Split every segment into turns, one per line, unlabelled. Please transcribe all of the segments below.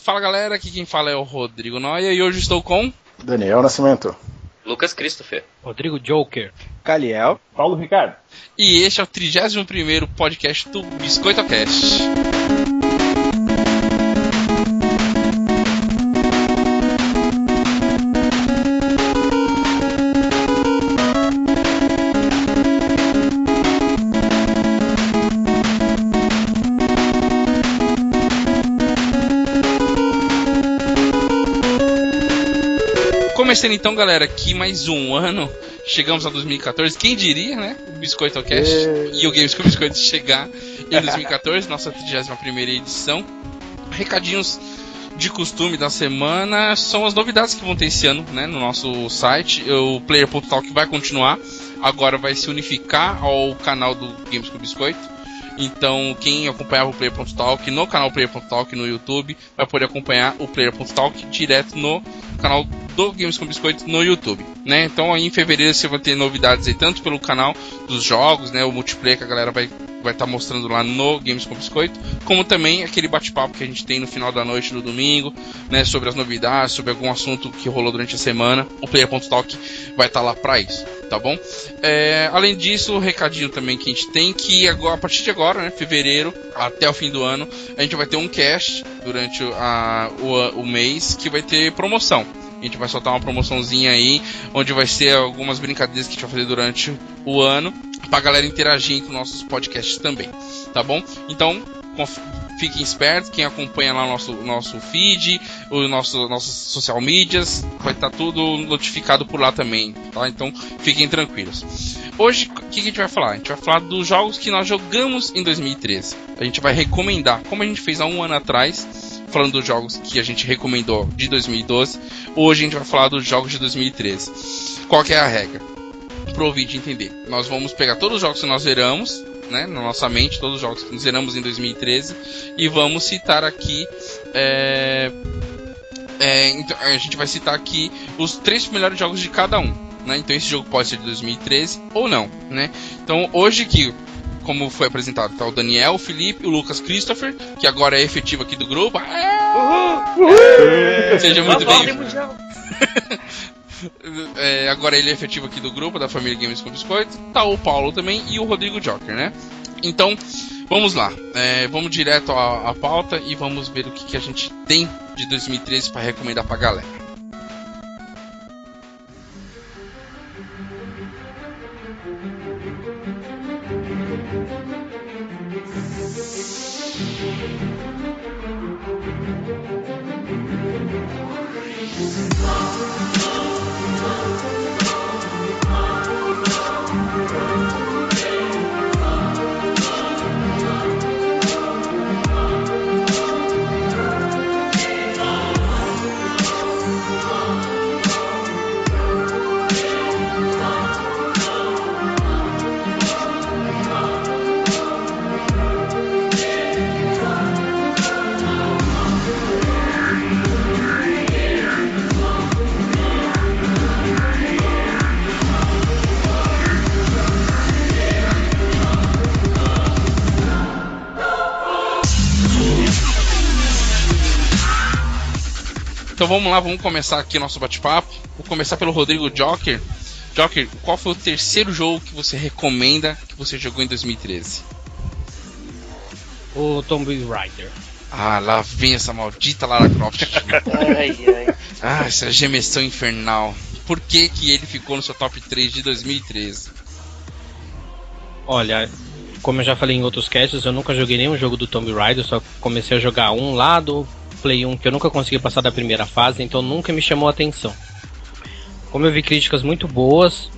Fala galera, aqui quem fala é o Rodrigo Noia e hoje estou com.
Daniel Nascimento.
Lucas Christopher.
Rodrigo Joker.
Caliel.
Paulo Ricardo.
E este é o 31 podcast do BiscoitoCast. Começando então, galera, que mais um ano. Chegamos a 2014. Quem diria, né? O Biscoito Cast e... o Games com Biscoito chegar em 2014, nossa 31 edição. Recadinhos de costume da semana são as novidades que vão ter esse ano né, no nosso site. O Player.talk vai continuar, agora vai se unificar ao canal do Games com Biscoito. Então, quem acompanhava o Player.talk no canal Player.talk no YouTube vai poder acompanhar o Player.talk direto no canal do Games com Biscoito no YouTube, né? Então, aí em fevereiro você vai ter novidades aí tanto pelo canal dos jogos, né, o multiplayer que a galera vai vai estar tá mostrando lá no Games com Biscoito, como também aquele bate-papo que a gente tem no final da noite do domingo, né, sobre as novidades, sobre algum assunto que rolou durante a semana. O player.talk vai estar tá lá para isso, tá bom? É, além disso, o recadinho também que a gente tem que agora, a partir de agora, né, fevereiro até o fim do ano, a gente vai ter um cast durante a, o, o mês que vai ter promoção. A gente vai soltar uma promoçãozinha aí, onde vai ser algumas brincadeiras que a gente vai fazer durante o ano, pra galera interagir com nossos podcasts também, tá bom? Então, fiquem espertos, quem acompanha lá o nosso, nosso feed, o nosso, nossas social medias, vai estar tá tudo notificado por lá também, tá? Então, fiquem tranquilos. Hoje, o que, que a gente vai falar? A gente vai falar dos jogos que nós jogamos em 2013. A gente vai recomendar, como a gente fez há um ano atrás, falando dos jogos que a gente recomendou de 2012. Hoje a gente vai falar dos jogos de 2013. Qual que é a regra? Pro ouvinte entender. Nós vamos pegar todos os jogos que nós zeramos, né, na nossa mente, todos os jogos que zeramos em 2013, e vamos citar aqui. É... É, então, a gente vai citar aqui os três melhores jogos de cada um. Né? Então esse jogo pode ser de 2013 ou não. Né? Então hoje que como foi apresentado, tá o Daniel, o Felipe, o Lucas Christopher, que agora é efetivo aqui do grupo. Uhul! Uhul! Seja muito bem-vindo. é, agora ele é efetivo aqui do grupo, da família Games com Biscoito. Tá o Paulo também e o Rodrigo Joker, né? Então, vamos lá. É, vamos direto à, à, pauta e vamos ver o que, que a gente tem de 2013 para recomendar pra galera. Então vamos lá, vamos começar aqui nosso bate-papo. Vou começar pelo Rodrigo Joker. Joker, qual foi o terceiro jogo que você recomenda que você jogou em 2013?
O Tomb Raider.
Ah, lá vem essa maldita Lara Croft. ai, ai. Ah, essa gemessão infernal. Por que, que ele ficou no seu top 3 de 2013?
Olha, como eu já falei em outros casts, eu nunca joguei nenhum jogo do Tomb Raider, só comecei a jogar um lá do Play 1 que eu nunca consegui passar da primeira fase, então nunca me chamou a atenção. Como eu vi críticas muito boas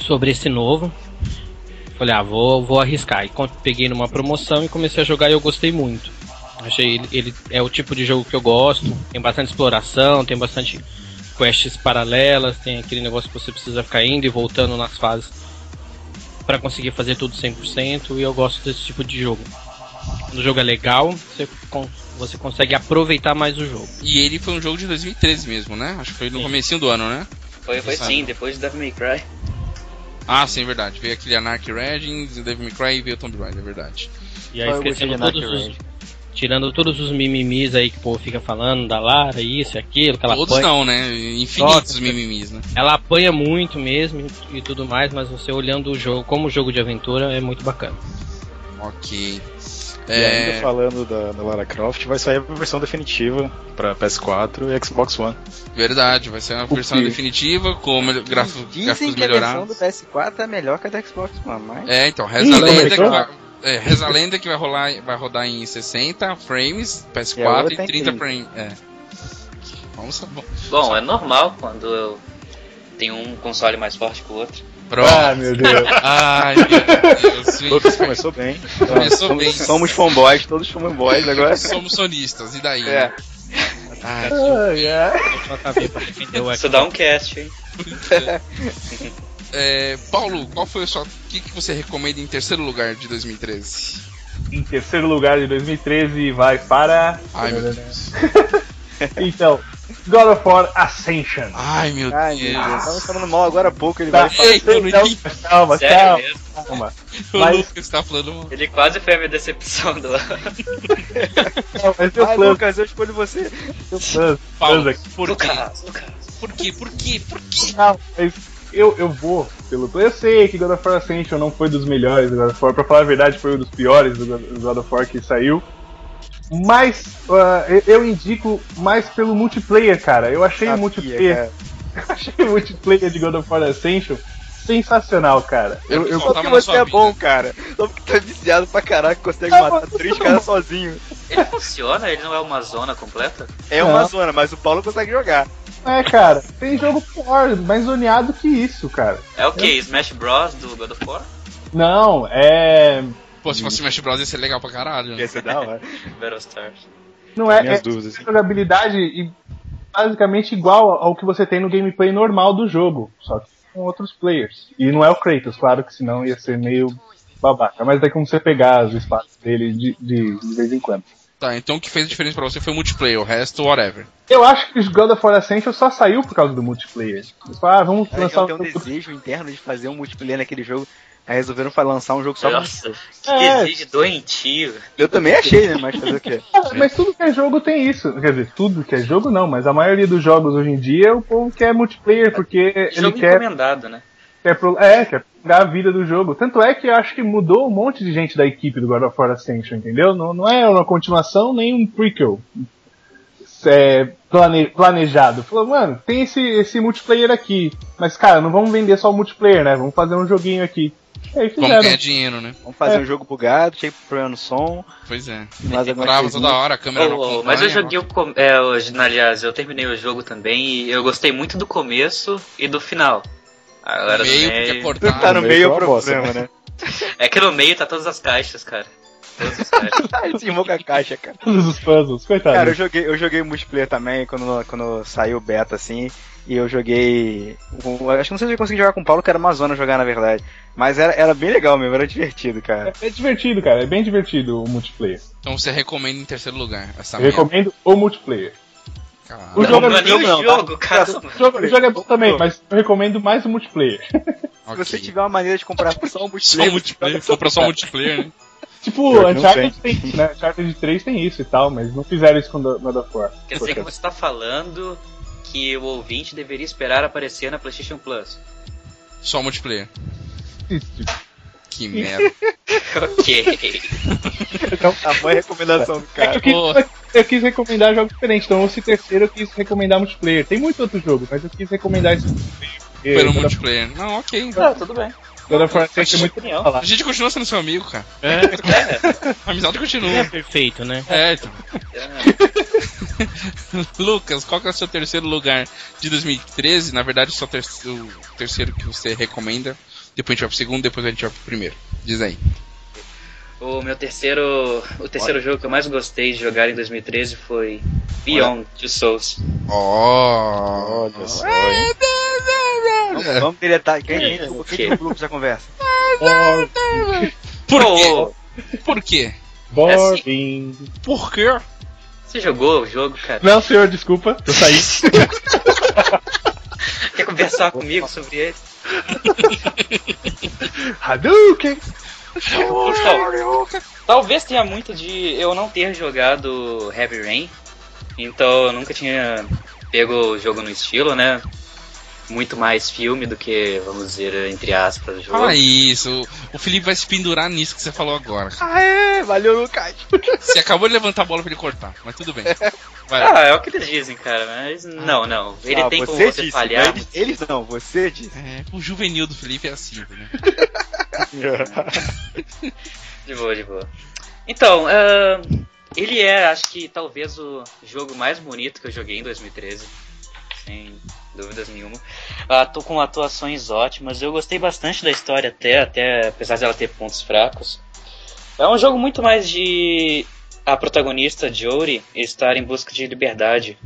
sobre esse novo, falei, ah, vou, vou arriscar. E peguei numa promoção e comecei a jogar e eu gostei muito. Achei ele, ele é o tipo de jogo que eu gosto, tem bastante exploração, tem bastante quests paralelas, tem aquele negócio que você precisa ficar indo e voltando nas fases para conseguir fazer tudo 100% e eu gosto desse tipo de jogo. Quando o jogo é legal, você você consegue aproveitar mais o jogo.
E ele foi um jogo de 2013 mesmo, né? Acho que foi no sim. comecinho do ano, né?
Foi, foi Sabe? sim, depois do Devil May Cry.
Ah, sim, verdade. Veio aquele Anarchy Legends, o Devil May Cry e veio o Tomb Raider, é verdade.
E aí, esquecendo todos, os, Tirando todos os mimimis aí que o povo fica falando, da Lara, isso e aquilo, que ela
Todos
apanha.
não, né? Infinitos
Nossa.
mimimis, né?
Ela apanha muito mesmo e tudo mais, mas você olhando o jogo como jogo de aventura é muito bacana.
Ok.
E ainda
É,
falando da, da Lara Croft, vai sair a versão definitiva pra PS4 e Xbox One.
verdade, vai ser uma
O
versão
quê?
definitiva com mel- graf-
Dizem
gráficos
que é a versão do
melhorados.
PS4 é melhor que a da Xbox One, mas.
É, então, reza
Ih,
a lenda que
começou?
vai. É, reza a lenda que vai rolar, vai rodar em 60 frames,
E a
PS4 e
outra
30
em 30.
frames. É. Vamos saber.
Bom, é normal quando tem um console mais forte que o outro.
Pronto.
meu Deus.
Ai, meu Deus.
Ah, Lucas
Switch.
começou bem.
Começou
somos,
bem.
somos fanboys, todos fanboys agora.
Somos sonistas, e daí?
É.
né? Ai,
Ai, ai.
Eu só acabei pra defender o
Isso dá um cast, hein?
É, Paulo, qual foi o seu. O que, que você recomenda em terceiro lugar de 2013?
Em terceiro lugar de 2013 vai para.
Ai, meu Deus.
Então, God of War Ascension.
Ai, meu
Ai, meu Deus.
Deus.
Estamos falando mal agora há pouco, ele
Tá,
vai.
Eita, eu não entendi.
calma,
Sério
calma,
mesmo.
calma.
O
Mas-
Lucas tá falando mal.
Ele quase foi a minha decepção do
calma, Mas tem
Ai,
os planos,
Lucas, eu escolho você.
tem um os planos,
Paulo,
planos aqui.
por quê?
Lucas, Lucas.
Por quê? Por quê? Por quê?
Não, mas eu, eu vou pelo. Eu sei que God of War Ascension não foi dos melhores do God of War, pra falar a verdade, foi um dos piores do God- God of War que saiu. Mas ah, eu- eu indico mais pelo multiplayer, cara. Eu achei o
Sabia,
multiplayer
cara.
achei o multiplayer de God of War Ascension sensacional, cara. Eu, eu-
Só
Tava
porque
na
você
sua
é
vida.
bom, cara. Só porque tu é viciado pra caraca, consegue
Ah,
matar
mas-
três
é
caras sozinho.
Ele funciona? Ele não é uma zona completa?
É uma
Não.
zona, mas o Paulo consegue jogar.
é, cara, tem jogo pior, mais zoneado que isso, cara.
É o que? Smash Bros do God of War?
Não, é.
Pô, se fosse Smash Bros ia ser legal pra caralho. né?
Ia ser da hora.
Battlestar.
Não é,
é Minhas
é
dúvidas. assim.
jogabilidade e basicamente igual ao que você tem no gameplay normal do jogo, só que com outros players. E não é o Kratos, claro que senão ia ser meio babaca. Mas é como você pegar as espadas dele de, de- de vez em quando.
Tá, então o que fez a diferença pra você foi o multiplayer, o resto, whatever.
Eu acho que o God of War Ascension só saiu por causa do multiplayer. Eles falaram, ah, vamos
Cara,
lançar
eu tenho um
outro-
desejo interno de fazer um multiplayer naquele jogo. Aí resolveram fa- lançar um jogo só
Nossa,
multiplayer.
que
É.
desejo doentio.
Eu também achei, né? Mas fazer o quê?
Ah, Mas tudo que é jogo tem isso. Quer dizer, tudo que é jogo não, mas a maioria dos jogos hoje em dia o povo quer multiplayer porque ele
Jogo
quer,
encomendado, né?
quer, pro, é, quer prolongar a vida do jogo. Tanto é que eu acho que mudou um monte de gente da equipe do God of War Ascension, entendeu? Não, não é uma continuação nem um prequel é, plane- planejado. Falou, mano, tem esse, esse multiplayer aqui, mas cara, não vamos vender só o multiplayer, né? Vamos fazer um joguinho aqui. E aí
Como
fizeram.
ganhar dinheiro, né?
Vamos fazer
É.
um jogo bugado, cheio de problema no som.
Pois é.
Mas
Trava toda hora, a câmera não né?
Oh, oh, mas
acompanha.
eu joguei o com... é, hoje, aliás, eu terminei o jogo também e eu gostei muito do começo e do final. Agora
No
do
meio, porque é
meio...
Tu tá
cortado.
no
Ah,
meio é o
uma bosta,
problema, né?
É que no meio tá todas as caixas, cara. Todas as caixas.
Ele se com Ah, a caixa, cara.
Todos os puzzles, coitado.
Cara, eu joguei, eu joguei multiplayer também quando, quando saiu o beta, assim. E eu joguei. com- Acho que não sei se eu consegui jogar com o Paulo, que era uma zona jogar, na verdade. Mas era, era bem legal mesmo, era divertido, cara.
É divertido, cara. É bem divertido o multiplayer.
Então você recomenda em terceiro lugar essa
Eu
merda.
recomendo o multiplayer.
Caralho.
O jogo é
não é nem
muito
o
legal,
jogo,
tá?
cara.
O jogo, o jogo é bom também, mas eu recomendo mais o multiplayer.
Se
Ok.
você tiver uma maneira de comprar só o
Só
multiplayer.
multiplayer, compra só multiplayer, né?
Tipo,
Pior que não
Uncharted tem, né? Uncharted 3 tem isso e tal, mas não fizeram isso com o God of War.
Quer dizer que você tá falando que o ouvinte deveria esperar aparecer na PlayStation Plus.
Só multiplayer.
Existe.
Que merda.
ok.
A boa recomendação do
É que
cara.
eu quis,
Boa.
eu quis recomendar jogos diferentes, então esse terceiro eu quis recomendar multiplayer. Tem muito outro jogo, mas eu quis recomendar esse multiplayer. porque
Pelo
God of-
multiplayer. Não, ok.
Não, tudo bem.
God of War tem muito pra
Opinião.
A
falar.
gente continua sendo seu amigo, cara.
É,
A amizade
É
continua.
perfeito, né?
É, então.
é.
Lucas, qual que é o seu terceiro lugar de 2013? Na verdade, só ter- o terceiro que você recomenda. Depois a gente vai pro segundo, depois a gente vai pro primeiro. Diz aí.
O meu terceiro. O terceiro jogo que eu mais gostei de jogar em 2013 foi Beyond Two Souls.
Ó.
Olha só, hein?
Vamos, vamos deletar. Quem
É,
quem-
ok.
quem no grupo já conversa?
Por quê?
Pô,
Por quê?
Boring.
Por quê?
você jogou o jogo, cara?
Não, senhor, desculpa. Eu saí.
Quer conversar comigo sobre ele?
Hadouken!
Por favor.
Por
Talvez tenha muito de eu não ter jogado Heavy Rain, então eu nunca tinha pego o jogo no estilo, né? Muito mais filme do que, vamos dizer, entre aspas, jogo.
Fala isso. O Felipe vai se pendurar nisso que você falou agora.
Aê, É, valeu, Lucas.
Você acabou de levantar a bola pra ele cortar, mas tudo bem. Vai.
Ah, é o que eles dizem, cara, mas não, não. Ele
Ah,
tem como você
disse, né?
falhar.
Eles, eles não, você disse.
É, o juvenil do Felipe é assim, né?
De boa, de boa. Então, ah, ele é, acho que talvez o jogo mais bonito que eu joguei em 2013. Sem dúvidas nenhuma. Ah, tô com atuações ótimas. Eu gostei bastante da história até, até apesar dela ter pontos fracos. É um jogo muito mais de a protagonista Jory estar em busca de liberdade.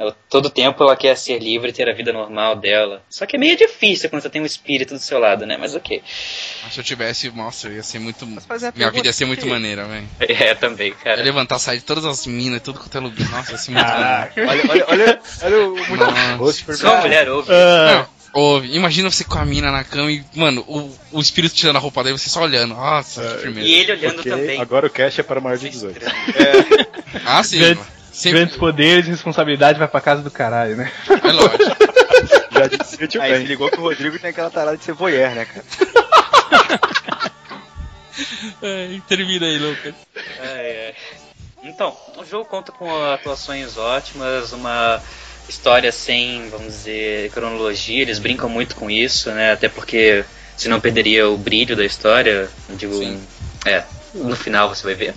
Ela, todo tempo ela quer ser livre e ter a vida normal dela. Só que é meio difícil quando você tem um espírito do seu lado, né? Mas ok.
Mas Ah, se eu tivesse, nossa, eu ia ser muito.
Mas fazer a
Minha
pergunta
vida ia ser muito
aqui.
maneira, velho.
É, também, cara.
Eu ia levantar, sair de todas as minas, tudo quanto é lugar. Nossa, ia ser muito maneiro.
Olha, olha, olha, olha o muito
Nossa.
rosto
Só a
vermelho.
mulher ouve.
Ah,
Não, ouve, imagina você com a mina na cama e, mano, o, o espírito tirando a roupa dele, você só olhando. Nossa,
É.
que
E
primeiro.
ele olhando
Ok,
também. né?
Agora o cast é para maior de 18.
Ah, sim.
Grande-
mano.
Grandes
Sempre.
poderes e responsabilidade vai pra casa do caralho, né?
É lógico.
Já disse o tio
Aí se
Ben.
ligou que o Rodrigo tem aquela tarada de ser voyeur, né, cara?
É, termina aí, Lucas.
É, é. Então, o jogo conta com atuações ótimas, uma história sem, vamos dizer, cronologia. Eles brincam muito com isso, né? Até porque senão perderia o brilho da história. Eu Digo,
Sim.
é, no final você vai ver.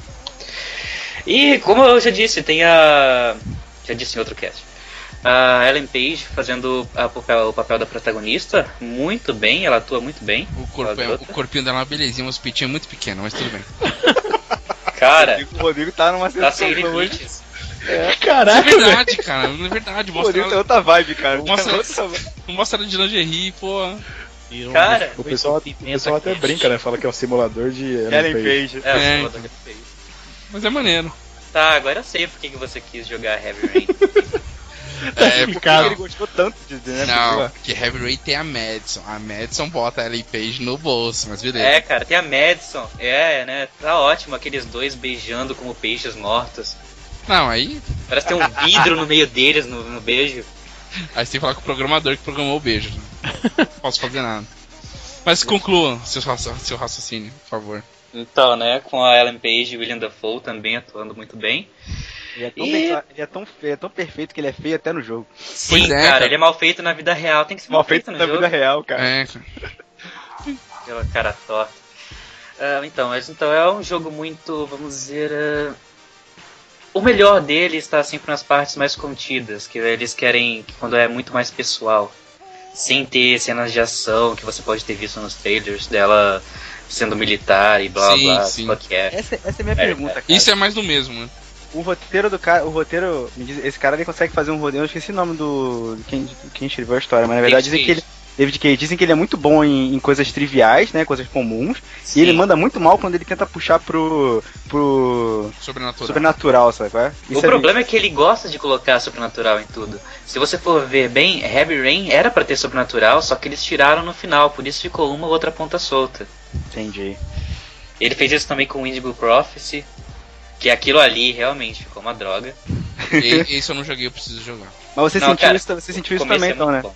E como eu já disse, tem a. Já disse em outro cast. A Ellen Page fazendo a papel- o papel da protagonista muito bem, ela atua muito bem.
O, corpo é-
Tá,
o corpinho dela é uma belezinha, os peitinhos é muito pequeno, mas tudo bem.
Cara,
O Rodrigo tá numa
tá sem
sensação hoje.
limites.
É
Caralho,
verdade, cara, é verdade.
O Rodrigo
Mostra
tem
ela,
outra vibe, cara.
Nossa.
Tá outra vibe.
mostra ela de lingerie, pô.
Virou um-
Cara,
O pessoal, o pessoal até brinca, né? Fala que é um simulador de
Ellen
Ellen Page.
Page.
É,
É,
o Zelda
então.
que fez.
Mas é maneiro.
Tá, agora eu sei por que que você quis jogar Heavy Rain.
É,
Porque ele
porque...
gostou tanto de Tá né?
Não,
porque,
porque Heavy Ray tem a Madison. A Madison bota a Ellen Page no bolso, mas beleza.
é, cara, tem a Madison. É, né? Tá ótimo aqueles dois beijando como peixes mortos.
Não, aí,
Parece que tem um vidro no meio deles no, no beijo.
aí você tem que falar com o programador que programou o beijo. Não posso fazer nada. Mas conclua seu, raci- seu raciocínio, por favor.
Então, né? Com a Ellen Page e William Dafoe também atuando muito bem.
Ele é, tão
E-
bem- ele é tão feio, é tão perfeito que ele é feio até no jogo.
Sim,
Pois é,
cara,
cara.
ele é mal feito na vida real. Tem que ser
Mal feito
no
na
jogo.
vida real, cara.
É, cara.
Pela cara torta. Ah, então, mas então é um jogo muito, vamos dizer. ah, O melhor dele está sempre nas partes mais contidas, que eles querem quando é muito mais pessoal. Sem ter cenas de ação que você pode ter visto nos trailers dela sendo militar e blá
Sim,
blá,
sim.
blá que é.
Essa, essa é a minha
É,
pergunta, cara.
Isso é mais do mesmo, né?
O roteiro do cara, o roteiro, me diz- esse cara ele consegue fazer um roteiro, eu esqueci o nome do de quem, de quem escreveu a história, mas na verdade dizem que ele, David Cage, dizem que ele é muito bom em, em coisas triviais, né, coisas comuns, e ele
Sim.
manda muito mal quando ele tenta puxar pro pro
Sobrenatural.
sobrenatural, sabe? qual é? Isso
O
é
problema é que ele gosta de colocar sobrenatural em tudo. Se você for ver bem, Heavy Rain era pra ter sobrenatural, só que eles tiraram no final, por isso ficou uma ou outra ponta solta.
bem- entendi.
Ele fez isso também com o Indigo Prophecy, que aquilo ali realmente ficou uma droga.
E- Esse eu não joguei, eu preciso jogar.
Mas você
Não,
sentiu
cara,
isso, você sentiu
O
isso
começo
também
é
então, né?
muito bom.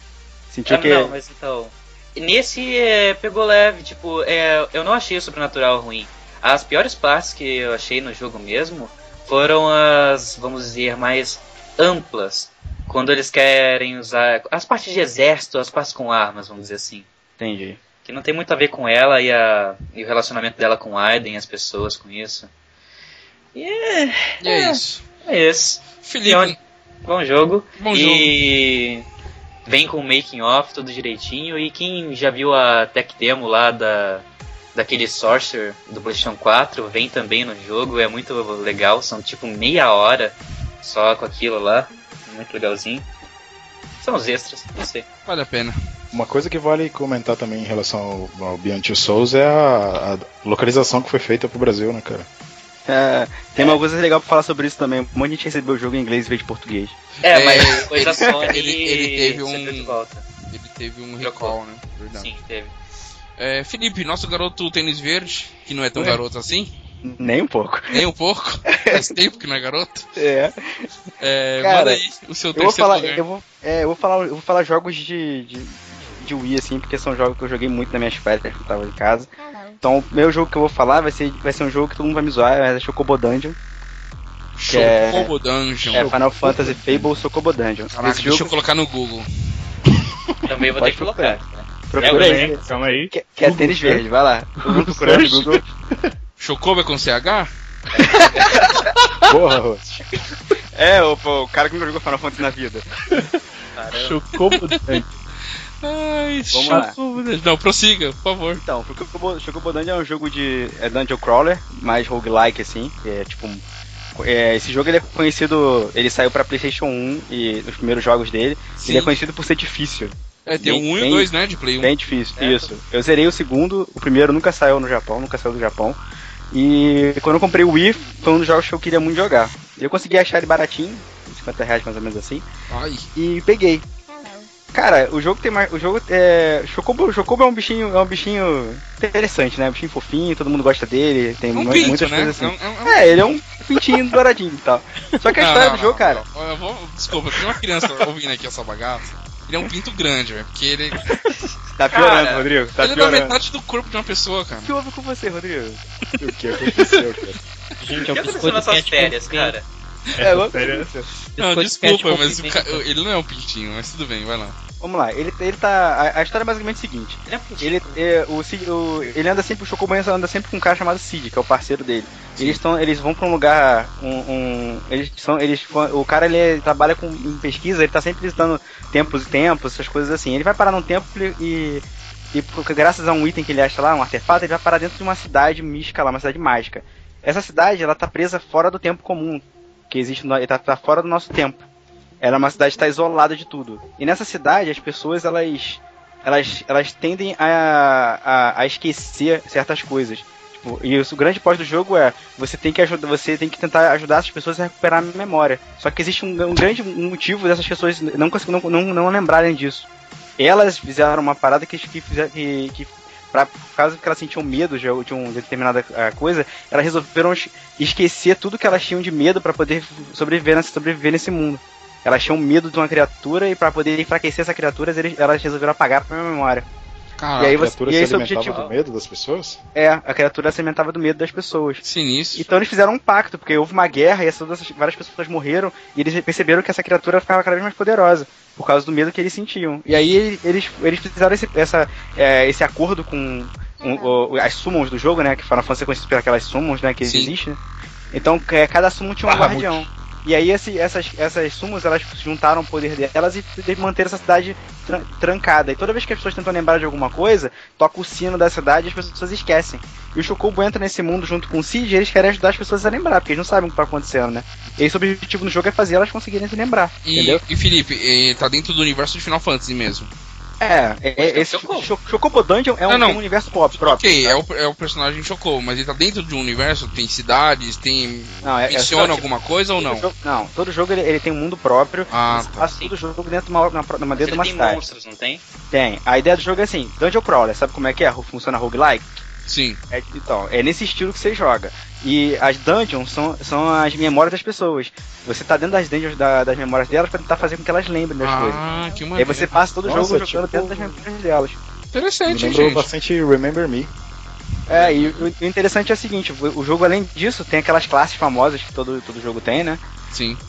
Sentiu
Ah,
que
Não, mas então. Nesse é, pegou leve, tipo, é, eu não achei o sobrenatural ruim. As piores partes que eu achei no jogo mesmo foram as, vamos dizer, mais amplas. Quando eles querem usar. As partes de exército, as partes com armas, vamos dizer assim.
entendi.
que não tem muito a ver com ela e, a, e o relacionamento dela com Aiden, as pessoas com isso. E é,
E é,
É.
isso.
é isso.
Felipe,
Olha, Bom jogo.
bom jogo.
e vem com o making off tudo direitinho. E quem já viu a tech demo lá da daquele Sorcerer do PlayStation 4, vem também no jogo, é muito legal, são tipo meia hora só com aquilo lá, muito legalzinho. São os extras, não sei.
Vale a pena.
Uma coisa que vale comentar também em relação ao, ao Beyond Two Souls é a, a localização que foi feita pro Brasil, né, cara?
É, tem uma coisa legal pra falar sobre isso também. Um monte de gente recebeu o jogo em inglês em vez de português.
É,
É,
mas coisa Sony
ele- ele teve
você viu
um-
de volta.
Ele teve um
Trocou.
recall, né? Verdade.
Sim, teve.
É, Felipe, nosso garoto tênis verde, que não é tão garoto assim,
Nem um pouco.
Nem um pouco. Faz tempo que não é garoto.
É.
É,
Cara,
manda aí o seu
Eu vou
terceiro
falar,
lugar.
eu vou, é, eu vou falar, eu vou falar jogos de, de, de Wii assim, porque são jogos que eu joguei muito nas minhas férias quando eu tava em casa. Então, o primeiro jogo que eu vou falar vai ser, vai ser um jogo que todo mundo vai me zoar, é Chocobo Dungeon.
Show
é-
Combo Dungeon.
É Final Fantasy Fable Chocobo Dungeon.
Caraca,
Esse
deixa eu
jogo
colocar no Google.
Também vou ter
Pode
que colocar.
procura
é
aí.
Calma aí.
Que, que é tênis verde, vai lá. Vamos procurar no Google.
Chocobo é com CH?
Porra, Russo.
É, o, o cara que nunca jogou Final Fantasy na vida.
Chocobo
Ai,
Vamos lá.
Chocobo Dungeon. Não, prossiga, por favor.
Então, porque o Chocobo- Chocobo Dungeon é um jogo de é dungeon crawler, mais roguelike assim, que é tipo um- é, esse jogo ele é conhecido, ele saiu pra PlayStation 1 e os primeiros jogos dele, ele é conhecido por ser difícil,
É, tem
bem-
um então. e
bem-
dois, né? De Play 1.
bem difícil. Isso. Eu zerei o segundo, o primeiro nunca saiu no Japão, nunca saiu do Japão. E quando eu comprei o Wii, foi um dos jogos que eu queria muito jogar. Eu consegui achar ele baratinho, 50 reais mais ou menos assim
Ai,
e peguei. Cara, o jogo tem mais. O jogo é. Chocobo, Chocobo é um bichinho. É um bichinho interessante, né? Um bichinho fofinho, todo mundo gosta dele. Tem
é um
mu-
pinto,
muitas
né?
coisas
É
assim.
um- é um- é um-
É, ele é um pintinho douradinho e tal. Só que a
Não,
história
não,
do jogo,
não,
cara.
não. Eu vou- Desculpa, tem uma criança ouvindo aqui essa bagaça. Ele é um pinto grande, velho. Porque ele,
Tá piorando,
Cara,
Rodrigo. Tá
ele é da
piorando.
metade do corpo de uma pessoa, cara.
O que houve com você, Rodrigo?
O que aconteceu, cara?
Gente, é
O
um
que aconteceu
biscoito
nas suas
cat
férias,
com
cara?
É, vamos-
sério?
Não,
biscoito
desculpa,
cat
mas
com
o ca-
pimenta.
ele não é um pintinho, mas tudo bem, vai lá.
Vamos lá, ele, ele tá. A, a história é basicamente a seguinte.
Ele é putinho.
Ele, é, o, Sid- o- ele anda sempre, o Chocobo anda sempre com um cara chamado Cid, que é o parceiro dele. Eles, tão, eles vão pra um lugar. Um, um- eles são, eles, o cara ele é, trabalha com, em pesquisa, ele tá sempre visitando templos e templos, essas coisas assim. Ele vai parar num templo e. E por- graças a um item que ele acha lá, um artefato, ele vai parar dentro de uma cidade mística lá, uma cidade mágica. Essa cidade, ela tá presa fora do tempo comum, que existe, no, tá, tá fora do nosso tempo. Ela é uma cidade que está isolada de tudo. E nessa cidade, as pessoas, elas elas, elas tendem a, a, a esquecer certas coisas. Tipo, e o grande pós do jogo é você tem que ajudar, você tem que tentar ajudar essas pessoas a recuperar a memória. Só que existe um, um grande motivo dessas pessoas não, consegui- não, não, não lembrarem disso. Elas fizeram uma parada que, que, fizer- que, que pra, por causa que elas sentiam medo de, de uma determinada ah, coisa, elas resolveram es- esquecer tudo que elas tinham de medo para poder sobreviver, nesse- sobreviver nesse mundo. Elas tinham medo de uma criatura e para poder enfraquecer essa criatura, eles- elas resolveram apagar a própria memória.
Caraca,
E aí
A
você-
criatura
e
se
esse é o
alimentava
objetivo.
do medo das pessoas?
É, a criatura se alimentava do medo das pessoas.
sinistro.
Então eles fizeram um pacto, porque houve uma guerra e essas, todas essas- várias pessoas morreram, e eles perceberam que essa criatura ficava cada vez mais poderosa, por causa do medo que eles sentiam. E aí ele- eles, eles fizeram esse, essa, é, esse acordo com um- o- as summons do jogo, né? Que Final Fantasy é conhecido pelas summons, né? Que
Sim.
existe, né? Então é, cada summon tinha um
Bahamut.
guardião. E aí esse- essas, essas summons, elas juntaram o poder delas e de- manteram essa cidade tran- trancada. E toda vez que as pessoas tentam lembrar de alguma coisa, toca o sino da cidade e as pessoas esquecem. E o Chocobo entra nesse mundo junto com o Cid e eles querem ajudar as pessoas a lembrar, porque eles não sabem o que tá acontecendo, né? E esse objetivo do jogo é fazer elas conseguirem se lembrar,
E,
entendeu?
e Felipe, eh, tá dentro do universo de Final Fantasy mesmo.
É, é,
Mas é
é
o
esse
Chocobo.
Cho- Chocobo Dungeon é um,
então Não, não.
um universo pop próprio.
Ok, é o, é o personagem Chocobo, mas ele tá dentro de um universo, tem cidades, tem.
Não, é, é
Menciona
só-
alguma coisa ou não?
Todo jogo- não, todo jogo ele, ele tem um mundo próprio.
Ah,
Mas
tá.
todo jogo dentro de uma, na, pro- numa,
Mas
dentro de
ele
uma
tem
cidade.
monstros, não tem?
Tem. A ideia do jogo é assim: Dungeon Crawler, sabe como é que é? Funciona roguelike?
Sim.
É, então, é nesse estilo que você joga. E as dungeons são, são as memórias das pessoas. Você tá dentro das dungeons da- das memórias delas pra tentar fazer com que elas lembrem das coisas.
Ah, que
E aí
maneiro.
você passa todo o jogo
Nossa,
jogando
tipo-
dentro das memórias delas.
Me
Interessante, hein,
lembrou
gente.
bastante Remember Me.
É, e o o interessante é o seguinte, o o jogo além disso tem aquelas classes famosas que todo, todo jogo tem, né?
Sim.
Que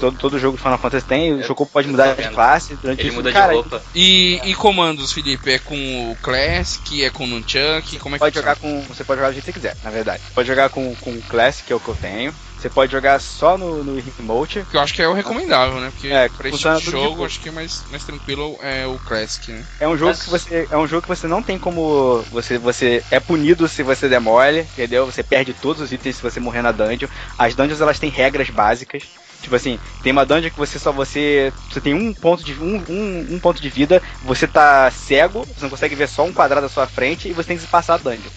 Todo, todo jogo de Final Fantasy tem, o
Eu-
Chocobo pode
eu tô
mudar de
vendo.
classe durante
É, Ele
isso.
muda
Cara,
de roupa.
E, e comandos, Felipe? É com o Classic, é com o Nunchuck? Como é que
pode
funciona?
jogar com. Você pode jogar do jeito que você quiser, na verdade. Pode jogar com, com o Classic, que é o que eu tenho. Você pode jogar só no, no Remote.
Que eu acho que é o recomendável, né? Porque
É,
pra esse tipo
funciona
de
tudo de
jogo,
boa.
acho que é mais, mais tranquilo é o Classic, né?
É um jogo
Mas-
que você. É um jogo que você não tem como. Você, você é punido se você demole, entendeu? Você perde todos os itens se você morrer na dungeon. As dungeons elas têm regras básicas. Tipo assim, tem uma dungeon que você só você. Você tem um ponto de um, um, um ponto de vida, você tá cego, você não consegue ver só um quadrado à sua frente e você tem que se passar a dungeon.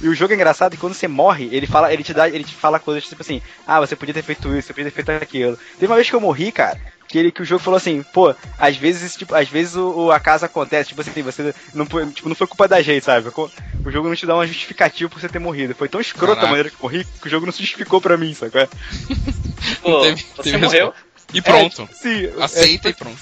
E o jogo é engraçado que quando você morre, ele fala, ele te dá, ele te fala coisas tipo assim, ah, você podia ter feito isso, você podia ter feito aquilo. Teve uma vez que eu morri, cara, que, ele, que o jogo falou assim, pô, às vezes esse tipo, às vezes o, o acaso acontece, tipo assim, você não, foi- tipo, não foi culpa da gente, sabe? O jogo não te dá uma justificativa por você ter morrido. Foi tão escrota
Caraca.
a maneira que eu morri que o jogo não se justificou pra mim, sabe? é?
Pô,
Teve-
você
teve
morreu?
E pronto.
Sim,
Então,
é,
Aceita e pronto.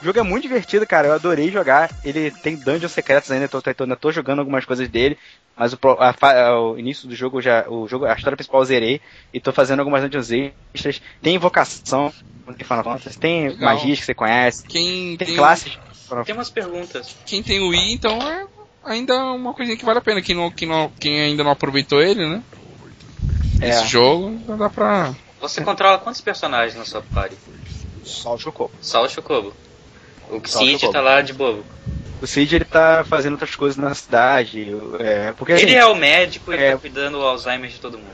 O jogo é muito divertido, cara. Eu adorei jogar. Ele tem dungeons secretos ainda, eu tô, tô- tô- ainda tô jogando algumas coisas dele. Mas o, pro- a fa- o início do jogo, eu já, o jogo, a história principal eu zerei. E tô fazendo algumas dungeons extras. Tem invocação, tem Final Fantasy, tem
Legal.
magias que você conhece,
Quem
tem
tem,
classes.
Tem umas perguntas.
quem tem o i, então é ainda uma coisinha que vale a pena. Quem, não, quem, não, quem ainda não aproveitou ele, né?
É.
Esse jogo, então dá pra.
Você controla quantos personagens na sua party?
Só o Chocobo.
Só o Chocobo. O
Só o
Cid
Chocobo.
tá lá de bobo.
O Cid, ele tá fazendo outras coisas na cidade. É, porque, assim,
Ele é o médico e
É.
tá cuidando do Alzheimer de todo mundo.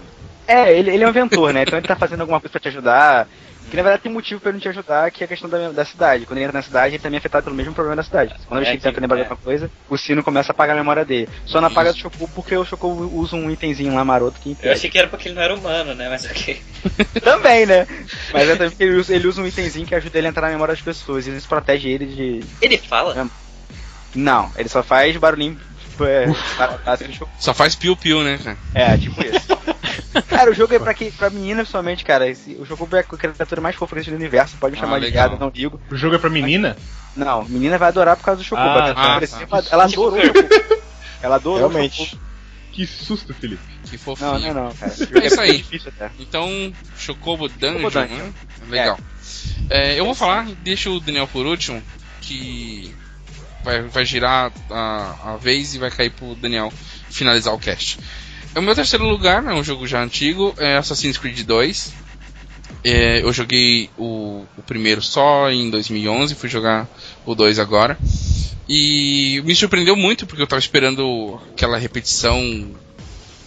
É, ele, ele é um inventor, né? Então ele tá fazendo alguma coisa pra te ajudar. Que na verdade tem motivo pra ele não te ajudar, que é a questão da, da cidade. Quando ele entra na cidade, ele também é afetado pelo mesmo problema da cidade. Quando ele
É,
chega e tenta
que-
lembrar
é.
de alguma coisa, o sino começa a apagar a memória dele. Só não apaga do Chocobo porque o Chocobo usa um itemzinho lá maroto que
Eu
impede.
achei que era porque ele não era humano, né? Mas ok.
também, né? Mas é também porque ele usa, ele usa um itemzinho que ajuda ele a entrar na memória das pessoas. E isso protege ele de.
Ele fala?
Não, ele só faz barulhinho. É, barulho de
Só faz piu-piu, né, cara?
É, tipo isso. cara, o jogo é pra, que, pra menina, principalmente, cara. Esse- o jogo é a criatura mais fofa que existe do universo. Pode me
Ah,
chamar de
legal.
viado, não digo.
O jogo é pra menina?
Não, menina vai adorar por causa do Chocobo.
Ah,
Ela
tá,
parecia
tá.
uma- Ela adorou o Chocobo. Ela adorou o
Realmente.
Chocobo.
Que susto, Felipe.
Que fofinho.
Não, não, não, cara. Esse
É isso aí.
muito difícil até.
Então, Chocobo Dungeon,
Chocobo Dungeon.
né? Legal. É, eu vou falar, deixa o Daniel por último, que vai, vai girar a, a vez e vai cair pro Daniel finalizar o cast. O meu terceiro lugar é um jogo já antigo, é Assassin's Creed 2. É, eu joguei o, o primeiro só em 2011, fui jogar o 2 agora. E me surpreendeu muito, porque eu tava esperando aquela repetição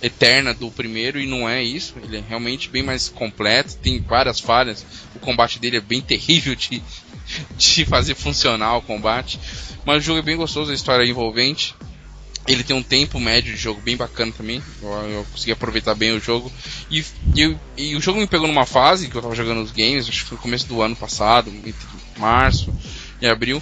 eterna do primeiro e não é isso. Ele é realmente bem mais completo, tem várias falhas. O combate dele é bem terrível de, de fazer funcionar o combate. Mas o jogo é bem gostoso, a história é envolvente. Ele tem um tempo médio de jogo bem bacana também. Eu, eu consegui aproveitar bem o jogo. E, e eu- e o jogo me pegou numa fase que eu tava jogando os games, acho que foi no começo do ano passado, entre março e abril,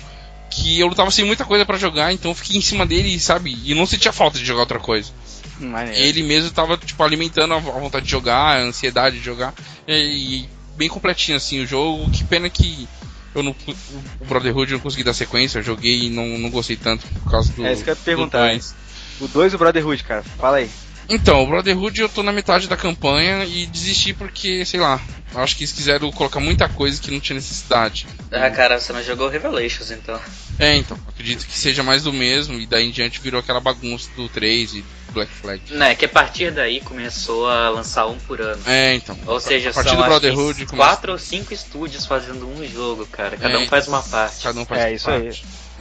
que eu tava sem muita coisa pra jogar, então eu fiquei em cima dele, sabe? E eu não sentia falta de jogar outra coisa.
Hum, Maneiro.
E ele mesmo tava, tipo, alimentando a a vontade de jogar, a ansiedade de jogar. E, e bem completinho, assim, o jogo. Que pena que eu não, pu- o Brotherhood eu não consegui dar sequência. Eu joguei e não, não gostei tanto por causa do.
É isso que eu ia te
do
perguntar,
dois.
O 2 e o Brotherhood, cara. Fala aí.
Então, o Brotherhood eu tô na metade da campanha e desisti porque, sei lá, eu acho que eles quiseram colocar muita coisa que não tinha necessidade.
Ah, cara, você não jogou Revelations, então.
É, então, acredito que seja mais do mesmo. E daí em diante virou aquela bagunça do 3 e Black Flag.
Né, que a partir daí começou a lançar um por ano.
É, então.
Ou seja,
a partir
são
do
acho que
Brotherhood começa-
quatro ou cinco estúdios fazendo um jogo, cara. Cada
É,
um faz uma parte.
Cada um faz
É, isso aí.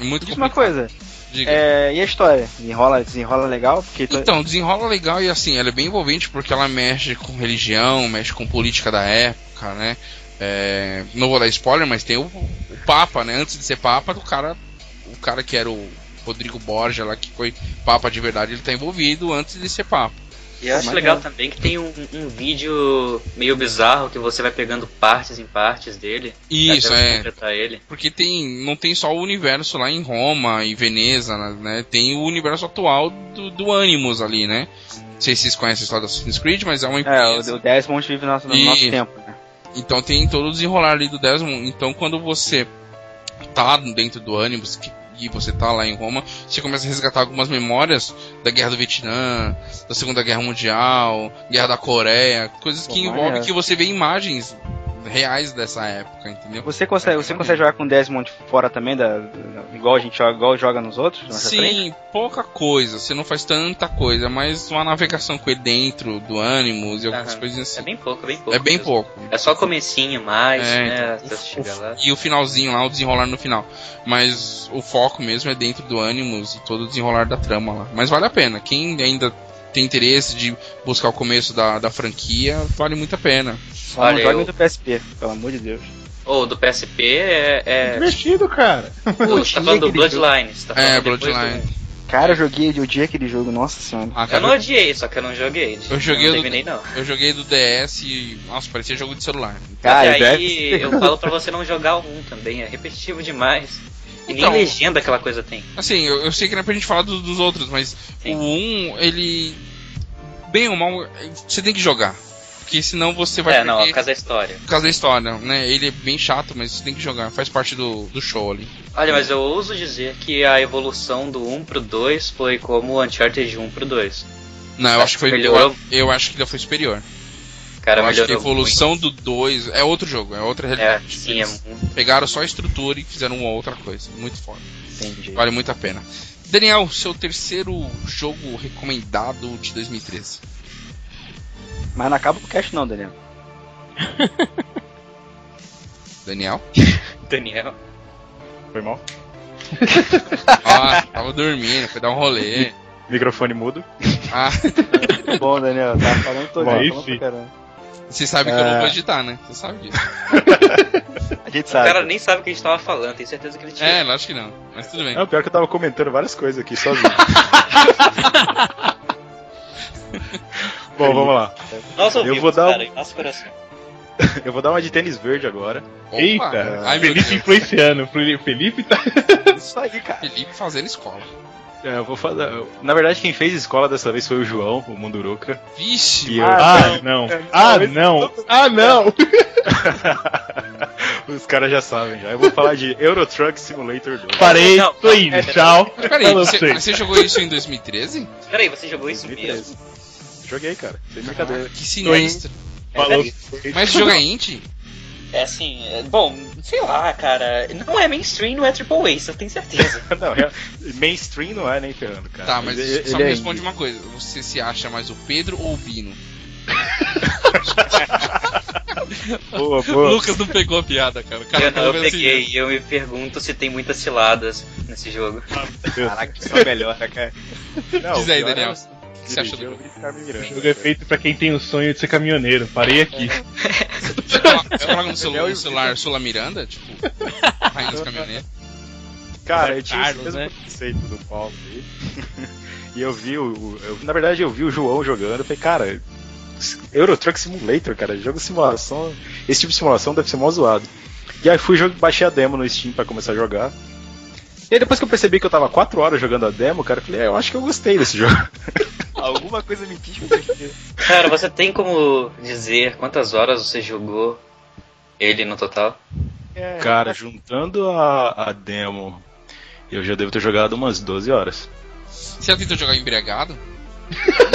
É muito
Diz uma
complicado.
coisa.
Diga.
É, e a história? Enrola, desenrola legal? Porque tô-
Então, desenrola legal e assim, ela é bem envolvente porque ela mexe com religião, mexe com política da época, né? É, não vou dar spoiler, mas tem o, o Papa, né? Antes de ser Papa, do cara. O cara que era o Rodrigo Borja lá, que foi Papa de verdade, ele tá envolvido antes de ser Papa.
E eu acho
Mas
legal
é.
também que tem um, um vídeo meio bizarro que você vai pegando partes em partes dele.
Isso,
até você
é.
completar ele.
Porque tem, não tem só o universo lá em Roma e Veneza, né? Tem o universo atual do, do Animus ali, né? Não sei se vocês conhecem a história do Assassin's Creed, mas é uma
É,
empresa.
o, o Desmond vive no nosso, no
Isso.
nosso tempo, né?
Então tem todo o desenrolar ali do Desmond. Então quando você tá dentro do ânibus que- e você tá lá em Roma, você começa a resgatar algumas memórias da Guerra do Vietnã, da Segunda Guerra Mundial, Guerra da Coreia, coisas que
Pô,
envolvem
maneiro.
que você vê imagens reais dessa época, entendeu?
Você consegue, você consegue jogar com o Desmond fora também, da, da- igual a gente joga, igual joga nos outros? na nossa frente?
Sim, pouca coisa, você não faz tanta coisa, mas uma navegação com ele dentro do ânimos e algumas
Aham.
coisinhas assim.
É bem pouco, é bem pouco.
É bem
mesmo.
pouco.
É só comecinho mais,
É,
né? Até você chegar lá.
e o finalzinho lá, o desenrolar no final. Mas o foco mesmo é dentro do Animus e todo o desenrolar da trama lá. Mas vale a pena. Quem ainda tem interesse de buscar o começo da, da franquia, vale muito a pena.
Só
Olha,
não joga
eu-
do PSP, pelo amor de Deus.
Ou do PSP é. é...
Divertido, cara.
Pô, você tá falando do Bloodlines. Tá
É,
falando depois
Bloodlines.
do-
Cara, eu joguei de odiei aquele jogo, nossa senhora.
Ah,
Eu
cara,
não odiei, só que eu não joguei.
Eu joguei
Não
do-
terminei, não.
eu joguei do DS e. Nossa, parecia jogo de celular.
Cara,
Mas
deve
aí eu falo pra você não jogar o 1 também, é repetitivo demais. E
Então.
nem legenda aquela coisa tem.
Assim, eu, eu sei que não é pra gente falar do- dos outros, mas
Sim.
o 1, ele. Bem ou mal, você tem que jogar. Porque senão você vai
é, não, é
perder
por causa da história.
por causa da história, né? Ele é bem chato, mas você tem que jogar, faz parte do, do show ali.
Olha, mas eu ouso dizer que a evolução do 1 pro 2 foi como o Uncharted 1 pro 2.
Não, eu acho que foi.
É, Melhorou.
Eu, eu acho que ainda foi superior.
Cara,
eu acho que a
melhorou
evolução do 2 é outro jogo, é outra
muito. É,
realidade.
sim, é
Eles
muito.
Pegaram só a estrutura e fizeram uma outra coisa. Muito foda.
Entendi.
Vale muito a pena. Daniel, seu terceiro jogo recomendado de 2013.
Mas não acaba com o cast não, Daniel.
Daniel?
Daniel.
Foi mal?
Ah, tava dormindo, foi dar um rolê.
Microfone mudo.
Ah,
Bom, Daniel, tá falando todo
Bom,
dia,
aí
falando
sim.
pra caramba.
você sabe que eu não
É.
vou editar, né? Você sabe disso.
A gente
O
Tá.
sabe.
cara nem sabe o que a gente tava falando, tenho certeza que ele tinha.
É, lógico que não. Mas tudo bem.
Não, pior que eu tava comentando várias coisas aqui sozinho. Bom, vamos lá.
Nós ouvimos,
vou dar um-
cara, em nosso coração.
Eu vou dar uma de tênis verde agora.
Opa!
Eita,
Ai, meu Deus.
Felipe influenciando. Felipe- Felipe tá.
É Isso aí, cara.
Felipe fazendo escola.
É, eu vou fazer. Na verdade, quem fez escola dessa vez foi o João, o Munduruca.
Vixe,
E eu-
Ah, não. Ah, não. Ah, não.
Os caras já sabem já. Eu vou falar de Euro Truck Simulator 2.
Parei,
Não,
tô indo. Tchau.
mas peraí,
Falou
você,
pra
mas você jogou isso em 2013?
Peraí, você jogou isso mesmo?
Joguei, cara. Sem brincadeira.
Ah, que sinistro.
Falou.
Mas esse jogo é indie?
É assim, é- bom, sei lá, cara. Não é mainstream, não é triple A, isso eu tenho certeza.
Não, é- mainstream não é nem ferrando, cara.
Tá, mas
Ele-
só me
ele é
responde uma coisa. Você se acha mais o Pedro ou o Bino?
Boa,
O
boa.
Lucas não pegou a piada, cara. O cara
Eu, não, eu
pegou assim,
peguei e eu me pergunto se tem muitas ciladas nesse jogo.
Caraca, que só melhora, cara.
Não,
Diz aí,
o pior
Daniel.
é
O que você acha do
dirigir, eu
jogo?
vou ficar me
O
mirando,
jogo é
cara.
feito pra quem tem o sonho de ser caminhoneiro. Parei aqui.
Você coloca- Você coloca no
é
celular, no celular Sula Miranda? Tipo, rainha dos caminhoneiros.
Cara, eu tinha
Carlos,
Carlos, mesmo
né?
conceito do Paulo aí. E eu vi o. o- eu- na verdade, eu vi o João jogando. Eu falei, cara, Euro Truck Simulator, cara, jogo de simulação. Esse tipo de simulação deve ser mó zoado. E aí fui, jogo- baixei a demo no Steam pra começar a jogar. E aí depois que eu percebi que eu tava 4 horas jogando a demo, cara, eu falei, é, eu acho que eu gostei desse jogo.
Alguma coisa me quis com certeza.
Cara, você tem como dizer quantas horas você jogou ele no total?
É,
Cara, juntando a, a demo, eu já devo ter jogado umas 12 horas.
Você já tentou jogar embriagado?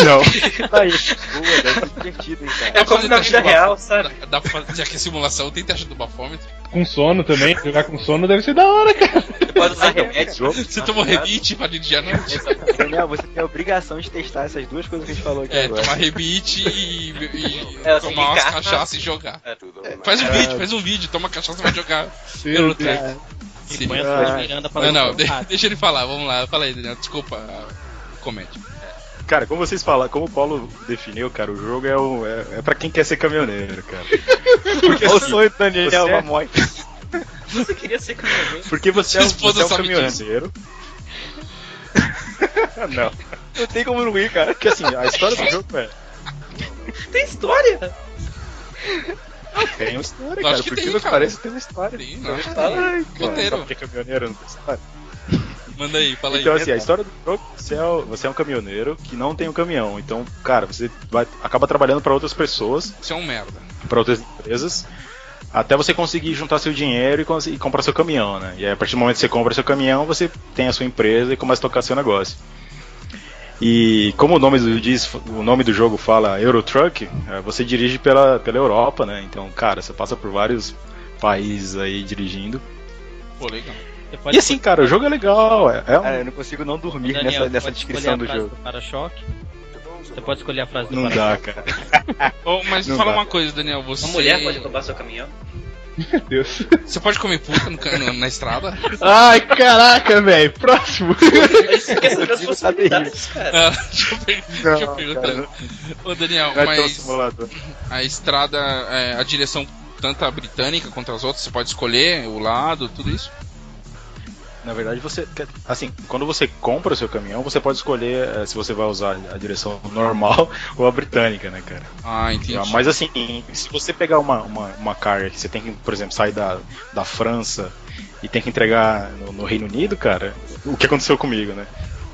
Não.
tá aí. Boa, deve ser divertido, hein, cara.
É como na vida real,
Dá,
sabe?
dá pra fazer, já que é simulação, tem teste do bafômetro.
Com sono também. Jogar com sono deve ser da hora, cara.
Você pode usar remédio.
Você tomou rebite pra dirigir à noite?
Daniel, você tem a obrigação de testar essas duas coisas que a gente falou aqui
É,
agora.
tomar rebite e, e
É, assim, É.
tomar umas
engarra.
cachaças e jogar. Faz um vídeo, faz um vídeo, toma cachaça e vai jogar. Pelo tempo. Sim.
tipo, Põe a
Não,
sua Miranda pra
não, de-
Ah,
deixa ele falar, vamos lá, fala aí, Daniel, desculpa a comédia.
Cara, como vocês falam, como o Paulo definiu, cara, o jogo é, um, é, é pra quem quer ser caminhoneiro, cara. Porque,
Olha o
assim,
sonho do Daniel,
você-
mamãe.
Você queria ser comigo.
porque você é um,
Sua esposa
você é um
sabe
caminhoneiro. não.
Não tem como não ir, cara.
Porque assim, a história do jogo é.
Tem história!
Tem uma história,
Lógico
cara.
que
Por
tem,
que não
cara.
parece tem uma história.
Sim, não,
Ai, cara,
Roteiro.
só porque é caminhoneiro não tem história.
Manda aí, fala aí.
Então, assim, a história do jogo, você é, o- você é um caminhoneiro que não tem um caminhão. Então, cara, você vai, acaba trabalhando pra outras pessoas,
Você é um merda.
pra outras empresas, até você conseguir juntar seu dinheiro e, cons- e comprar seu caminhão, né? E aí, a partir do momento que você compra seu caminhão, você tem a sua empresa e começa a tocar seu negócio. E como o nome do, diz, o nome do jogo fala Eurotruck, eh, você dirige pela, pela Europa, né? Então, cara, você passa por vários países aí dirigindo.
Pô, legal.
você
E
pode
assim, cara, o jogo é legal. É, é um-
Cara, eu não consigo não dormir
Daniel,
nessa,
você
nessa
pode
descrição
escolher
do
a frase
jogo.
do Para-choque. Você pode escolher a frase do
Não
para-choque.
dá, cara.
Ô, mas
Não
fala
dá.
uma coisa, Daniel, você...
Uma mulher pode roubar seu caminhão?
Meu Deus.
Você pode comer puta no ca- no- na estrada?
Ai, caraca, velho. Próximo.
Isso que é sobre as
consigo saber
possibilidades, cara.
Ah, deixa eu, per- deixa eu perguntar.
cara,
Ô, Daniel,
Não é tão
mas
simulador.
a estrada, é, a direção, tanto a britânica quanto as outras, você pode escolher o lado, tudo isso?
Na verdade, você. Assim, quando você compra o seu caminhão, você pode escolher eh, se você vai usar a direção normal ou a britânica, né, cara?
Ah, entendi.
Mas assim, se você pegar uma, uma, uma carga que você tem que, por exemplo, sair da, da França e tem que entregar no, no Reino Unido, cara, o que aconteceu comigo, né?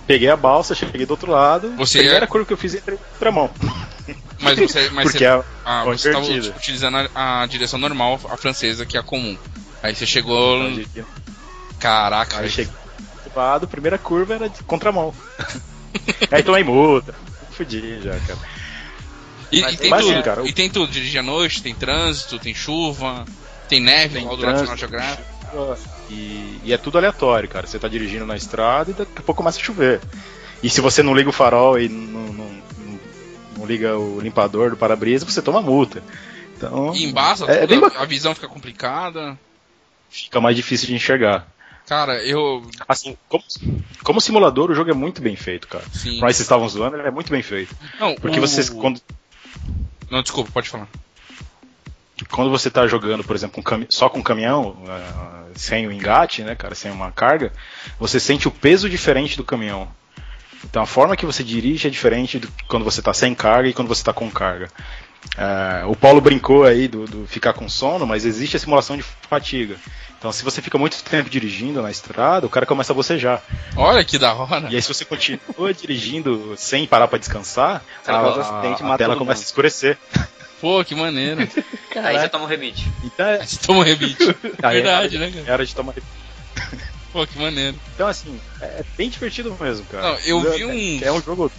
Peguei a balsa, cheguei do outro lado,
Você
a primeira
é-
curva que eu fiz entre outra mão.
Mas você, mas
porque é
você,
a-
ah,
foi
você tava
invertida.
utilizando a, a direção normal, a francesa, que é a comum. Aí você chegou.
Aí
Caraca,
eu
velho.
cheguei do outro lado, a primeira curva era de contramão. aí tomei multa. Fudi já, cara.
E,
Mas
e tem
mas
tudo,
sim, cara,
E
o-
tem tudo. Dirige à noite, tem trânsito, tem chuva, tem neve,
Tem
igual do lado do
trânsito.
geográfico.
E, e é tudo aleatório, cara. Você tá dirigindo na estrada e daqui a pouco começa a chover. E se você não liga o farol e não, não- não- não liga o limpador do para-brisa, você toma multa. Então
E embaça,
É, é
tudo,
bem
a visão fica complicada.
fica mais difícil de enxergar.
Cara, eu.
Assim, como, como simulador, o jogo é muito bem feito, cara.
Sim.
Nós vocês estavam zoando, ele é muito bem feito.
Não,
Porque
o-
você, quando,
Não, desculpa, pode falar.
quando você tá jogando, por exemplo, com cami- só com caminhão, ah, sem o engate, né, cara, sem uma carga, você sente o peso diferente do caminhão. Então a forma que você dirige é diferente do, quando você tá sem carga e quando você tá com carga. Ah, o Paulo brincou aí do, do ficar com sono, mas existe a simulação de fatiga. Então se você fica muito tempo dirigindo na estrada, o cara começa a bocejar.
Olha que da hora.
E aí se você continua dirigindo sem parar pra descansar, a,
Cara, causa
a-
acidente,
a
mata
tela
todo
começa a
mundo.
escurecer.
Pô, que maneiro.
Aí você toma um rebite.
Então é,
Você toma um rebite.
aí é hora
Verdade,
de-
né, cara?
é hora de tomar
Pô, que maneiro.
Então, assim, é é bem divertido mesmo, cara.
Não, eu vi um-
É um jogo.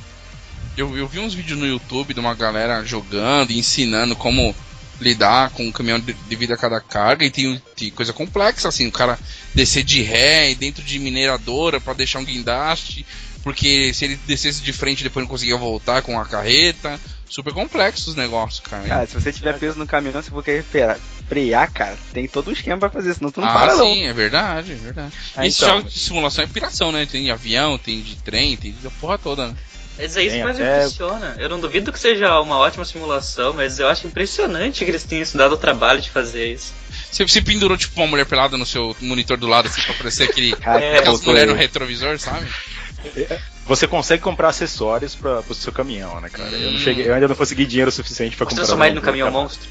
Eu, eu vi uns vídeos no YouTube de uma galera jogando e ensinando como lidar com o caminhão de- devido a cada carga e tem, um, tem coisa complexa, assim, o cara descer de ré e dentro de mineradora pra deixar um guindaste, porque se ele descesse de frente depois não conseguia voltar com a carreta. Super complexo os negócios, cara.
Cara, se você tiver peso no caminhão, se for querer frear, frear, cara, tem todo um esquema pra fazer, senão tu não
ah,
para, não.
sim, é verdade, é verdade.
Ah,
Esse
então.
jogo de simulação é piração, né? Tem de avião, tem de trem, tem de porra toda. né?
Mas é isso
Tem
que mais
até-
me impressiona. Eu não duvido que seja uma ótima simulação, mas eu acho impressionante que eles tenham se dado o trabalho de fazer isso.
Você, você pendurou tipo uma mulher pelada no seu monitor do lado, assim, pra parecer aquele,
Cara,
É,
aquelas
botou
mulheres
aí.
no retrovisor, sabe?
Você consegue comprar acessórios para pro seu caminhão, né, cara? Eu,
Hum.
não cheguei, eu ainda não consegui dinheiro suficiente pra
Vamos
comprar.
transformar ele
um-
no caminhão
cara.
monstro.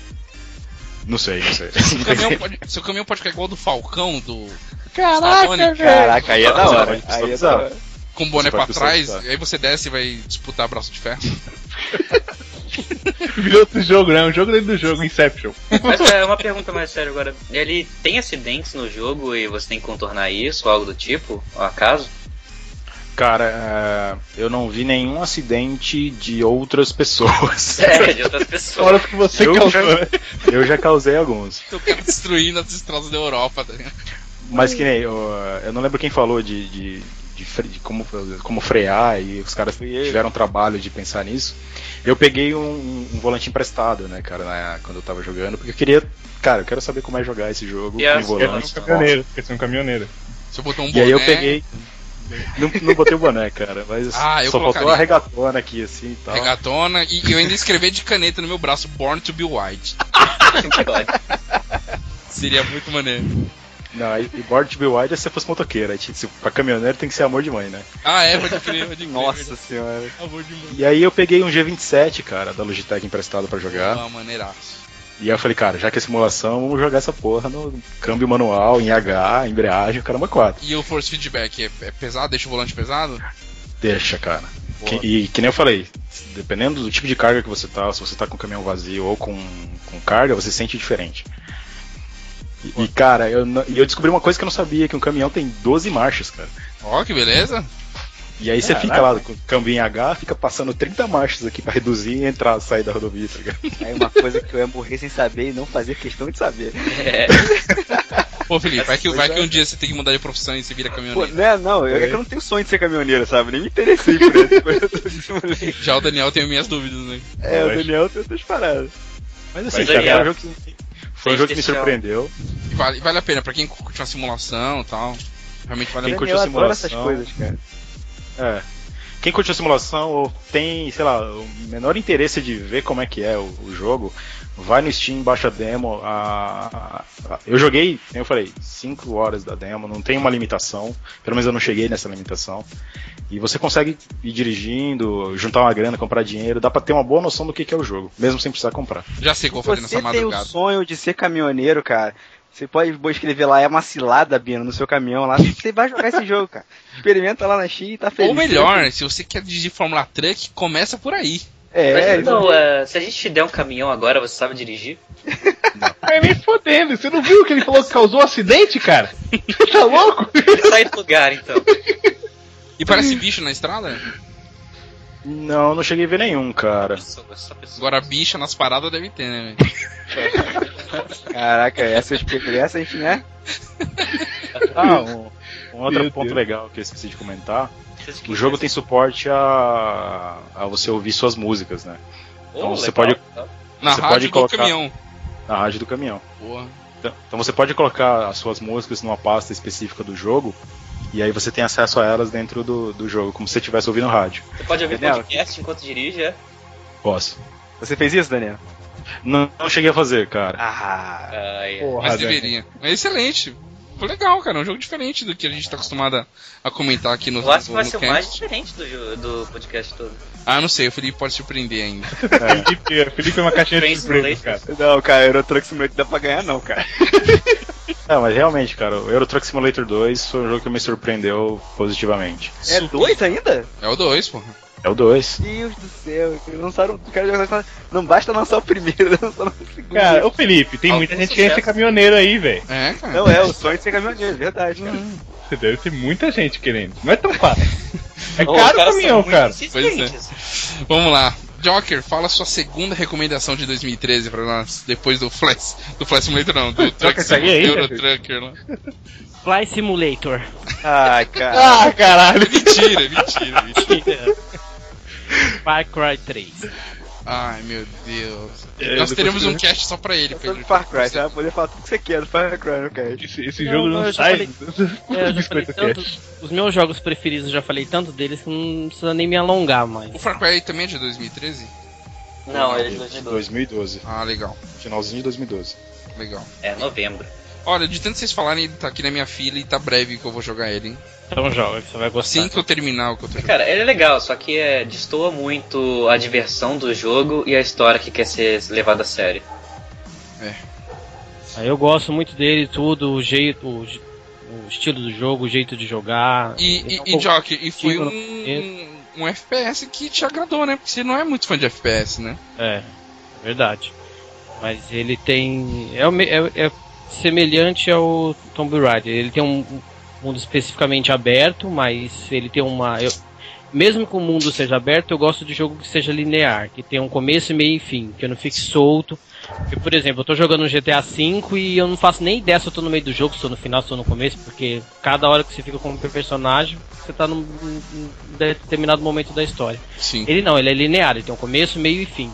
Não sei, não sei.
Seu caminhão pode, seu caminhão pode ficar igual do Falcão, do. Caraca,
Caraca, aí é da hora.
Você pode
Aí é da hora.
Com o boné
Você pode
pra trás,
customizar.
aí você desce e vai disputar braço de ferro.
Virou outro jogo, né? Um jogo dentro do jogo, Inception.
Mas é uma pergunta mais séria agora. Ele tem acidentes no jogo e você tem que contornar isso, algo do tipo, ao acaso?
Cara, é, eu não vi nenhum acidente de outras pessoas.
É, de outras pessoas.
que você
Eu
causou.
já- eu já causei alguns.
O cara destruindo as estradas da Europa, tá ligado?
Mas que nem, eu, eu não lembro quem falou de, de, de fre- de como, como frear e os caras tiveram trabalho de pensar nisso. Eu peguei um, um volante emprestado, né, cara, na- quando eu tava jogando, porque eu queria, cara, eu quero saber como é jogar esse jogo
E
com
as-
volante.
um caminhoneiro, quer ser um caminhoneiro.
Você botou um
E
boné.
aí eu peguei. Não, não botei o boné, cara, mas
Ah, eu
só faltou
colocaria.
a regatona aqui, assim e tal.
Regatona e eu ainda escrevi de caneta no meu braço Born to be White. Seria muito maneiro.
Não, aí- e Board to be Wide é se eu fosse motoqueiro. Aí, se, pra caminhoneiro tem que ser amor de mãe, né?
Ah, é, pode crer, pode crer.
Nossa senhora.
Por favor de mim.
E aí eu peguei um G27, cara, da Logitech emprestado pra jogar.
Ah, maneiraço.
E aí eu falei, cara, já que é simulação, vamos jogar essa porra no câmbio manual, em H, embreagem, caramba, 4.
E o force feedback é, é pesado? Deixa o volante pesado?
Deixa, cara.
Boa.
Que- e que nem eu falei, dependendo do tipo de carga que você tá, se você tá com caminhão vazio ou com, com carga, você sente diferente. E, e, cara, eu, não- e eu descobri uma coisa que eu não sabia, que um caminhão tem 12 marchas, cara.
Ó, que beleza.
E aí você
Caraca.
fica lá com o câmbio em H, fica passando 30 marchas aqui pra reduzir e entrar, sair da rodovia, tá ligado?
Aí uma coisa que eu ia morrer sem saber e não fazer questão de saber.
É.
Pô, Felipe, vai que, vai
Pois
que
é.
um dia você tem que mudar de profissão e você vira
Pô,
caminhoneiro.
né, não, eu, é que eu não tenho sonho de ser caminhoneiro, sabe? Nem me interessei por essa coisa.
Já o Daniel tem minhas dúvidas, né?
É, o Daniel tem outras paradas.
Mas assim,
Mas aí,
cara,
é.
é um jogo que, foi um jogo que me
Deixa eu-
surpreendeu.
E Vale, vale a pena, pra quem curte uma simulação e tal. Realmente vale a
Quem
pena.
curtiu
Daniel adora essas
simulação.
coisas, cara.
É. quem curte a simulação ou tem, sei lá, o menor interesse de ver como é que é o, o jogo, vai no Steam, baixa a demo. a- a- a- eu joguei, como eu falei, 5 horas da demo, não tem uma limitação, pelo menos eu não cheguei nessa limitação. E você consegue ir dirigindo, juntar uma grana, comprar dinheiro, dá pra ter uma boa noção do que, que é o jogo, mesmo sem precisar comprar.
Já sei qual foi nessa
Você tem o
madrugada.
sonho de ser caminhoneiro, cara. Você pode vou escrever lá, é uma cilada, Bino, no seu caminhão lá. Você vai jogar esse jogo, cara. Experimenta lá na Steam e tá feliz.
Ou melhor, se você quer dirigir Fórmula Truck, começa por aí. né?
É,
Mas,
é
então, é, se a gente te der um caminhão agora, você sabe dirigir?
É me fodendo, você não viu que ele falou que causou um acidente, cara? Você tá louco?
Sai do lugar, então.
E parece bicho na estrada?
Não, não cheguei a ver nenhum, cara.
Pessoa, só pessoa.
Agora bicha nas paradas deve ter, né, velho?
Caraca, essas, essas, né?
Ah, um, um outro
Meu
ponto
Deus.
legal que eu esqueci de comentar.
Vocês que
O jogo tem suporte a, a você ouvir suas músicas, né? então você pode-
Na
Você pode
rádio do
colocar-
caminhão.
Na rádio do caminhão.
Boa.
Então, então você pode colocar as suas músicas numa pasta específica do jogo, e aí você tem acesso a elas dentro do, do jogo, como se você estivesse ouvindo rádio.
Você pode ouvir
Daniel.
podcast enquanto dirige, é?
Posso.
Você fez isso, Daniel?
Não, não cheguei a fazer, cara.
Ah,
Ai, é. ai.
Mas
Porra, velho.
deveria. É excelente. Foi legal, cara. É um jogo diferente do que a gente tá acostumado a- a comentar aqui no,
Eu acho que
no-
vai
no
ser o
cast.
mais diferente do, jo- do podcast todo.
Ah, não sei. O Felipe pode surpreender ainda.
Felipe, Felipe é uma caixinha de
Friends
surpresa,
Relations.
cara.
Não, cara, Eurotruck Simulator dá pra ganhar não, cara.
É, mas realmente, cara, o Euro Truck Simulator 2 foi um jogo que me surpreendeu positivamente.
É
Super.
dois ainda?
É o 2, porra.
É o 2.
Deus do céu, eles lançaram. o Cara, já lançaram- não basta lançar o primeiro, lançaram o segundo.
Cara, ô Felipe, tem
Algum
muita gente que quer
sucesso.
ser caminhoneiro aí, velho.
É, cara.
não é, o sonho de ser caminhoneiro, é verdade, cara.
Você deve ter muita gente querendo. Não é tão fácil. É
Ô,
caro o
caras são
caminhão,
muito
cara.
insistentes.
Vamos lá. Joker, fala sua segunda recomendação de 2013 pra nós, depois do Flash. Do Flash Simulator, não. Do Truck
tá aí ainda?
Euro Trucker né? lá.
Fly Simulator.
Ai, cara.
Ah, caralho.
Mentira, mentira, mentira.
Far Cry 3.
Ai, meu Deus.
É,
nós
depois
teremos
que-
um cast só pra ele,
Sobre
Pedro.
Far Cry, você vai poder falar tudo que você quer do Far Cry, não quer?
Esse, esse
Não,
jogo
não,
não,
eu já
sai.
falei- É, eu já falei
Biscoito
tanto,
Cash.
os meus jogos preferidos, eu já falei tanto deles que não precisa nem me alongar mais.
O Far Cry também é de 2013?
Não, ele é de 2012.
2012.
Ah, legal,
Finalzinho de 2012.
legal.
É novembro.
Olha, de tanto vocês falarem, ele tá aqui na minha fila e tá breve que eu vou jogar ele, hein?
Então joga, que você vai gostar.
Assim que eu terminar o que eu tô jogando.
Cara, ele é legal, só que é, destoa muito a diversão do jogo e a história que quer ser levada a sério.
Ah, Eu gosto muito dele, tudo, o jeito, o, je- o estilo do jogo, o jeito de jogar.
E,
Ele é um
e, e
pouco-
Joker, e foi
antigo,
um,
não conheço.
um FPS que te agradou, né? Porque você não é muito fã de FPS, né?
É, é verdade. Mas ele tem. É, o me- é- é semelhante ao Tomb Raider. Ele tem um um mundo especificamente aberto, mas ele tem uma. eu- mesmo que o mundo seja aberto, eu gosto de jogo que seja linear, que tenha um começo, meio e fim, que eu não fique solto. Porque, por exemplo, eu tô jogando um GTA V e eu não faço nem ideia se eu tô no meio do jogo, se eu tô no final, se eu tô no começo, porque cada hora que você fica com um personagem, você tá num- num determinado momento da história.
Sim.
Ele não, ele é linear, ele tem um começo, meio e fim.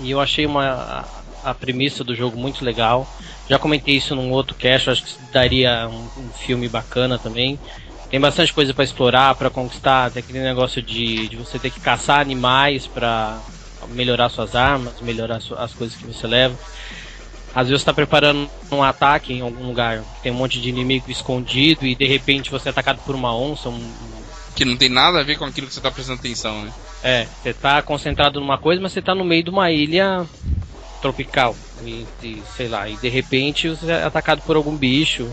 E eu achei uma, a, a premissa do jogo muito legal. Já comentei isso num outro cast, acho que daria um, um filme bacana também. Tem bastante coisa pra explorar, pra conquistar, tem aquele negócio de, de você ter que caçar animais pra melhorar suas armas, melhorar su- as coisas que você leva. Às vezes você tá preparando um ataque em algum lugar, que tem um monte de inimigo escondido e de repente você é atacado por uma onça, um- um
Que não tem nada a ver com aquilo que você tá prestando atenção, né?
é, você tá concentrado numa coisa, mas você tá no meio de uma ilha tropical. E, e, sei lá, e de repente você é atacado por algum bicho.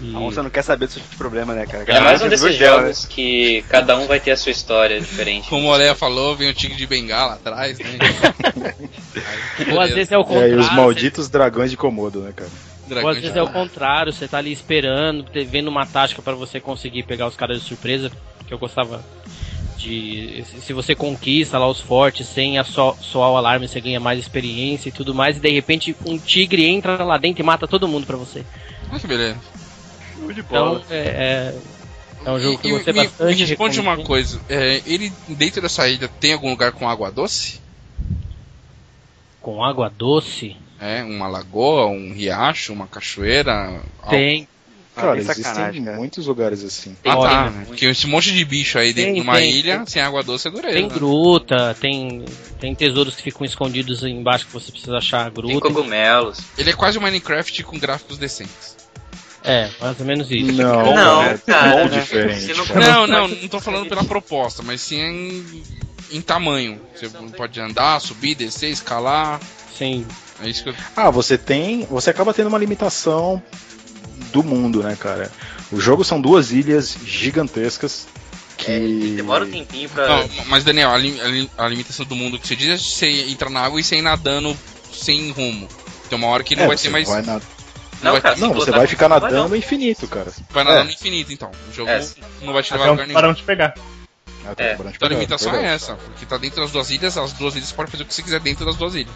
E-
A onça não quer saber dos seus problemas, né, cara?
É mais um
Ela
desses
viu dela, né?
jogos que cada um vai ter a sua história diferente.
Como o Oléa falou, vem o Tigre de Bengala atrás, né? Aí,
Ou às
beleza.
vezes é o
E aí
contrário.
os malditos dragões de Komodo, né, cara?
Ou
Dragão
às
de
vezes é o contrário, você tá ali esperando, te- vendo uma tática pra você conseguir pegar os caras de surpresa, que eu gostava de. se- Se você conquista lá os fortes sem a so- soar o alarme, você ganha mais experiência e tudo mais, e de repente um tigre entra lá dentro e mata todo mundo pra você.
Ah, que beleza.
Então, é, é, é um jogo que eu gostei
me,
bastante.
me responde
recomendo.
uma coisa. é, ele, dentro dessa ilha, tem algum lugar com água doce?
Com água doce?
É, uma lagoa, um riacho, uma cachoeira? algo-
Tem.
Ah,
Cara,
bem sacanagem,
existem
cara.
muitos lugares assim.
Tem
ah, tá.
tem, né?
Porque esse monte de bicho aí dentro de
Tem,
uma
tem,
ilha,
tem.
sem água doce é dureza.
Tem
né?
gruta, tem, tem tesouros que ficam escondidos embaixo que você precisa achar a
Tem
gruta.
cogumelos.
Ele é quase um Minecraft com gráficos decentes.
É, mais ou menos
Hum.
isso.
Não,
Não,
é
cara,
muito
né?
diferente.
Você não-
cara.
Não, não, não tô falando pela proposta, mas sim em, em tamanho. Você pode andar, subir, descer, escalar.
Sim.
É isso que eu.
Ah, você tem. Você acaba tendo uma limitação do mundo, né, cara? O jogo são duas ilhas gigantescas que.
Demora um tempinho pra.
Não, mas Daniel, a, lim- a lim- a limitação do mundo que você diz é você entrar na água e sair nadando sem rumo. Tem uma hora que não
É,
vai
você
ter mais.
vai na-
Não,
vai-
cara,
Não,
se
você
botar-
vai ficar
não
nadando
um-
não.
infinito, cara.
Vai nadar
É.
no infinito, então. O jogo
É, sim.
não vai te levar a
Até
lugar
um
nenhum.
tubarão te pegar.
Até
É.
o tubarão te
Então a
pegar,
limitação é
verdade.
essa, porque tá dentro das duas ilhas, as duas ilhas você pode fazer o que você quiser dentro das duas ilhas.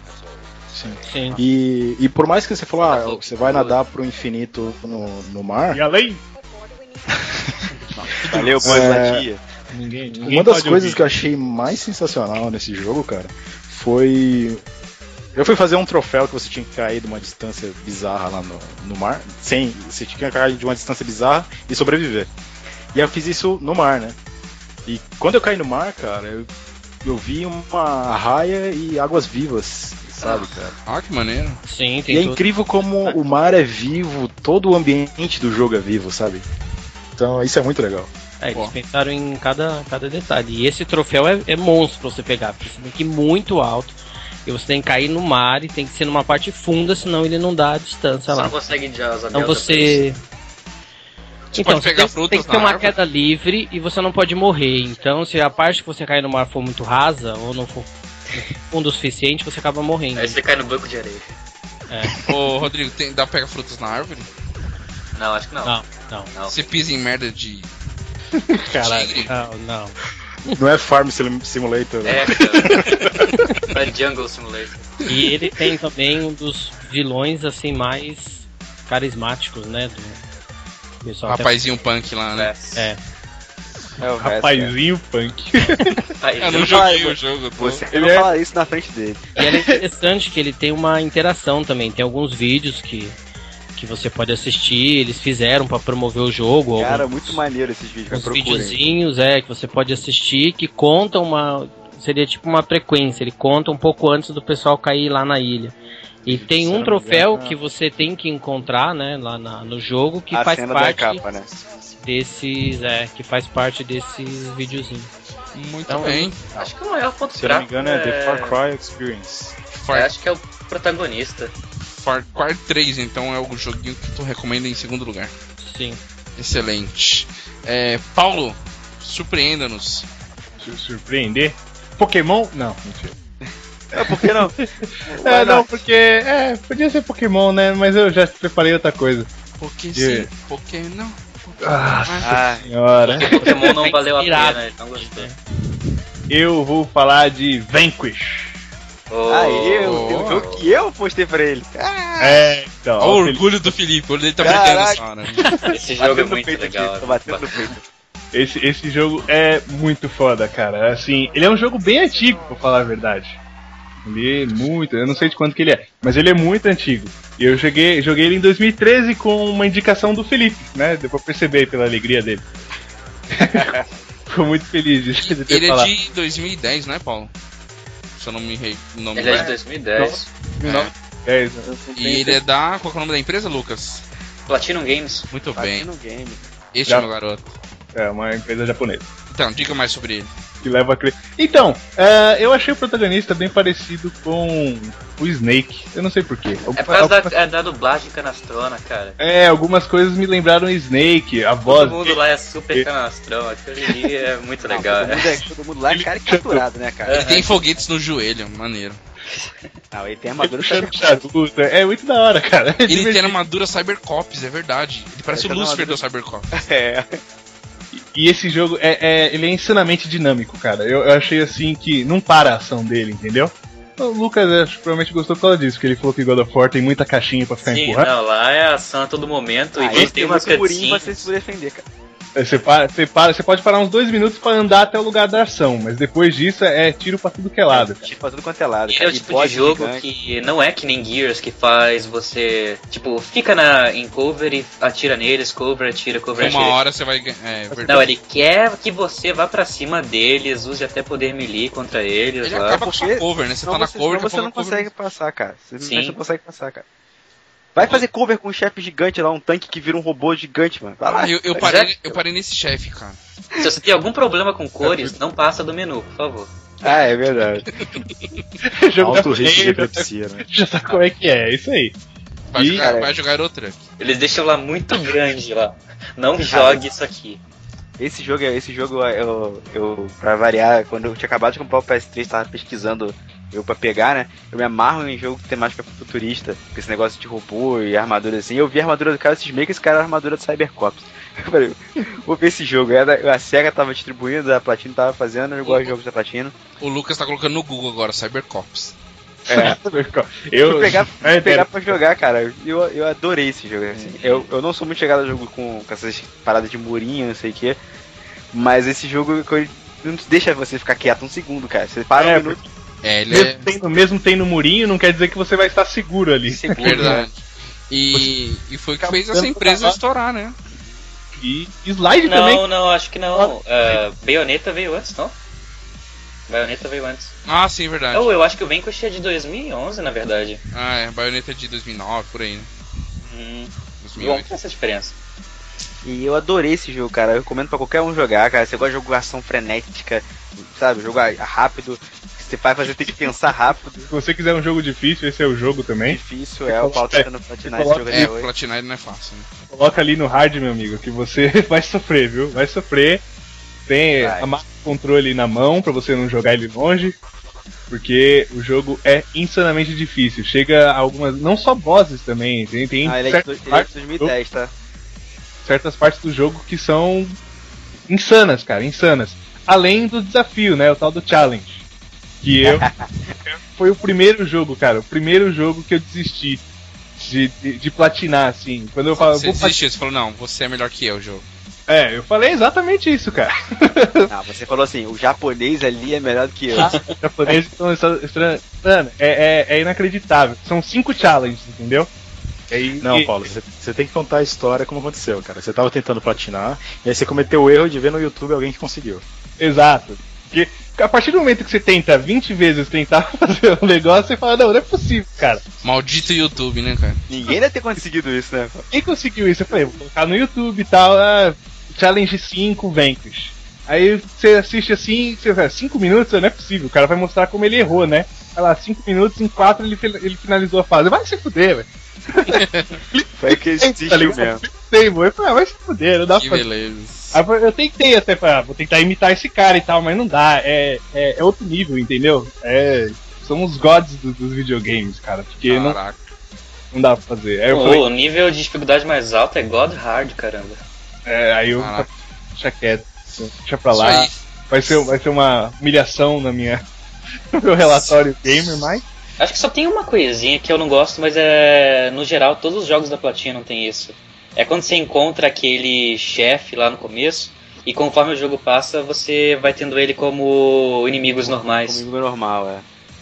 Sim.
Sim.
E, e por mais que você falou, ah,
Tá bom.
você vai nadar pro infinito no, no mar,
E além,
né? Valeu, boa
É.
empatia.
ninguém. ninguém
uma das
pode
coisas
ouvir.
que eu achei mais sensacional nesse jogo, cara, foi. Eu fui fazer um troféu que você tinha que cair de uma distância bizarra lá no, no mar. Sem. Você tinha que cair de uma distância bizarra e sobreviver. E eu fiz isso no mar, né? E quando eu caí no mar, cara, eu, eu vi uma raia e águas vivas, sabe, cara?
Ah, que maneiro.
Sim,
e é
tem tudo.
incrível como o mar é vivo, todo o ambiente do jogo é vivo, sabe? Então isso é muito legal.
É, eles
Ó.
pensaram em cada, cada detalhe. E esse troféu é, é monstro pra você pegar, porque você tem que ir muito alto. E você tem que cair no mar e tem que ser numa parte funda, senão ele não dá a distância
Você
lá.
não consegue de as
Então
abelhas
você.
Você
Então,
pode pegar
tem-
frutas
tem que
na
ter uma
árvore?
queda livre e você não pode morrer. Então, se a parte que você cair no mar for muito rasa ou não for fundo o suficiente, você acaba morrendo.
Aí você cai no banco de areia.
Ô, Rodrigo, tem, dá pra pegar frutas na árvore?
Não, acho que não.
Não, não.
Não.
Você pisa em merda de.
Caralho. Não, não.
Não é Farm Sim- Simulator, né?
É, cara. Na Jungle Simulator.
E ele tem também um dos vilões assim mais carismáticos, né? Do... o pessoal até-
Rapazinho punk lá, né?
É.
É.
É o resto,
Rapazinho punk.
Aí,
Eu não
Vai,
joguei o
mano.
jogo. eu tô-
Você não
é-
fala isso na frente dele.
E ele é interessante que ele tem uma interação também. Tem alguns vídeos que, que você pode assistir, eles fizeram pra promover o jogo.
Cara,
alguns-
muito maneiro esses vídeos, cara.
uns
Procurem.
videozinhos, é, que você pode assistir, que conta uma. Seria tipo uma frequência, ele conta um pouco antes do pessoal cair lá na ilha. E
Se
tem
eu
um
não
troféu
me engano,
que você tem que encontrar, né, lá na- no jogo, que
A
faz
cena da
parte
capa, né?
desses. É, que faz parte desses videozinhos.
Muito
Então,
bem.
Acho que não é o ponto
Se eu não me
fraco,
engano, é The Far Cry Experience.
é,
Far,
acho que é o protagonista.
Far Cry 3, então, é o joguinho que tu recomenda em segundo lugar.
Sim.
Excelente. É, Paulo, surpreenda-nos.
Sur- Surpreender. Pokémon? Não, mentira.
É, por que não?
É, não, porque. É, podia ser Pokémon, né? Mas eu já preparei outra coisa.
Porque
Yeah.
sim, porque não. Porque
Ah.
não.
Ah,
Senhora.
Pokémon não
Tá
valeu a
inspirado. É,
pena, ele não gostou.
Eu vou falar de Vanquish.
Oh,
ah, eu, eu,
Oh.
eu, que eu postei pra ele. Ah,
É, então.
Olha o
Felipe,
orgulho do Felipe, o olho dele tá
Caraca.
brilhando essa hora.
Esse jogo é
batendo no
muito
peito
legal.
aqui. Tô
né?
batendo no peito.
Esse, esse jogo é muito foda, cara. Assim, ele é um jogo bem antigo, pra falar a verdade. Ele é muito, eu não sei de quanto que ele é, mas ele é muito antigo. E eu joguei, joguei ele em 2013 com uma indicação do Felipe, né? Deu pra perceber pela alegria dele. Fico muito feliz de, de ter
Ele é
falado.
de 2010, né, Paulo? Se eu não me re... não me
Ele é de
engano.
2010.
É, isso.
E ele é da. Qual que é o nome da empresa, Lucas?
Platinum Games.
Muito bem.
no game.
Este é
Já-
meu garoto.
é uma empresa japonesa.
Então, diga mais sobre ele.
que leva a crer. Então, eh, eu achei o protagonista bem parecido com o Snake. Eu não sei porquê.
É por causa da, é da dublagem canastrona, cara.
É, algumas coisas me lembraram o Snake, a voz.
Todo mundo lá é super
ele-
canastrão. Aquele ali é muito
Não,
legal.
todo, mundo é, todo mundo lá é caricaturado, né, cara?
Ele tem foguetes no joelho, maneiro.
É.
Não, ele tem
Ele
armadura
puxando charuto. É muito da hora, cara. É
Ele tem
divertido.
armadura Cybercops, é verdade. Ele parece
Ele
o
tem
Lucifer do Cybercops.
É.
E esse jogo é, é- ele é insanamente dinâmico, cara. Eu, eu achei assim que não para a ação dele, entendeu? O Lucas acho que provavelmente gostou por causa disso, porque ele falou que God of War tem muita caixinha pra ficar
Sim,
empurrando.
não, lá é ação a todo momento.
Ah,
e quando
ele
tem
tem
uma
muito murinho
cutscene.
pra você se defender, cara.
Você, para, você, para, você pode parar uns dois minutos pra andar até o lugar da ação, mas depois disso é tiro pra tudo que é lado.
Tipo, pra tudo quanto é lado.
Ele é
cara.
o
E
tipo de
boss
jogo
gigante.
que não é que nem Gears, que faz você, tipo, fica na, em cover e atira neles, cover, atira, cover,
Uma
atira.
hora você vai ganhar. É, verdade.
Não, ele quer que você vá pra cima deles, use até poder melee contra eles
Ele
lá.
acaba com
É porque
sua cover, né? Você
Senão
tá na
você,
cover,
senão você
acabou
não
com a cover.
consegue passar, cara. Você
Sim.
não consegue passar, cara. Vai fazer cover com um chefe gigante lá, um tanque que vira um robô gigante, mano. Vai lá. É
Ah, eu, eu, parei, eu parei nesse chefe, cara.
Se você tem algum problema com cores, não passa do menu, por favor.
Ah, é verdade.
Alto risco de epilepsia, né?
Já sabe como é que é, é isso aí.
Vai
Ih,
jogar,
cara.
vai jogar Eurotruck.
Eles deixam lá muito grande lá. Não jogue isso aqui.
Esse jogo, é- esse jogo eu, eu, pra variar, quando eu tinha acabado de comprar o PS3, tava pesquisando eu pra pegar, né? Eu me amarro em jogo com temática futurista, com esse negócio de robô e armadura assim. Eu vi a armadura do cara, esses meio que esse cara era a armadura do Cybercops. Eu falei, vou ver esse jogo. Era- A SEGA tava distribuindo, a Platino tava fazendo, eu gosto de jogos da Platino.
O Lucas tá colocando no Google agora, Cybercops.
É.
Fui
Eu,
pegar,
É,
fui pegar pra jogar, cara. Eu, eu adorei esse jogo. assim. Eu, eu não sou muito chegado a jogo com, com essas paradas de murinho, não sei o quê. Mas esse jogo que eu- não te deixa você ficar quieto um segundo, cara. Você para
É,
um minuto
É, ele é
mesmo, tendo, mesmo tendo murinho, não quer dizer que você vai estar seguro ali.
seguro.
verdade.
né?
E, e foi o que fez essa empresa estourar, né?
E slide também.
Não, não, acho que não. Ah, Bayonetta veio antes, não? Bayonetta veio antes.
Ah, sim, verdade.
Eu, eu acho que o Vanquish é de 2011, na verdade.
Ah, é, baioneta de 2009, por aí, né?
Hum, bom,
2008.
tem essa diferença.
E eu adorei esse jogo, cara. Eu recomendo pra qualquer um jogar, cara. Você gosta de jogo com ação frenética, sabe? Jogar rápido. Você vai fazer tem que pensar rápido.
Se você quiser um jogo difícil, esse é o jogo também.
Difícil é o pau tentando platinar esse jogo
É,
até hoje.
platinar ele não é fácil, né?
Coloca ali no hard, meu amigo, que você vai sofrer, viu? Vai sofrer. Tem
Vai.
a marca do controle na mão pra você não jogar ele longe. Porque o jogo é insanamente difícil. Chega a algumas. Não só bosses também. Tem, tem
Ah, ele é de,
certas,
do- ele é de
partes,
2010, tá?
certas partes do jogo que são insanas, cara, insanas. Além do desafio, né? O tal do challenge. Que eu. foi o primeiro jogo, cara. O primeiro jogo que eu desisti de, de, de platinar, assim. Quando eu falo.
Você
"Vou platinar",
desistiu, você falou, não, você é melhor que eu, jogo.
É, eu falei exatamente isso, cara.
Não, você falou assim, o japonês ali é melhor do que eu.
japoneses estão estranhos. Mano, é, é, é inacreditável. São cinco challenges, entendeu?
Não,
E-
Paulo, você- você tem que contar a história como aconteceu, cara. Você tava tentando platinar, e aí você cometeu o erro de ver no YouTube alguém que conseguiu.
Exato. Porque a partir do momento que você tenta 20 vezes tentar fazer um negócio, você fala, não, não é possível, cara.
Maldito YouTube, né, cara?
Ninguém deve ter conseguido isso, né?
Quem conseguiu isso? Eu falei, vou colocar no YouTube e tal, ah, challenge 5, Vanquish. Aí você assiste assim, você fala, 5 minutos, não é possível, o cara vai mostrar como ele errou, né? Olha lá, 5 minutos, em 4 ele, fi- ele finalizou a fase. Vai se fuder, velho.
Foi que
Tá
existiu
ligado?
mesmo.
Sei, mano. Eu falei, ah, vai se fuder, não dá
Que
pra
beleza.
Aí eu- Eu tentei até, falei, ah, vou tentar imitar esse cara e tal, mas não dá. É, é, é outro nível, entendeu? É, são os gods do- dos videogames, cara, porque não,
Caraca.
não dá pra fazer. Aí eu,
Pô,
falei,
O nível de dificuldade mais alto é God Hard, caramba.
é, aí eu
Caraca.
deixa quieto, assim, deixa pra
Isso
lá.
aí.
Vai ser, vai ser uma humilhação na minha, no meu relatório gamer, mas
Acho que só tem uma coisinha que eu não gosto, mas é. No geral, todos os jogos da Platinum tem isso. É quando você encontra aquele chefe lá no começo, e conforme o jogo passa, você vai tendo ele como inimigos normais.
Comigo é normal,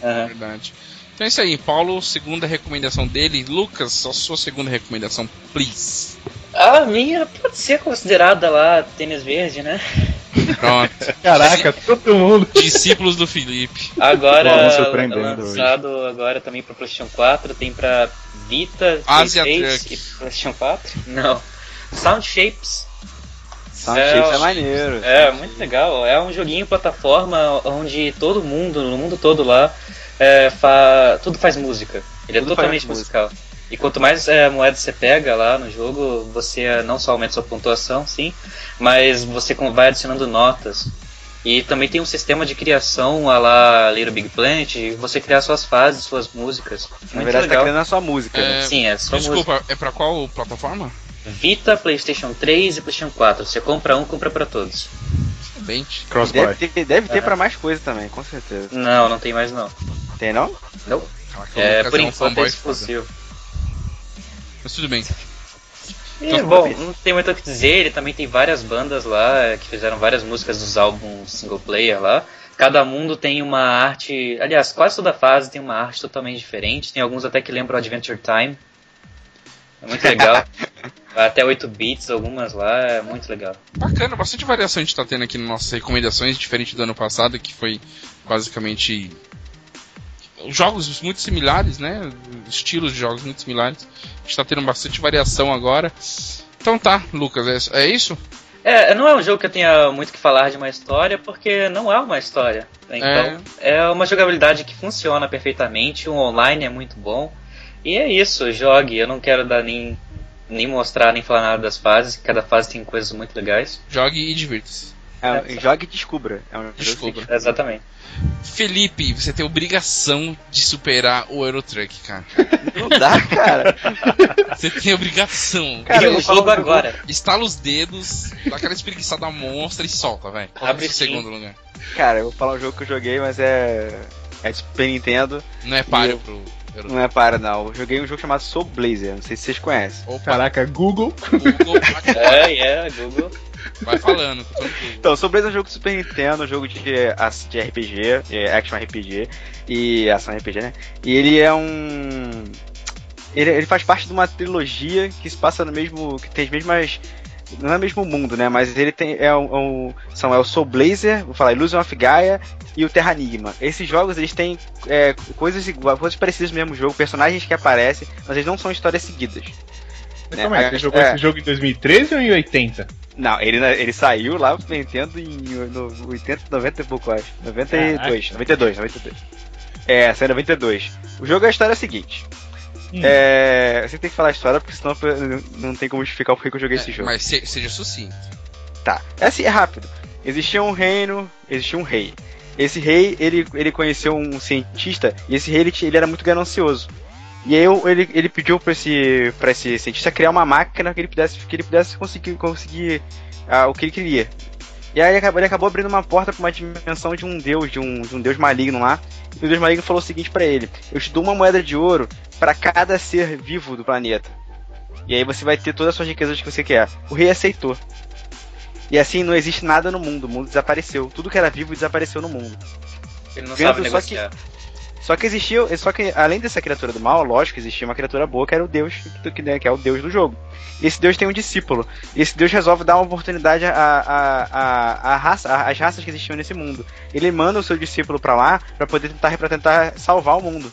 é.
Aham.
Verdade. Então é isso aí, Paulo, segunda recomendação dele. Lucas, a sua segunda recomendação, please.
A minha pode ser considerada lá tênis verde, né?
Pronto.
caraca, todo mundo.
Discípulos do Felipe.
Bom,
Agora
vamos surpreendendo
lançado agora também para PlayStation 4, tem para Vita,
Asia
Playstation e PlayStation 4. Não. Sound Shapes.
Sound
É,
Shapes é maneiro.
É, muito legal. É um joguinho plataforma onde todo mundo, no mundo todo lá, é, fa... tudo faz música. Ele é
Tudo faz
totalmente
música.
musical. E quanto mais é, moedas você pega lá no jogo, você é, não só aumenta sua pontuação, sim, mas você com- vai adicionando notas. E também tem um sistema de criação a lá Little Big Planet, de você criar suas fases, suas músicas.
Na
Muito
verdade, você tá
legal.
criando a sua música. né?
É,
Sim, é só música.
Desculpa, é pra qual plataforma?
Vita, PlayStation 3 e PlayStation 4. Você compra um, compra pra todos.
Excelente.
Crossbuy.
Deve ter, deve ter
É.
pra mais coisa também, com certeza.
Não, não tem mais não.
Tem não?
Não.
Caraca, o
É,
Lucas
por
um
enquanto é
fanboy foda.
exclusivo.
Mas tudo bem.
E, bom, não tem muito o que dizer, ele também tem várias bandas lá que fizeram várias músicas dos álbuns single player lá. Cada mundo tem uma arte, aliás, quase toda fase tem uma arte totalmente diferente. Tem alguns até que lembram Adventure Time. É muito legal. até 8 bits, algumas lá, é muito legal.
Bacana, bastante variação a gente tá tendo aqui nas nossas recomendações, diferente do ano passado, que foi basicamente jogos muito similares, né? Estilos de jogos muito similares. A gente tá tendo bastante variação agora. Então tá, Lucas, é, é isso?
É, não é um jogo que eu tenha muito que falar de uma história, porque não é uma história. né? Então, é, uma jogabilidade que funciona perfeitamente, o online é muito bom. E é isso, jogue. Eu não quero dar nem, nem mostrar, nem falar nada das fases, cada fase tem coisas muito legais.
Jogue e divirta-se.
É, jogue e descubra. É um jogo que
Descubra.
tem que-
Exatamente.
Felipe, você tem obrigação de superar o Eurotruck, cara.
Não dá, cara.
Você tem obrigação.
Cara,
Cara,
eu
o
vou
jogo
falar um
agora.
Estala os dedos, dá aquela espreguiçada monstra e solta, velho. Qual
Abre
é o seu
Steam.
segundo lugar?
Cara, eu vou falar um jogo que eu joguei, mas é. É de Super Nintendo,
Não é páreo
Eu-
pro Eurotruck.
não é para não. Eu joguei um jogo chamado Soul Blazer, não sei se vocês conhecem.
Opa,
Caraca, Google.
Google,
É, é, Google.
vai falando. tô falando Google.
Então, Soul Blazer é um jogo do Super Nintendo, um jogo de, as- de RPG, é, action RPG e ação RPG, né? E ele é um. Ele, ele faz parte de uma trilogia que se passa no mesmo. que tem as mesmas. Não é o mesmo mundo, né? Mas ele tem. É um, um- são é o Soul Blazer, vou falar, Illusion of Gaia e o Terra Enigma. Esses jogos eles têm é, coisas, igua- coisas parecidas no mesmo jogo, personagens que aparecem, mas eles não são histórias seguidas.
Mas
né?
Calma aí,
A-
você jogou
é.
esse jogo em 2013 ou em 80?
Não, ele, ele saiu lá pro Nintendo em no, 80, 90 e pouco, eu acho. 92, 92, 92. É, saiu em 92. O jogo é a história seguinte.
Hum.
É, você tem que falar a história, porque senão eu não, não tem como justificar porque que eu joguei esse
É,
jogo.
Mas se- seja sucinto.
Tá. É assim, é rápido. Existia um reino, existia um rei. Esse rei, ele, ele conheceu um cientista, e esse rei, ele, ti- ele era muito ganancioso. E aí eu- ele, ele pediu pra esse, pra esse cientista criar uma máquina que ele pudesse, que ele pudesse conseguir, conseguir ah, o que ele queria. E aí ele acabou, ele acabou abrindo uma porta pra uma dimensão de um deus, de um, de um deus maligno lá. E o deus maligno falou o seguinte pra ele, eu te dou uma moeda de ouro pra cada ser vivo do planeta. E aí você vai ter todas as suas riquezas que você quer. O rei aceitou. E assim não existe nada no mundo, o mundo desapareceu. Tudo que era vivo desapareceu no mundo.
Ele não
Vendo,
sabe
só que-
negociar.
Só que existiu, só que além dessa criatura do mal, lógico, existia uma criatura boa que era o Deus, que, que, né, que é o Deus do jogo. Esse Deus tem um discípulo. E esse Deus resolve dar uma oportunidade a, a, a, a raça, a- as raças que existiam nesse mundo. Ele manda o seu discípulo pra lá pra poder tentar, pra tentar salvar o mundo.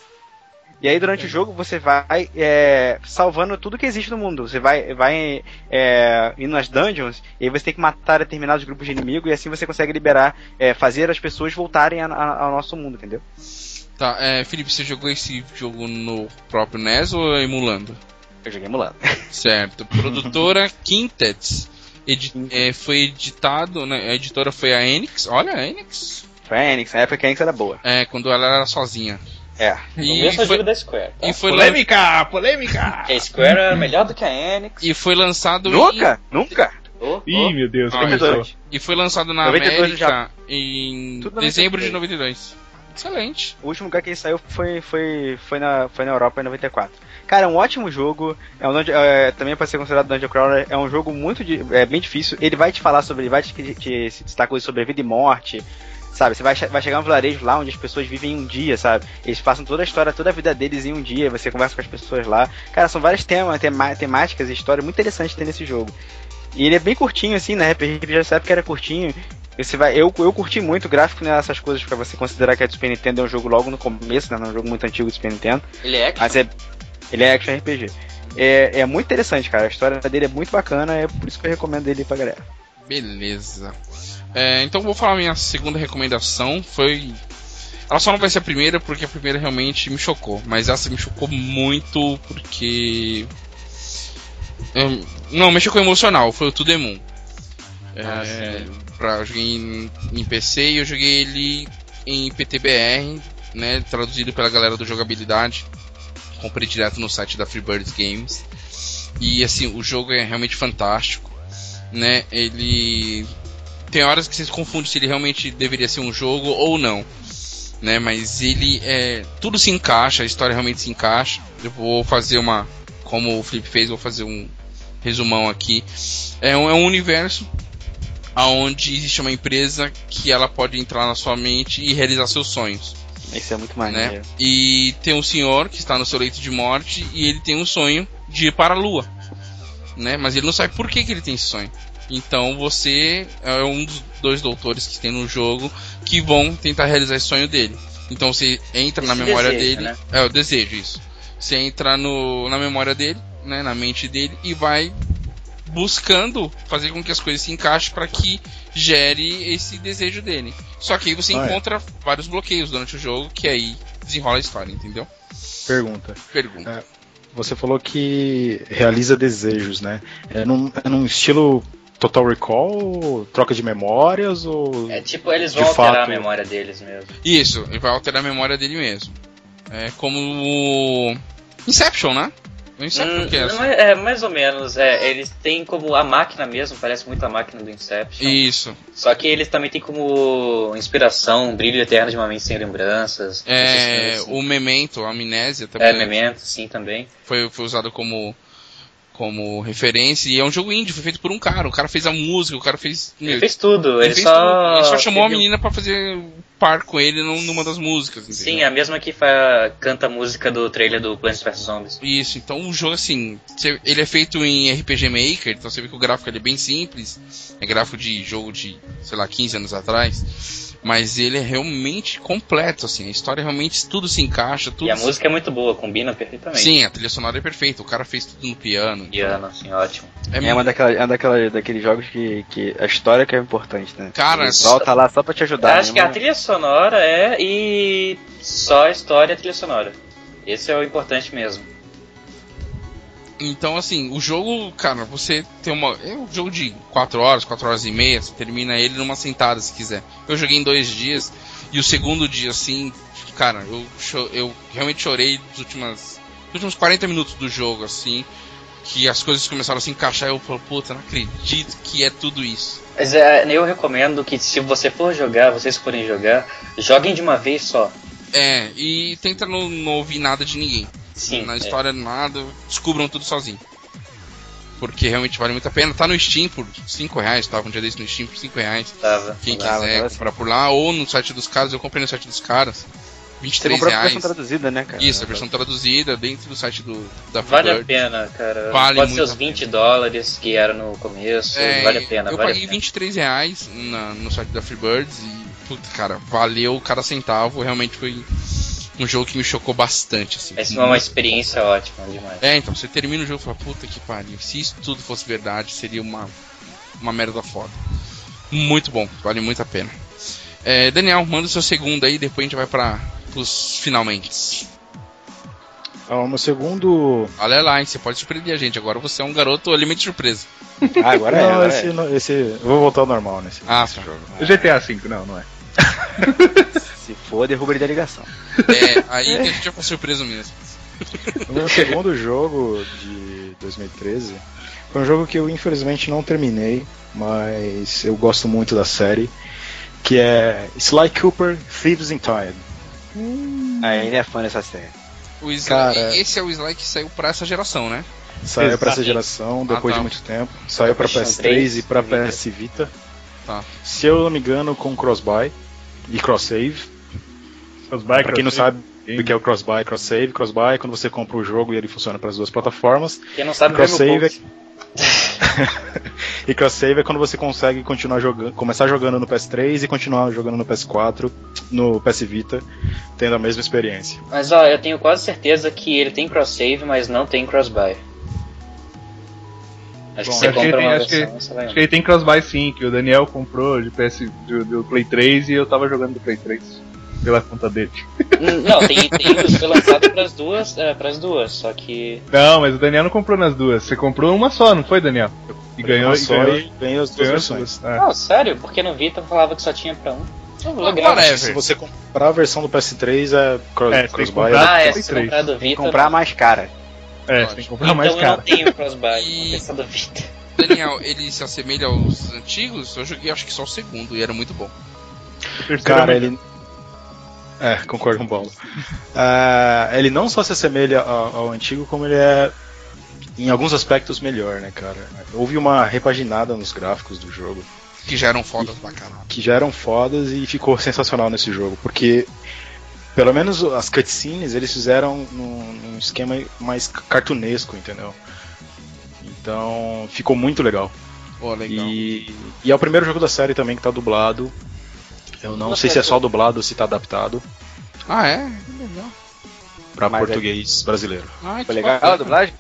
E aí durante o jogo você vai é, salvando tudo que existe no mundo. Você vai, vai é, indo nas dungeons e aí você tem que matar determinados grupos de inimigo e assim você consegue liberar, é, fazer as pessoas voltarem a- a- ao nosso mundo, entendeu?
Tá, é, Felipe, você jogou esse jogo no próprio NES ou é emulando?
Eu joguei emulando.
Certo. Produtora Quintets. Edi- é, foi editado, né? A editora foi a Enix. Olha, a Enix.
Fênix, na época que a Enix era boa.
É, quando ela era sozinha.
É.
E
Começa o
foi,
jogo da Square. tá?
e foi, lan-
Polêmica! Polêmica!
Que a Square era melhor do que a Enix.
e foi lançado em-
Nunca? Nunca?
Oh, oh.
Ih, meu Deus,
Ah,
começou.
Dois.
E foi lançado na
92 já.
América em
Tudo na
dezembro de 92. Excelente.
O último lugar que ele saiu foi, foi, foi, na, foi na Europa em 94. Cara, é um ótimo jogo. É um dungeon- é, também pode ser considerado Dungeon Crawler. É um jogo muito di- é, bem difícil. Ele vai te falar sobre. Ele vai te, te, te se destacar coisas sobre vida e morte. Sabe, você vai, che- vai chegar num vilarejo lá onde as pessoas vivem em um dia, sabe? Eles passam toda a história, toda a vida deles em um dia, você conversa com as pessoas lá. Cara, são vários temas, tema, temáticas e história muito interessantes que tem nesse jogo. E ele é bem curtinho, assim, né? RPG já sabe que era curtinho. Você vai, eu, eu curti muito o gráfico nessas coisas pra você considerar que é do Super Nintendo é um jogo logo no começo, né? Não é um jogo muito antigo do Super Nintendo.
Ele é action.
Mas é, ele é action RPG. É, é muito interessante, cara. A história dele é muito bacana, é por isso que eu recomendo ele pra galera.
Beleza. É, então vou falar minha segunda recomendação. Foi. Ela só não vai ser a primeira porque a primeira realmente me chocou. Mas essa me chocou muito porque. Hum, Não, me chocou emocional. Foi o To The Moon.
Ah,
É,
sim.
pra, eu joguei em, em PC e eu joguei ele em PTBR, né? Traduzido pela galera do jogabilidade. Comprei direto no site da Freebirds Games. E assim, o jogo é realmente fantástico. Né? Ele. Tem horas que você se confunde se ele realmente deveria ser um jogo ou não. Né? Mas ele é. Tudo se encaixa, a história realmente se encaixa. Eu vou fazer uma. Como o Felipe fez, eu vou fazer um, resumão aqui, é um, é um universo aonde existe uma empresa que ela pode entrar na sua mente e realizar seus sonhos.
Isso é muito
né?
maneiro.
E tem um senhor que está no seu leito de morte e ele tem um sonho de ir para a lua, né? Mas ele não sabe por que, que ele tem esse sonho. Então você é um dos dois doutores que tem no jogo que vão tentar realizar esse sonho dele. Então você entra na
Esse
memória
desejo,
dele,
né?
é o desejo isso. Você entra no, na memória dele, né, na mente dele e vai buscando fazer com que as coisas se encaixem para que gere esse desejo dele. Só que aí você
Ah, é.
encontra vários bloqueios durante o jogo, que aí desenrola a história, entendeu?
Pergunta.
Pergunta.
Você falou que realiza desejos, né? É num, é num estilo Total Recall, troca de memórias ou.
É tipo, eles
De
vão alterar
fato.
a memória deles
É.
mesmo.
Isso, ele vai alterar a memória dele mesmo. É como o Inception, né? O Inception
Hum,
que é
não
essa.
é, é, mais ou menos. É, eles têm como a máquina mesmo, parece muito a máquina do Inception.
Isso.
Só que eles também têm como inspiração, um brilho eterno de uma mente sem lembranças.
É,
esses filmes,
o Memento, a Amnésia também
é Memento, sim, também.
foi, foi usado como, como referência. E é um jogo indie, foi feito por um cara. O cara fez a música, o cara fez.
Ele
meu,
fez tudo, ele,
ele fez
só...
tudo. Ele só chamou a
teve- um
menina pra fazer par com ele num- numa das músicas. entendeu?
Sim, é. a mesma que fa- canta a música do trailer do Plants vs Zombies.
Isso, então o jogo assim, cê- ele é feito em RPG Maker, então você vê que o gráfico ele é bem simples, é gráfico de jogo de, sei lá, 15 anos atrás, mas ele é realmente completo, assim, a história realmente tudo se encaixa, tudo
E a
se-
música é muito boa, combina perfeitamente.
Sim, a trilha sonora é perfeita, o cara fez tudo no piano.
Piano, assim, ótimo.
É,
É uma daquela, é daquela, daqueles jogos que, que a história que é importante, né?
Cara,
o pessoal tá lá só pra te ajudar.
Acho
né,
que a
mano?
trilha sonora é e só a história e a trilha sonora. Esse é o importante mesmo.
Então, assim, o jogo, cara, você tem uma. É um jogo de 4 horas, 4 horas e meia, você termina ele numa sentada se quiser. Eu joguei em dois dias, e o segundo dia, assim, cara, eu, cho- eu realmente chorei dos últimas. Nos últimos 40 minutos do jogo, assim, que as coisas começaram a se encaixar, eu falo, puta, não acredito que é tudo isso.
Mas é, eu recomendo que se você for jogar, vocês forem jogar, joguem de uma vez só.
É, e tenta não, não ouvir nada de ninguém.
Sim.
na
é.
história nada, descubram tudo sozinho. Porque realmente vale muito a pena. Tá no Steam por 5 reais, tava um dia desse no Steam por 5 reais.
Tava.
Quem
Tava,
quiser
tava
comprar por lá, ou no site dos caras, eu comprei no site dos caras.
Você
23
comprou a
reais.
é versão traduzida, né, cara?
Isso, a versão traduzida dentro do site do da
Vale a
Freebird.
pena, cara.
Vale
Pode ser
muito a
os
pena.
20 dólares que era no começo.
É,
vale a pena,
eu
vale a
paguei
pena.
23 reais na- no site da Freebirds e, puta, cara, valeu cada centavo. Realmente foi um jogo que me chocou bastante. Assim,
Essa é uma experiência ótima demais.
É, então, você termina o jogo e fala, puta que pariu, se isso tudo fosse verdade, seria uma, uma merda foda. Muito bom, vale muito a pena. É, Daniel, manda o seu segundo aí, depois a gente vai pra, pros finalmente.
Ah, o meu segundo.
Olha lá, hein, você pode surpreender a gente, agora você é um garoto elemento de surpresa.
Ah, agora é.
não,
agora
esse, não- esse. Eu vou voltar ao normal nesse.
Ah,
nesse
tá.
jogo.
GTA V, não, não é.
é. Se for, derruba ele da ligação.
É, aí a gente já foi surpreso mesmo.
O meu segundo jogo de 2013 foi um jogo que eu infelizmente não terminei, mas eu gosto muito da série, que é Sly Cooper Thieves in Time.
Hum.
Ah, ele é fã dessa série.
O Sly-
Cara.
Esse é o Sly que saiu pra essa geração, né?
Saiu pra essa
Exatamente.
geração depois
Ah, tá.
de muito tempo. Saiu pra
PlayStation
PS3 e pra
Vita.
PS Vita.
Tá.
Se eu não me engano, com cross-buy e cross-save.
Crossbike,
Pra quem não sabe
Sim.
o que é o cross-buy, cross-save, cross-buy é quando você compra o jogo e ele funciona para as duas plataformas.
Quem não sabe, vê meu
Cross-save
post.
E cross-save é quando você consegue continuar jogando, começar jogando no PS3 e continuar jogando no PS4, no PS Vita, tendo a mesma experiência.
Mas ó, eu tenho quase certeza que ele tem cross-save, mas não tem cross-buy. Acho
Bom,
que você
acho que ele
compra
tem-
uma
acho que-
versão, você vai
Acho que ele tem Crossbuy sim, que o Daniel comprou de PS do, do Play 3 e eu tava jogando do Play 3. Pela conta dele.
Hum, Não, tem, tem foi lançado pras duas, é, pras duas, só que.
Não, mas o Daniel não comprou nas duas. Você comprou uma só, não foi, Daniel? E ganhou,
Uma
e
só
ganhou,
e ganha as duas
ganhou as
versões.
duas. Ah.
Não, sério, porque no Vita falava que só tinha pra um. Legal.
Whatever.
Se você comprar a versão do PS3 é cross-
É, tem que
cross-buy.
comprar.
é-
Ah, é,
Play
se
3.
comprar do Vita.
Comprar mais cara.
É, você tem que comprar mais
então eu não
caro.
tenho cross-buy,
E-
compensa do Vita.
Daniel, ele se assemelha aos antigos? Eu joguei acho que só o segundo e era muito bom.
O terceiro
Cara,
é
ele. É, concordo com o Paulo. Ah, ele não só se assemelha ao, ao antigo, como ele é em alguns aspectos melhor, né, cara? Houve uma repaginada nos gráficos do jogo
Que já eram fodas pra caralho.
que já eram fodas e ficou sensacional nesse jogo, porque pelo menos as cutscenes eles fizeram num, num esquema mais cartunesco, entendeu? Então ficou muito legal.
Pô, legal.
E, e é o primeiro jogo da série também que tá dublado. Eu não sei se é só dublado ou se tá adaptado
Ah, é? Que Legal.
pra
Mas é-
português brasileiro.
Ai, que
Foi legal
bacana.
a dublagem?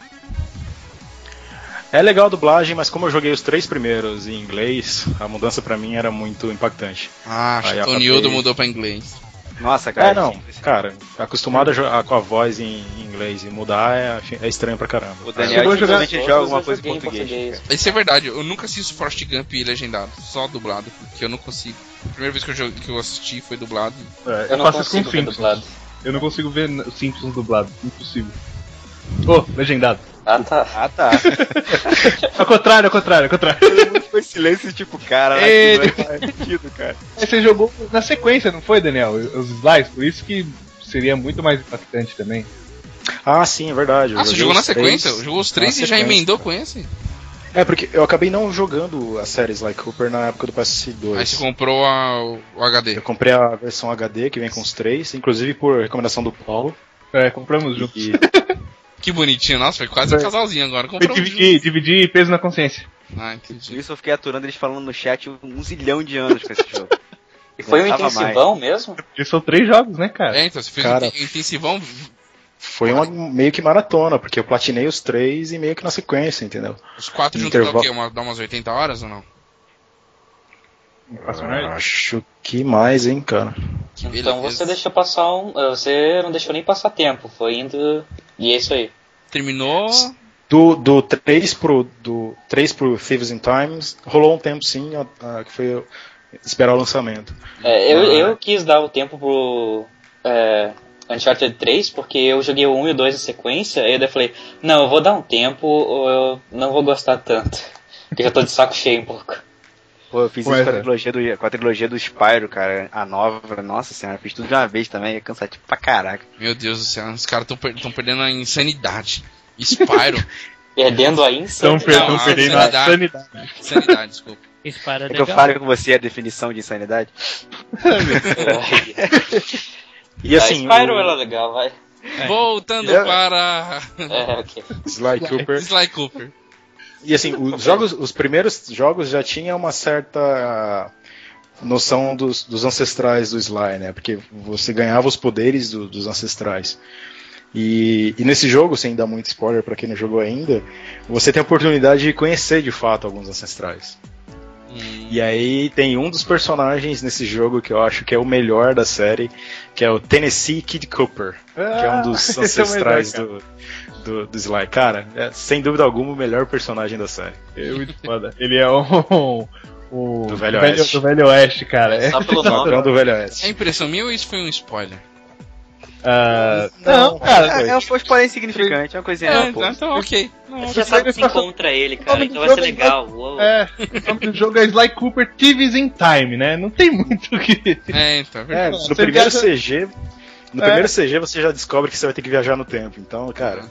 É legal a dublagem, mas como eu joguei os três primeiros em inglês, a mudança pra mim era muito impactante.
Ah,
Aí
acho que o
acabei-
Nildo mudou pra inglês.
Nossa,
Tá,
cara.
É, não, cara, acostumado a jogar com a voz em inglês e mudar é, é estranho pra caramba.
O
Chegou
Daniel
a jogar-
simplesmente joga alguma coisa em português. cara.
Isso é verdade, eu nunca assisto Forrest Gump legendado, só dublado, porque eu não consigo. A primeira vez que eu, jo- que eu assisti foi dublado.
É,
Eu
eu
não
faço isso com
consigo ver
Simpsons.
dublado.
Eu não consigo ver n- Simpsons dublado. Impossível. Ô, legendado.
Ah, tá.
Ah, tá.
Ao contrário, ao contrário, ao contrário.
Todo mundo ficou em silêncio, tipo, cara, lá
Ei,
que vai sentido, cara.
Aí Você jogou na sequência, não foi, Daniel? Os slides, por isso que seria muito mais impactante também.
Ah, sim, é verdade. eu
Ah, você
joguei
jogou na
os
sequência?
três.
Jogou os três
Na
e já
sequência,
emendou
cara.
com esse?
É, porque eu acabei não jogando as séries like Cooper na época do
Aí você
PS2.
comprou a- o HD.
Eu comprei a versão HD que vem com os três, inclusive por recomendação do Paulo.
É, compramos juntos.
E
Que bonitinho, nossa, foi quase um casalzinho agora.
Foi
Comprou um
dividir, dividir peso na consciência.
junto. Ah,
Por
entendi.
é isso eu fiquei aturando eles falando no chat um zilhão de anos com esse jogo.
E foi um
Aguentava
intensivão mesmo?
Porque são três jogos, né, cara?
É, então, você fez
Cara.
um te- intensivão.
foi uma meio que maratona, porque eu platinei os três e meio que na sequência, entendeu?
Os quatro juntos dá o
Intervalo.
quê? Uma- dá umas 80 horas ou não?
Não faço a menor ideia.
Acho que mais, hein, cara.
Que
Então você deixou passar um. eh, Você não deixou nem passar tempo, foi indo. E é isso aí.
Terminou.
Do, do 3 pro, do 3 pro Thieves in Times, rolou um tempo sim, a- a- que foi esperar o lançamento.
É, eu,
Ah.
eu quis dar o tempo pro é, Uncharted 3, porque eu joguei o 1 e o 2 em sequência, e daí eu falei, não, eu vou dar um tempo, ou eu não vou gostar tanto. Porque eu já tô de saco cheio um pouco.
Pô, eu fiz
Pois
isso com
é.
a, trilogia do, com a trilogia do Spyro, cara, a nova. Nossa senhora, fiz tudo de uma vez também, é cansativo pra caraca.
Meu Deus do céu, os caras estão perdendo a insanidade. Spyro.
Perdendo a
Estão
é
insanidade.
Não,
perdendo,
a
perdendo a
sanidade.
sanidade.
insanidade, desculpa.
Isso para
É que eu falo com você a definição de insanidade.
E
a é. Ah,
assim,
Tá, Spyro
o
era legal, vai.
Voltando
É.
para.
É, ok.
Sly Cooper.
Sly Cooper.
E assim, os jogos, os primeiros jogos já tinha uma certa noção dos, dos ancestrais do Sly, né? Porque você ganhava os poderes do- dos ancestrais. E, e nesse jogo, sem dar muito spoiler pra quem não jogou ainda, você tem a oportunidade de conhecer de fato alguns ancestrais.
Hum.
E aí tem um dos personagens nesse jogo que eu acho que é o melhor da série, que é o Tennessee Kid Cooper que é um dos
Ah, esse é o melhor,
ancestrais
cara.
do, do, do Sly. Cara, é, sem dúvida alguma o melhor personagem da série.
É muito foda. Ele é um. um
Do Velho Oeste.
do Velho Oeste, cara. É.
Só pelo nome.
Patrão do Velho
É
Oeste.
impressão minha ou isso foi um spoiler?
Ah, não, cara.
É, é um spoiler insignificante, é uma coisinha.
É,
né, pô.
então ok. Não,
Você É, já
tá
sabe que se encontra ele, cara, então vai ser legal. Uou.
É, o nome do jogo é Sly Cooper Thieves in Time, né? Não tem muito o que.
É, então, é
É,
verdade.
no
Você
primeiro
viaja-
CG. No
É.
primeiro CG você já descobre que você vai ter que viajar no tempo. Então, cara.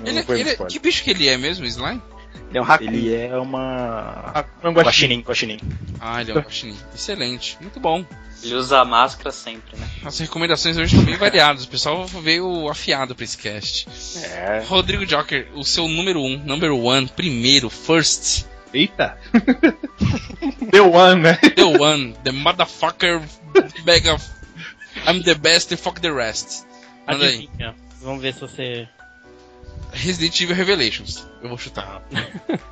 Não
Ele,
foi um
ele-
spoiler.
que bicho que ele é mesmo, Slime?
Ele é um hacker.
Ele é uma.
Ah, Não
Guaxinim, guaxinim.
Ah, ele é um guaxinim. Excelente, muito bom.
Ele usa a máscara sempre, né?
As recomendações hoje estão bem variadas, o pessoal veio afiado pra esse cast.
É.
Rodrigo Joker, o seu número um, number one, primeiro, first,
Eita! The One, né?
the one, the motherfucker, mega, I'm the best and fuck the rest. Manda aí.
Adivinha. Vamos ver se você.
Resident Evil Revelations, eu vou
Ah.
chutar.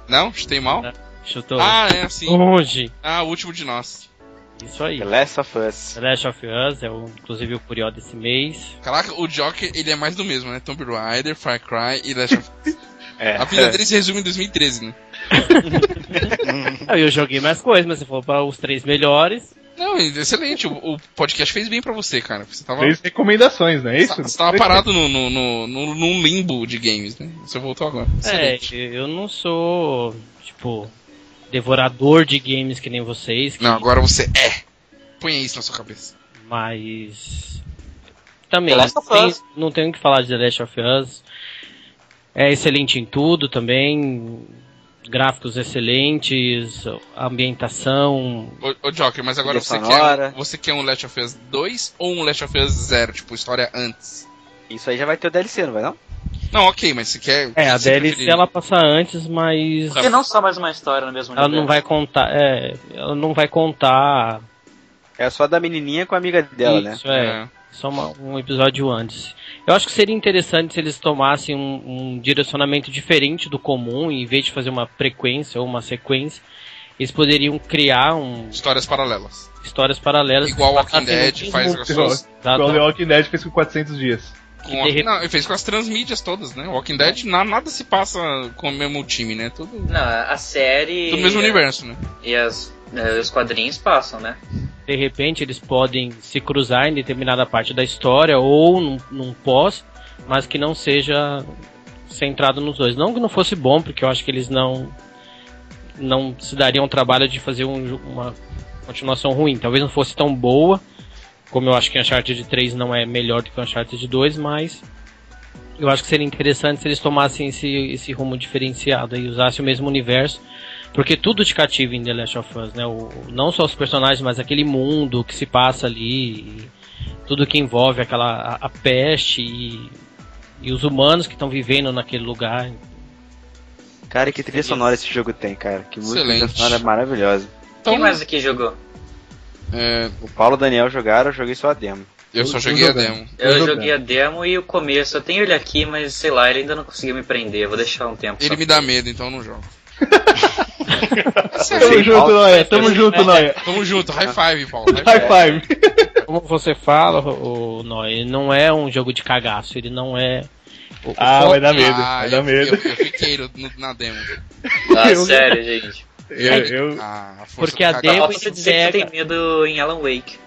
Não? Chutei mal?
Chutou
Ah, é assim.
longe.
Ah, o último de nós.
Isso aí.
The Last of Us.
The Last of Us é o, inclusive o Curió desse mês.
Caraca, o Joker, ele é mais do mesmo, né? Tomb Raider, Far Cry e Last of
É.
A vida dele se resume em 2013, né?
Aí eu joguei mais coisas, mas se for para os três melhores,
Não, excelente. O, o podcast fez bem pra você, cara. Você tava,
Três recomendações, não é isso?
você tava parado no, no, no, no- num limbo de games, né? Você voltou agora.
é, eu não sou, tipo, devorador de games que nem vocês, que-
Não, agora você é. Põe isso na sua cabeça.
mas. Também,
The Last
não
of
tem-
Us.
não tenho o que falar de The Last of Us. É excelente em tudo também. Gráficos excelentes, ambientação.
Ô, ô Joker, mas agora
Trilha
você
sonora.
quer, você quer um Last of Us 2 ou um Last of Us 0, tipo, história antes?
Isso aí já vai ter o DLC, não vai não?
Não, ok, mas você quer.
É, a
você
DLC
preferiria?
ela passa antes, mas
Tá.
Porque não só mais uma história no mesmo
ela
universo.
não vai contar. É, ela não vai contar.
É só da menininha com a amiga dela, né?
isso, é. Só uma- um episódio antes. Eu acho que seria interessante se eles tomassem um, um direcionamento diferente do comum, em vez de fazer uma frequência ou uma sequência, eles poderiam criar um,
É, Histórias paralelas.
histórias paralelas.
Igual
que
Walking
passassem no
Dead
mesmo-
faz com as suas.
Ah,
Exato.
tá.
Igual o The Walking Dead fez com 400 dias.
Com,
de repente-
não, ele fez com as transmídias todas, né? Walking
É.
Dead, na- nada se passa com o mesmo time, né? Tudo
Não, a série.
do mesmo
e é. a-
universo, né?
E as, eh, os quadrinhos passam, né?
de repente eles podem se cruzar em determinada parte da história ou num, num pós, mas que não seja centrado nos dois. Não que não fosse bom, porque eu acho que eles não não se dariam o trabalho de fazer um ju- uma continuação ruim. Talvez não fosse tão boa, como eu acho que Uncharted 3 não é melhor do que Uncharted 2, mas eu acho que seria interessante se eles tomassem esse, esse rumo diferenciado e usassem o mesmo universo porque tudo te cativa em The Last of Us, né? O, não só os personagens, mas aquele mundo que se passa ali, e tudo que envolve aquela a, a peste e, e os humanos que estão vivendo naquele lugar.
Cara, que trilha sonora esse jogo tem, cara. Que música trilha
Excelente.
sonora maravilhosa.
Então,
Quem mais aqui jogou?
é,
O Paulo e o Daniel jogaram, eu joguei só a demo.
eu só joguei a demo.
Eu,
joguei.
joguei a demo e o começo. Eu tenho ele aqui, mas sei lá, ele ainda não conseguiu me prender. Vou deixar um tempo.
Ele
só.
me dá medo, então eu não jogo.
Tamo junto,
Paulo,
Noia. Tamo junto, Noia.
Tamo junto, high five, Paulo. High five.
High five.
Como você fala, o, o, não, ele não é um jogo de cagaço, ele não é. o- o
Ah,
foco-
vai dar medo.
Ah,
vai
eu,
dar medo.
Eu, eu fiquei no- no- na demo.
Ah, sério, gente.
Eu, eu-
Ah, força
Porque a
do
demo-
cagado.
Falta você dizer que você tem medo em Alan Wake.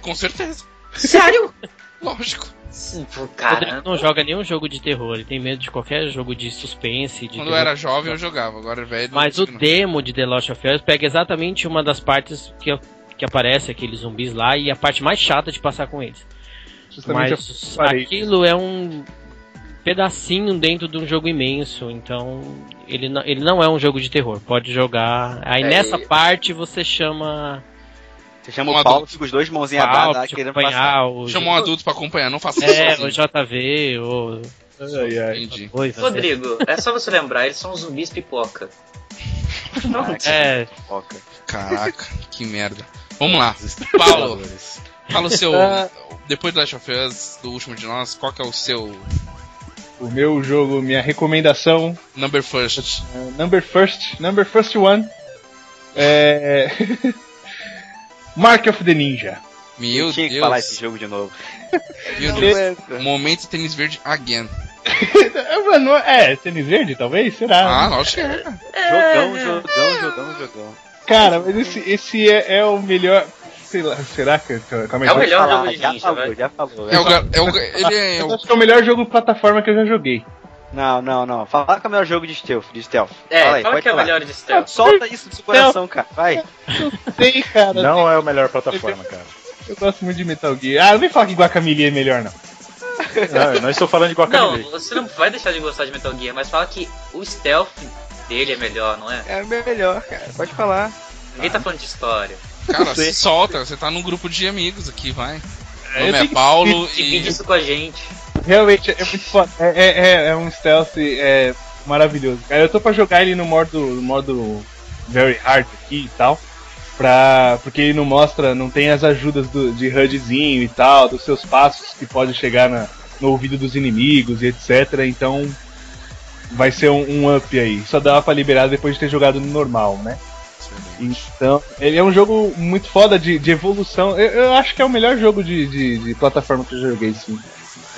Com certeza,
Sério?
lógico. Ah, né?
Rodrigo
Caramba.
não joga nenhum jogo de terror, ele tem medo de qualquer jogo de suspense. De
Quando eu
terror.
era né? jovem eu jogava, agora velho. não
Mas o
consigo, não.
demo de The Last of Us pega exatamente uma das partes que, que aparece aqueles zumbis lá e a parte mais chata de passar com eles.
justamente eu
Mas
parei.
aquilo é um pedacinho dentro de um jogo imenso, então ele não, ele não é um jogo de terror. Pode jogar. Aí
É,
nessa
e-
parte você chama
Você chama
Um
o Paulo,
adulto.
fica os dois mãozinha
Paulo,
abadas
pra
tipo,
te
lá querendo passar.
acompanhar o
Chamou um adulto pra acompanhar, não faça
é,
isso.
o
sozinho.
JV ou
Ai, ai.
Entendi.
Oi, você.
Rodrigo, é só você lembrar, eles são zumbis pipoca.
Pronto.
É,
Foca.
Caraca, que merda. Vamos lá. Paulo, fala o seu.
É.
Ah.
Depois do Last of Us, do último de nós, qual que é o seu
O meu jogo, minha recomendação,
number first?
é number first, number first one, é... Mark of the Ninja.
Meu
eu tinha que
Deus. É.
falar esse jogo de novo.
Meu
Não
Deus.
aguento.
Momento tênis verde again.
É, mano, é, tênis verde, talvez? Será?
Ah, lógico que é.
Jogão, jogão, jogão, jogão.
Cara, mas esse, esse é, é o melhor... Sei lá, será que... tá, Calma aí,
É o
eu
melhor jogo de
já
ninja,
falou,
vai.
já falou.
É o, ga- é o ga- ele é o.
acho que é o melhor jogo plataforma que eu já joguei.
Não, não, não. Fala que é o melhor jogo de stealth, de stealth.
É,
aí,
fala
pode
que é o
falar.
melhor de stealth.
Solta isso do seu coração, cara. Vai.
Sei, cara.
Não é a melhor plataforma, cara.
Eu gosto muito de Metal Gear. Ah, não vem falar que Guacamole é melhor, não.
Ah, Não, eu não estou falando de
Não,
Guacamelee.
você não vai deixar de gostar de Metal Gear, mas fala que o stealth dele é melhor, não é?
É o melhor, cara. Pode falar.
Ninguém tá falando de história.
Cara, se solta, você tá num grupo de amigos aqui, vai. Meu
eu
nome é
tenho que-
Paulo
Divide
e.
isso com a gente.
Realmente, é muito foda. É, é, é- é um stealth é, maravilhoso. Cara, eu tô pra jogar ele no modo, no modo very hard aqui e tal. Pra, porque ele não mostra, não tem as ajudas do- de HUDzinho e tal, dos seus passos que pode chegar na- no ouvido dos inimigos e etc. Então vai ser um, um up aí. Só dava pra liberar depois de ter jogado no normal, né? Então, ele é um jogo muito foda de, de evolução. Eu, eu acho que é o melhor jogo de, de- de plataforma que eu já joguei, sim.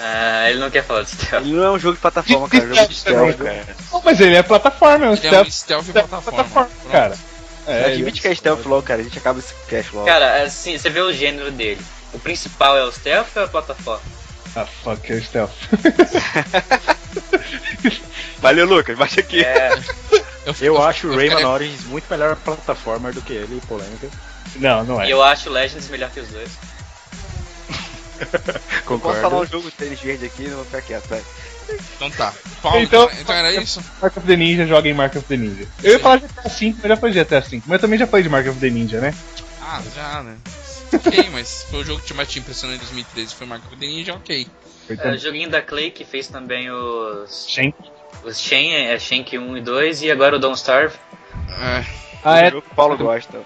Ah, ele não quer falar de stealth.
Ele não é um jogo de plataforma, cara. É um jogo de stealth, cara.
Não, mas ele é plataforma, é
Ele é
um
um
stealth.
stealth
stealth
plataforma.
plataforma,
Pronto.
cara. É,
Admite que é stealth logo, cara. A gente acaba esse cash logo.
Cara, assim, você vê o gênero dele. O principal é o stealth ou é a plataforma?
ah, fuck, é stealth.
Valeu, Lucas. Bate aqui.
É,
Eu
tá.
acho o Rayman
ficaria-
Origins muito melhor plataforma do que ele, polêmica.
Não, não
e
é.
eu acho o Legends melhor que os dois.
Posso falar um
Concordo.
jogo de tênis verde aqui, não vou ficar quieto, vai.
Então tá. Paulo, então,
Então-
era isso?
Mark of the Ninja, joga em Mark of the Ninja. Eu ia falar GTA V, mas já foi GTA V. Mas eu também já falei de Mark of the Ninja, né?
Ah, já, né? Ok, mas foi o jogo que te mais te impressionou em 2013, foi Marco de Ninja, ok.
Foi
É,
também.
joguinho da Clay que fez também os.
Shen.
Os Shen, é Shenk 1 e 2, e agora o Don't Starve.
É,
Ah,
Um
é.
jogo que o Paulo gosta.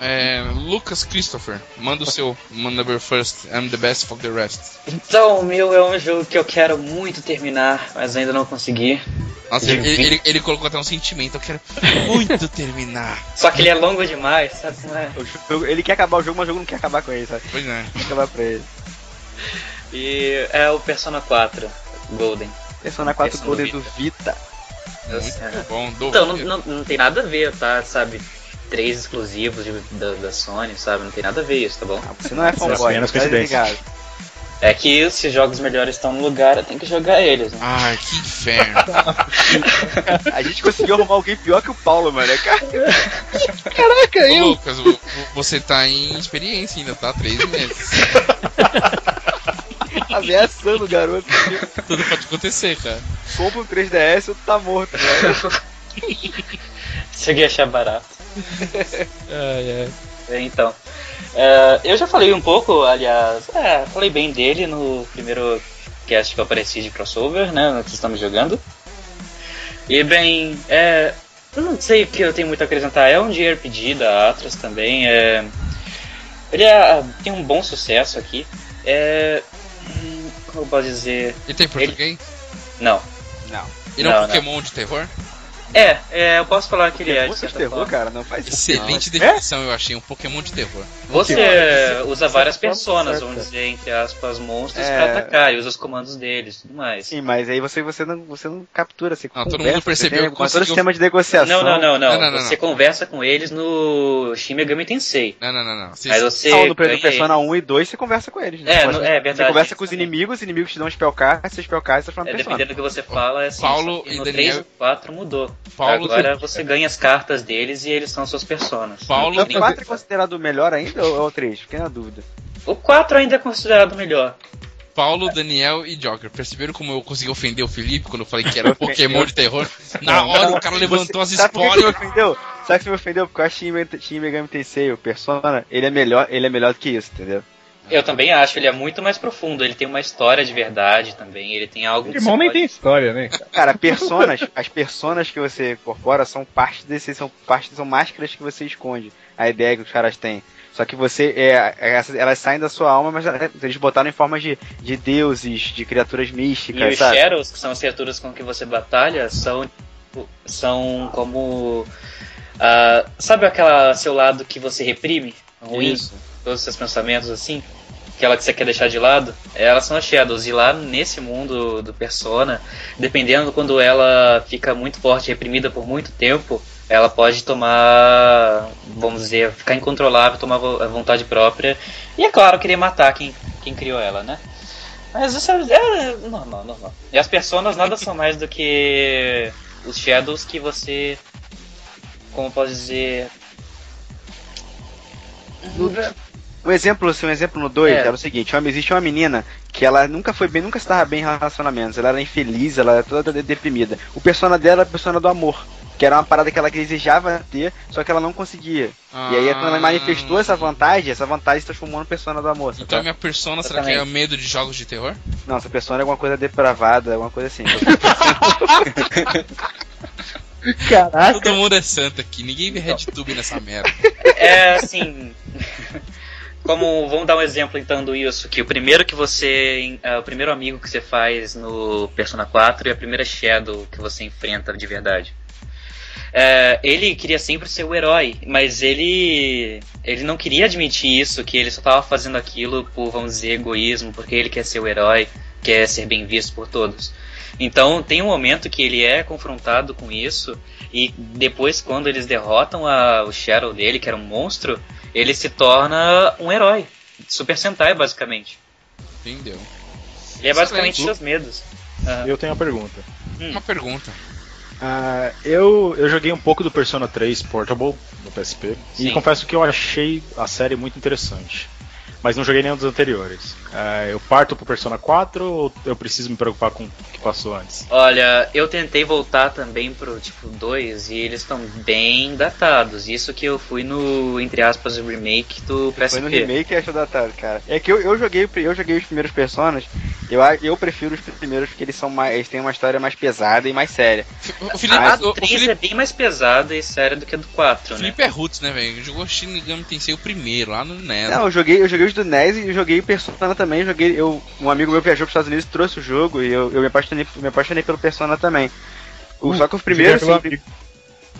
é, Lucas Christopher, manda o seu manda number first, I'm the best for the rest.
Então, o meu é um jogo que eu quero muito terminar, mas ainda não consegui.
Nossa, ele, ele, ele colocou até um sentimento, eu quero muito terminar.
Só que ele é longo demais, sabe? como é?
O jogo- Ele quer acabar o jogo, mas o jogo não quer acabar com ele, sabe?
Pois é.
Quer acabar pra ele.
E é o Persona 4, Golden.
Persona 4
Esse
Golden
do
do Vita.
Eu sei.
é Muito bom, do
Então, não, não, não tem nada a ver, tá? Sabe? Três exclusivos de- da, da Sony, sabe? Não tem nada a ver isso, tá bom?
Você não é fanboy,
Apenas
tá
coincidência.
ligado.
É que se os jogos melhores estão no lugar, eu tenho que jogar eles, né?
Ai, que inferno.
A gente conseguiu arrumar alguém pior que o Paulo, mano. Cara,
Ô, Lucas, vo- vo- você tá em experiência ainda, tá? Três meses.
tá ameaçando o garoto.
Tudo pode acontecer, cara.
Compra um 3DS, outro tá morto.
Se alguém achar barato.
É, Então,
É, eu já falei um pouco, aliás, é, falei bem dele no primeiro cast que eu apareci de crossover, né? no Que estamos jogando.
e bem, é, eu não sei o que eu tenho muito a acrescentar. É um JRPG da Atlas também. É, ele é- tem um bom sucesso aqui. É, hum, como eu posso dizer?
Ele tem português?
Não.
Ele é um
Não,
Pokémon de terror?
É, é, eu posso falar que ele é. de
Você
certa
terror,
forma.
cara, não faz isso.
é.
Excelente definição, eu achei. Um Pokémon de terror.
Você usa várias
forma,
personas,
certo.
vamos dizer, entre aspas, monstros
É.
pra atacar e usa os comandos deles e tudo mais.
Sim, mas aí você, você, não, você não captura, você
Não, Ah, todo
conversa,
mundo percebeu
você tem
que
alguma- todo
conseguiu-
sistema de negociação.
Não, não, não, não.
Não, não, não,
Você conversa com eles no Shin Megami Tensei.
Não, não, não, não. Vocês-
Aí você.
Não, no
ganha
no Persona 1 e 2 você conversa com eles. né?
É,
Você
no- é
Você
verdade.
conversa com os inimigos, os inimigos te dão um spellcard, esses spellcards você
É,
transforma em Persona.
dependendo do que você fala, é assim,
Paulo
só que
e
no
Daniel-
3 e 4 mudou.
Paulo,
Agora você ganha as cartas deles e eles são suas personas. Então,
Paulo,
O 4 é considerado o melhor ainda ou é o 3? Fiquei na dúvida.
O 4 ainda é considerado melhor.
Paulo, Daniel e Joker. Perceberam como eu consegui ofender o Felipe quando eu falei que era um Pokémon de terror? Na hora o cara levantou as
Você- Sabe por que você me
spoilers.
ofendeu? Sabe que você me ofendeu? Porque eu acho Shin Meg- Shin Megami Tensei, o Persona, ele é melhor, ele é melhor do que isso, entendeu?
Eu também acho, ele é muito mais profundo. Ele tem uma história de verdade também. Ele tem algo. que
Pokémon
você
nem
pode-
tem história, né? cara?
Cara, personas, as personas que você incorpora são parte desse, são parte, são máscaras que você esconde. A ideia que os caras têm. Só que você é, é, essas- elas saem da sua alma, mas é, eles botaram em forma de, de deuses, de criaturas
E os
místicas, sabe?
Shadows, que são as criaturas com que você batalha, são tipo, são como. ah, sabe aquela seu lado que você reprime? Ruim? Todos os seus pensamentos assim? Aquela que você quer deixar de lado? Elas são as Shadows. E lá nesse mundo do Persona, dependendo quando ela fica muito forte, reprimida por muito tempo, ela pode tomar. Vamos dizer, ficar incontrolável, tomar vo- a vontade própria. E é claro, querer matar quem, quem criou ela, né? Mas isso é, é normal, normal. E as personas nada são mais do que os Shadows que você. Como eu posso dizer.
Um exemplo, assim, um exemplo no 2
É.
era o seguinte: uma, existe uma menina que ela nunca foi bem, nunca estava bem em relacionamentos, ela era infeliz, ela era toda de- deprimida. O persona dela era a persona do amor, que era uma parada que ela desejava ter, só que ela não conseguia.
Ah.
E aí, é quando ela manifestou essa vantagem, essa vantagem se transformou no persona do amor. sabe?
Então minha persona, será que é
Exatamente.
medo de jogos de terror?
Não, essa persona é alguma coisa depravada, alguma coisa assim. Ah,
Todo mundo é santo aqui, ninguém vê RedTube nessa merda.
É assim. Como vamos dar um exemplo então do isso, que o primeiro que você. é, o primeiro amigo que você faz no Persona 4 é a primeira Shadow que você enfrenta de verdade. É, ele queria sempre ser o herói, mas ele. ele não queria admitir isso, que ele só tava fazendo aquilo por, vamos dizer, egoísmo, porque ele quer ser o herói, quer ser bem visto por todos. Então tem um momento que ele é confrontado com isso e depois, quando eles derrotam a- o Shadow dele, que era um monstro, ele se torna um herói. Super Sentai, basicamente.
Entendeu?
Ele é basicamente
Excelente.
seus medos. Aham.
Eu tenho uma pergunta.
Uma pergunta.
Ah, eu, eu joguei um pouco do Persona 3 Portable no PSP
Sim.
e confesso que eu achei a série muito interessante. mas não joguei nenhum dos anteriores. Ah, eu parto pro Persona 4 ou eu preciso me preocupar com o que passou antes?
Olha, eu tentei voltar também pro tipo 2 e eles estão bem datados. Isso que eu fui no, entre aspas, remake do PSP.
Foi no remake e achou datado, cara. É que eu, eu, joguei, eu joguei os primeiros personas, eu, a- eu prefiro os primeiros porque eles são mais. Eles têm uma história mais pesada e mais séria.
O Felipe,
A
o-
do
o
3
Felipe-
Ah, é bem mais pesada e séria do que a do 4,
o
né?
Felipe é roots, né, velho? Jogou Shin Megami Tensei o primeiro, lá no NES.
Não, eu joguei, eu joguei os do NES e eu joguei Persona também, joguei. Eu, um amigo meu viajou pros Estados Unidos e trouxe o jogo e eu, eu me, apaixonei, me apaixonei pelo Persona também. O- só que o primeiro,
pelo
assim,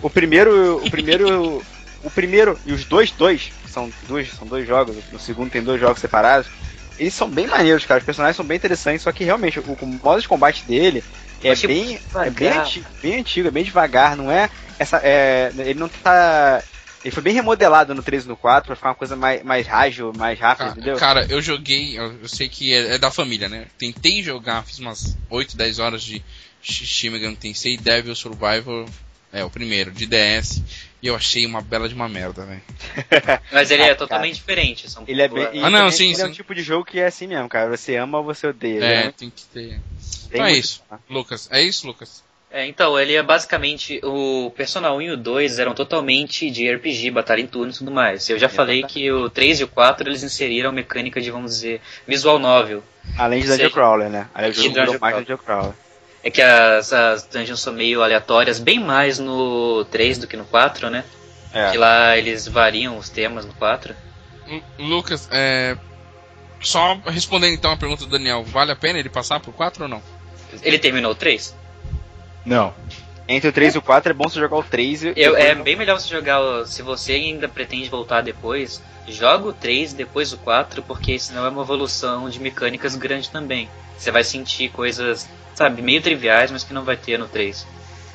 o primeiro. O primeiro. o primeiro e os dois, dois, que são dois, são dois jogos, no segundo tem dois jogos separados, eles são bem maneiros, cara. Os personagens são bem interessantes, só que realmente o, o modo de combate dele é
Achei
bem. É bem
tipo, devagar.
antigo, bem antigo, é bem devagar, não é essa. É, ele não tá. Ele foi bem remodelado no 3 e no 4 pra ficar uma coisa mais, mais ágil, mais rápida,
Ca-
entendeu?
Ah, Cara, eu joguei, eu eu sei que é, é da família, né? Tentei jogar, fiz umas 8, 10 horas de Sh- Shin Megami Tensei Devil Survivor, é, o primeiro, de DS, e eu achei uma bela de uma merda, velho.
Mas ele
Ah,
é
cara.
totalmente diferente. São
Ele é bem.
Ah, não,
ele-
sim,
ele é um
sim.
tipo de jogo que é assim mesmo, cara. Você ama ou você odeia.
É,
né?
tem que ter.
Tem
então é
muito-
isso, Lucas. É isso, Lucas?
É, então, ele é basicamente. O Persona 1 e o 2 eram totalmente de RPG, batalha em turno e tudo mais. Eu já falei que o 3 e o 4 eles inseriram mecânica de, vamos dizer, visual novel.
Além de
Seja-
Dungeon Crawler, né? Aí o
E
jogo
Dungeon
virou mais
Crawler.
Dungeon Crawler.
É que as, as dungeons são meio aleatórias, bem mais no 3 do que no 4, né?
É.
Que lá eles variam os temas no 4.
Lu- Lucas, é. Só respondendo então a pergunta do Daniel, vale a pena ele passar pro 4 ou não?
Ele terminou o 3?
Não.
Entre o 3 e o 4 é bom você jogar o 3 e.
Eu- é bem melhor você jogar. o- Se você ainda pretende voltar depois, joga o 3, depois o 4, porque senão é uma evolução de mecânicas grande também. Você vai sentir coisas, sabe, meio triviais, mas que não vai ter no 3.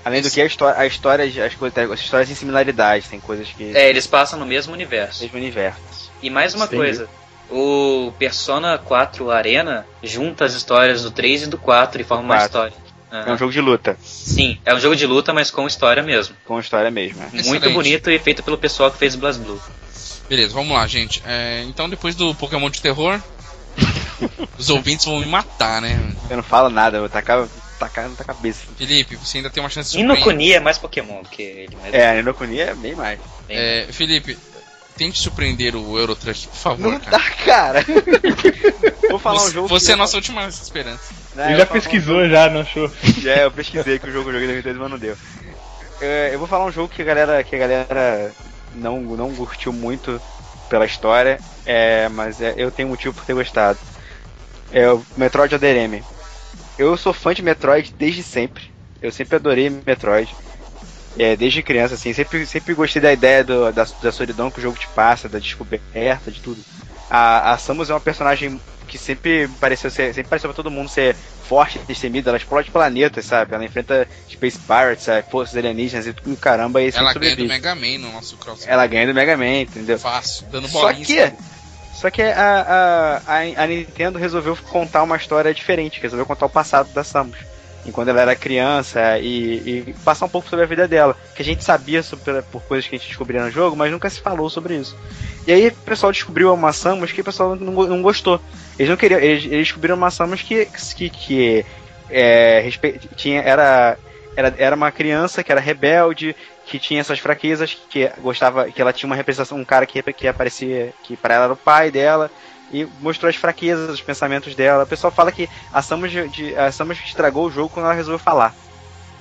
Além do que a história, a história as coisas, as histórias têm similaridades, tem coisas que.
É, eles passam no mesmo universo.
Mesmo universo.
E mais uma
Entendi.
coisa. O Persona 4 Arena junta as histórias do 3 e do 4 e forma uma
Quatro.
história.
É
Ah.
um jogo de luta,
Sim, é um jogo de luta, mas com história mesmo.
com história mesmo. é.
Excelente.
Muito bonito e feito pelo pessoal que fez BlazBlue.
Beleza, vamos lá, gente. É, então depois do Pokémon de terror, os ouvintes vão me matar, né?
Eu não falo nada, eu vou tacar, tacar na tua cabeça.
Felipe, você ainda tem uma chance de surpreender.
Inokuni é mais Pokémon do que ele, mas
É, a Ninokuni é bem mais.
bem-
É, Felipe, tente surpreender o Eurotruck, por favor,
Não
cara.
tá, cara. Vou falar
você
um jogo.
você
que
é a nossa última esperança.
Né,
Ele
eu
já
falo-
pesquisou, já, não achou?
Já, É, eu pesquisei que o jogo eu joguei em 2013, mas não deu. É, eu vou falar um jogo que a galera, que a galera não, não curtiu muito pela história, é, mas é, eu tenho motivo por ter gostado. É o Metroid Other M. Eu sou fã de Metroid desde sempre. Eu sempre adorei Metroid. É, desde criança, assim, sempre, sempre gostei da ideia do- da, da solidão que o jogo te passa, da descoberta, de tudo. A, a Samus é uma personagem que sempre pareceu ser, sempre pareceu pra todo mundo ser forte, destemida, ela explode planetas, sabe? Ela enfrenta Space Pirates, sabe? forças alienígenas e tudo, caramba,
Ela
e sempre
ganha do
é sobrevive.
Mega Man no nosso cross.
Ela ganha do Mega Man, entendeu?
Fácil, dando
Só
bolinha.
que, só que a, a, a- a Nintendo resolveu contar uma história diferente, resolveu contar o passado da Samus. Enquanto ela era criança e, e passar um pouco sobre a vida dela. Que a gente sabia sobre- pela- por coisas que a gente descobria no jogo, mas nunca se falou sobre isso. E aí o pessoal descobriu uma Samus que o pessoal não, go- não gostou. Eles não queriam. Eles, eles descobriram uma Samus que, que, que é, respe- tinha, era, era, era uma criança que era rebelde, que tinha essas fraquezas, que gostava, que ela tinha uma representação, um cara que, que aparecia, que para ela era o pai dela, e mostrou as fraquezas, os pensamentos dela. O pessoal fala que a Samus, de- de- a Samus estragou o jogo quando ela resolveu falar,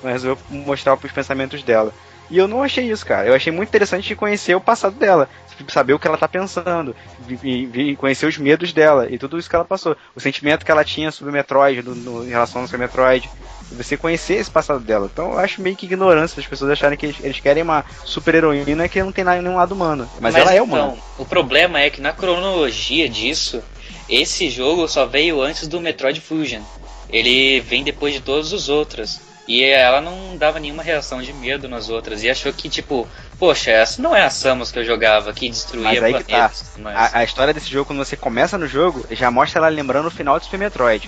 quando ela resolveu mostrar os pensamentos dela. E eu não achei isso, cara. Eu achei muito interessante de conhecer o passado dela, saber o que ela tá pensando, vi- vi- vi- conhecer os medos dela e tudo isso que ela passou, o sentimento que ela tinha sobre o Metroid, no- no- em relação ao seu Metroid você conhecer esse passado dela. Então eu acho meio que ignorância as pessoas acharem que eles, eles querem uma super heroína que não tem nada- nenhum lado humano. Mas, ela é humana.
então, O problema é que na cronologia disso, esse jogo só veio antes do Metroid Fusion. Ele vem depois de todos os outros. E ela não dava nenhuma reação de medo nas outras. E achou que, tipo, poxa, essa não é a Samus que eu jogava, que destruía
Mas aí que tá.
planetas. e tudo mais."
A, a história desse jogo, quando você começa no jogo, já mostra ela lembrando o final do Super Metroid.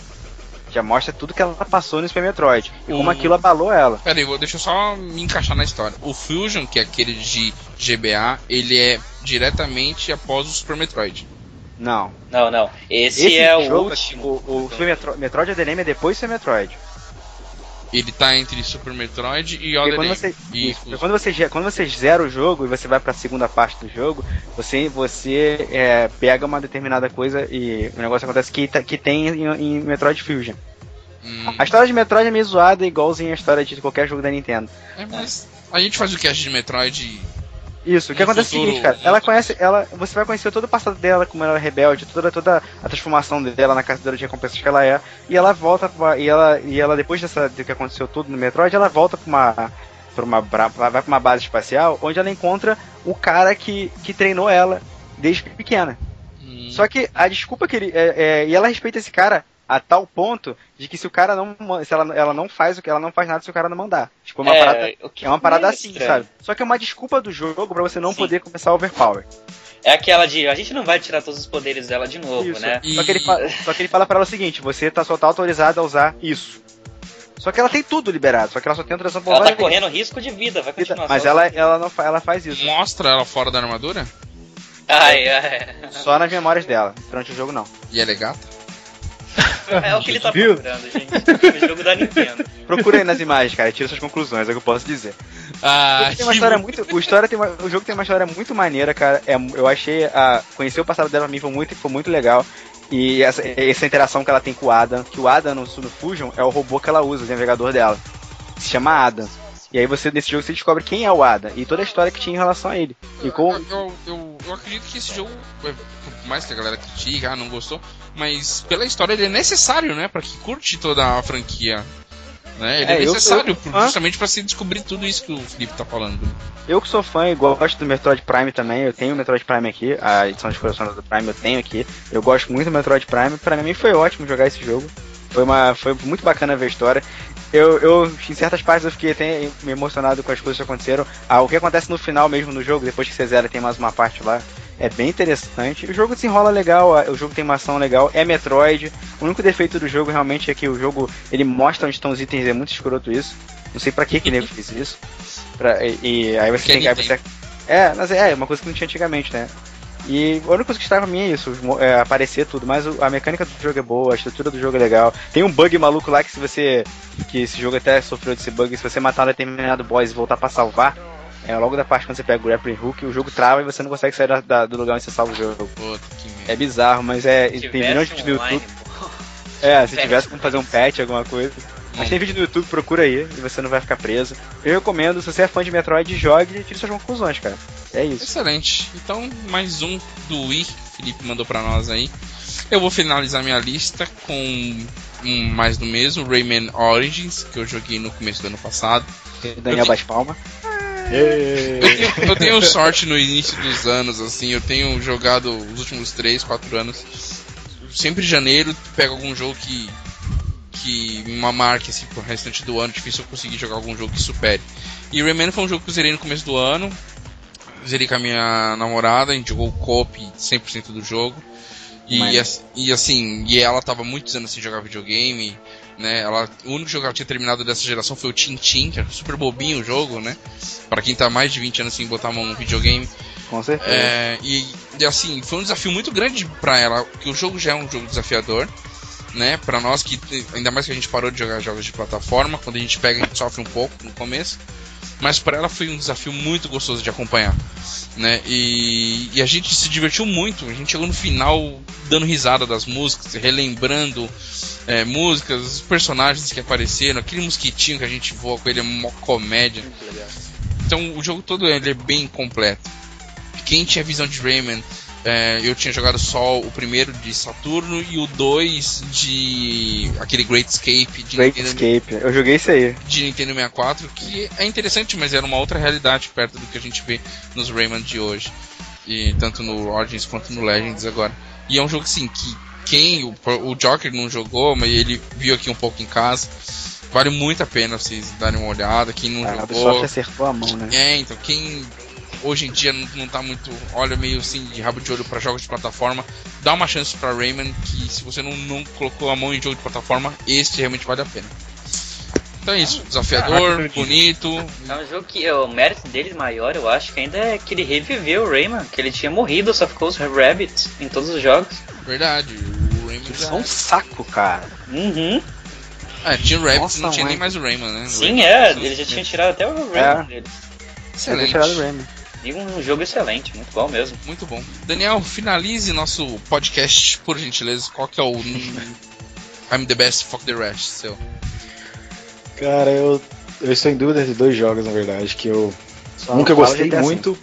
Já mostra tudo que ela passou no Super Metroid. E como
Uhum.
Hum.
aquilo abalou ela.
Pera aí, vou- deixa eu só me encaixar na história. O Fusion, que é aquele de GBA, ele é diretamente após o Super Metroid.
Não.
Não, não. Esse, é o último.
O, o
Então,
Super Metro- Metroid ADM é depois do Super Metroid.
Ele tá entre Super Metroid e
Porque
Other
quando
Name.
você,
E
isso, porque
os-
quando, você, ge- quando você zera o jogo e você vai pra segunda parte do jogo, você, você é, pega uma determinada coisa e o negócio acontece que, tá- que tem em, em Metroid Fusion.
Hum,
A história de Metroid é meio zoada, igualzinha a história de qualquer jogo da Nintendo.
é, mas a gente faz o cast de Metroid.
Isso, o que
No
acontece é o
futuro,
seguinte, cara,
no
ela
futuro.
conhece, ela, você vai conhecer todo o passado dela, como ela é rebelde, toda, toda a transformação dela na caçadora de recompensas que ela é, e ela volta pra, e ela e ela depois dessa do que aconteceu tudo no Metroid, ela volta pra uma pra uma bra- vai pra uma base espacial, onde ela encontra o cara que que treinou ela desde pequena.
Hum,
Só que a desculpa que ele é- é, e ela respeita esse cara a tal ponto de que se o cara não ma- se ela, ela não faz o que ela não faz nada se o cara não mandar. Tipo uma parada
o que
é uma parada
meio
assim,
estranho.
sabe? Só que é uma desculpa do jogo pra você não
Sim.
poder começar Overpower.
É aquela de a gente não vai tirar todos os poderes dela de novo,
Isso.
né?
Só, que ele fa- só que ele fala pra ela o seguinte: você tá, só tá autorizado a usar isso. Só que ela tem tudo liberado, só que ela só tem autorização pra
Ela tá
várias vezes.
correndo risco de vida, vai continuar.
Mas
só-
ela, é- ela, não fa- ela faz isso.
Mostra ela fora da armadura?
Ai, ai.
Só nas memórias dela. Durante o jogo, não.
E ela é gata?
É o que ele tá
Viu?
procurando, gente. O jogo da Nintendo.
Procura aí nas imagens, cara. e Tira suas conclusões, é o que eu posso dizer.
Ah,
Ele tem uma história muito, o, história tem uma- o jogo tem uma história muito maneira, cara. É, eu achei. A, conhecer o passado dela pra mim foi muito, foi muito legal. E essa, essa interação que ela tem com o Adam, que o Adam no, no Fusion é o robô que ela usa, o navegador dela. Se chama Adam. E aí você, nesse jogo, você descobre quem é o Adam e toda a história que tinha em relação a ele. E com,
Eu, Ah, eu- eu- eu acredito que esse jogo, é, por mais que a galera critique, ah, não gostou, mas pela história ele é necessário, né? Pra quem curte toda a franquia. Né? Ele é,
É, eu-
necessário,
eu-
por-
Hã?
justamente pra se descobrir tudo isso que o Felipe tá falando.
Eu que sou fã, igual gosto do Metroid Prime também, eu tenho o Metroid Prime aqui, a edição de colecionador do Prime eu tenho aqui. Eu gosto muito do Metroid Prime, pra mim foi ótimo jogar esse jogo. Foi, uma, foi muito bacana ver a história. Eu, eu, em certas partes, eu fiquei até me emocionado com as coisas que aconteceram. Ah, o que acontece no final mesmo do jogo, depois que você zera, tem mais uma parte lá. É bem interessante. O jogo desenrola legal, a- o jogo tem uma ação legal. É Metroid. O único defeito do jogo realmente é que o jogo ele mostra onde estão os itens. É muito escroto isso. Não sei pra que que o nego fez isso. Pra- e, e aí você
Porque
tem que. Aí
Nintendo.
você, é, mas é uma coisa que não tinha antigamente, né? E a única coisa que está pra mim é isso, os mo- é, aparecer tudo, mas o- a mecânica do jogo é boa, a estrutura do jogo é legal. Tem um bug maluco lá que se você. que esse jogo até sofreu desse bug, se você matar um determinado boss e voltar pra salvar, é logo da parte quando você pega o grappling hook, o jogo trava e você não consegue sair da- da- do lugar onde você salva o jogo.
Puta que merda.
É bizarro, mas é.
Se
Tem milhões
tivesse
de vídeos no
online,
YouTube.
pô.
É, se
patch.
tivesse como fazer um patch, alguma coisa. É, Mas tem vídeo no YouTube, procura aí e você não vai ficar preso. Eu recomendo, se você é fã de Metroid, jogue e tire suas conclusões, cara. É isso.
Excelente. Então, mais um do Wii que o Felipe mandou pra nós aí. Eu vou finalizar minha lista com um mais do mesmo, Rayman Origins, que eu joguei no começo do ano passado.
Daniel Baspalma.
Eu tenho, eu tenho sorte no início dos anos, assim, eu tenho jogado os últimos 3, 4 anos. Sempre em janeiro, pego algum jogo que. que me marque assim, pro restante do ano. Difícil eu conseguir jogar algum jogo que supere. E Rayman foi um jogo que eu zerei no começo do ano. Zerei com a minha namorada, a gente jogou o co-op 100% do jogo. E,
Maneiro.
as- e assim, e ela tava muitos anos sem jogar videogame, né? Ela, o único jogo que ela tinha terminado dessa geração foi o Tintin, que era super bobinho o jogo, né? Pra quem tá mais de 20 anos sem botar a mão no videogame.
Com certeza.
É, e, e, assim, foi um desafio muito grande pra ela, porque o jogo já é um jogo desafiador, né? Pra nós que, ainda mais que a gente parou de jogar jogos de plataforma, quando a gente pega, a gente sofre um pouco no começo. Mas pra ela foi um desafio muito gostoso de acompanhar, né? E, e a gente se divertiu muito. A gente chegou no final dando risada das músicas, relembrando é, músicas, os personagens que apareceram, aquele mosquitinho que a gente voa com ele é uma comédia. Então o jogo todo ele é bem completo. Quem tinha visão de Rayman, é, eu tinha jogado só o primeiro de Saturno e o dois de aquele Great Escape de
Great
Nintendo
Escape. Eu joguei isso aí.
de Nintendo 64, que é interessante, mas era uma outra realidade perto do que a gente vê nos Rayman de hoje. E tanto no Origins quanto no Legends agora. E é um jogo assim que quem o, o Joker não jogou, mas ele viu aqui um pouco em casa. Vale muito a pena vocês darem uma olhada. Quem não
A
jogou.
Ubisoft acertou a mão, né?
É, então, quem hoje em dia não, não tá muito, olha meio assim de rabo de olho pra jogos de plataforma, dá uma chance pra Rayman, que se você não, não colocou a mão em jogo de plataforma, este realmente vale a pena. Então é
Ah,
isso. Desafiador, bonito.
É um jogo que o mérito dele maior, eu acho, que ainda é que ele reviveu o Rayman, que ele tinha morrido, só ficou os Rabbits em todos os jogos.
Verdade. O Rayman
Isso
já
é um saco, cara.
Uhum.
É, tinha o Rabbit,
Nossa,
não tinha
mãe.
nem mais o Rayman, né?
Sim, é, ele já tinha tirado até o Rayman
É.
dele.
Eu vou
Excelente.
tirar do Rayman.
E um jogo excelente, muito bom mesmo.
Muito bom. Daniel, finalize nosso podcast, por gentileza. Qual que é o. I'm the best, fuck the rest, seu.
Cara, eu, eu estou em dúvida de dois jogos, na verdade, que eu.
Só
um que eu
fala
gostei
GTA V.
muito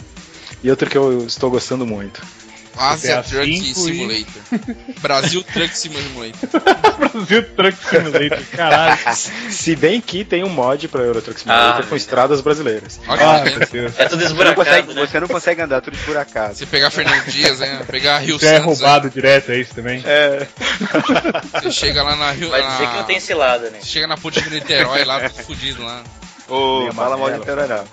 e outro que eu estou gostando muito.
Asia Ah,
GTA
é Truck
V e-
Simulator. Brasil Truck Simulator.
Brasil Truck Simulator, caralho.
Se bem que tem um mod pra Euro Truck Simulator
Ah,
com estradas brasileiras.
Olha
Ah,
que
meu
bacana.
Deus.
É tudo
Você não, consegue,
esburacado, né?
você não consegue andar, tudo assim. por acaso.
Você pegar Fernando Dias, né? Pegar Rio
Já é
Santos, né?
roubado direto, é isso também?
Você chega lá na Rio.
Vai dizer
na-
que não
Ah.
tem cilada, né?
Chega na ponte de Niterói lá, tudo fudido lá.
Ô,
Não fala mal de Niterói, não.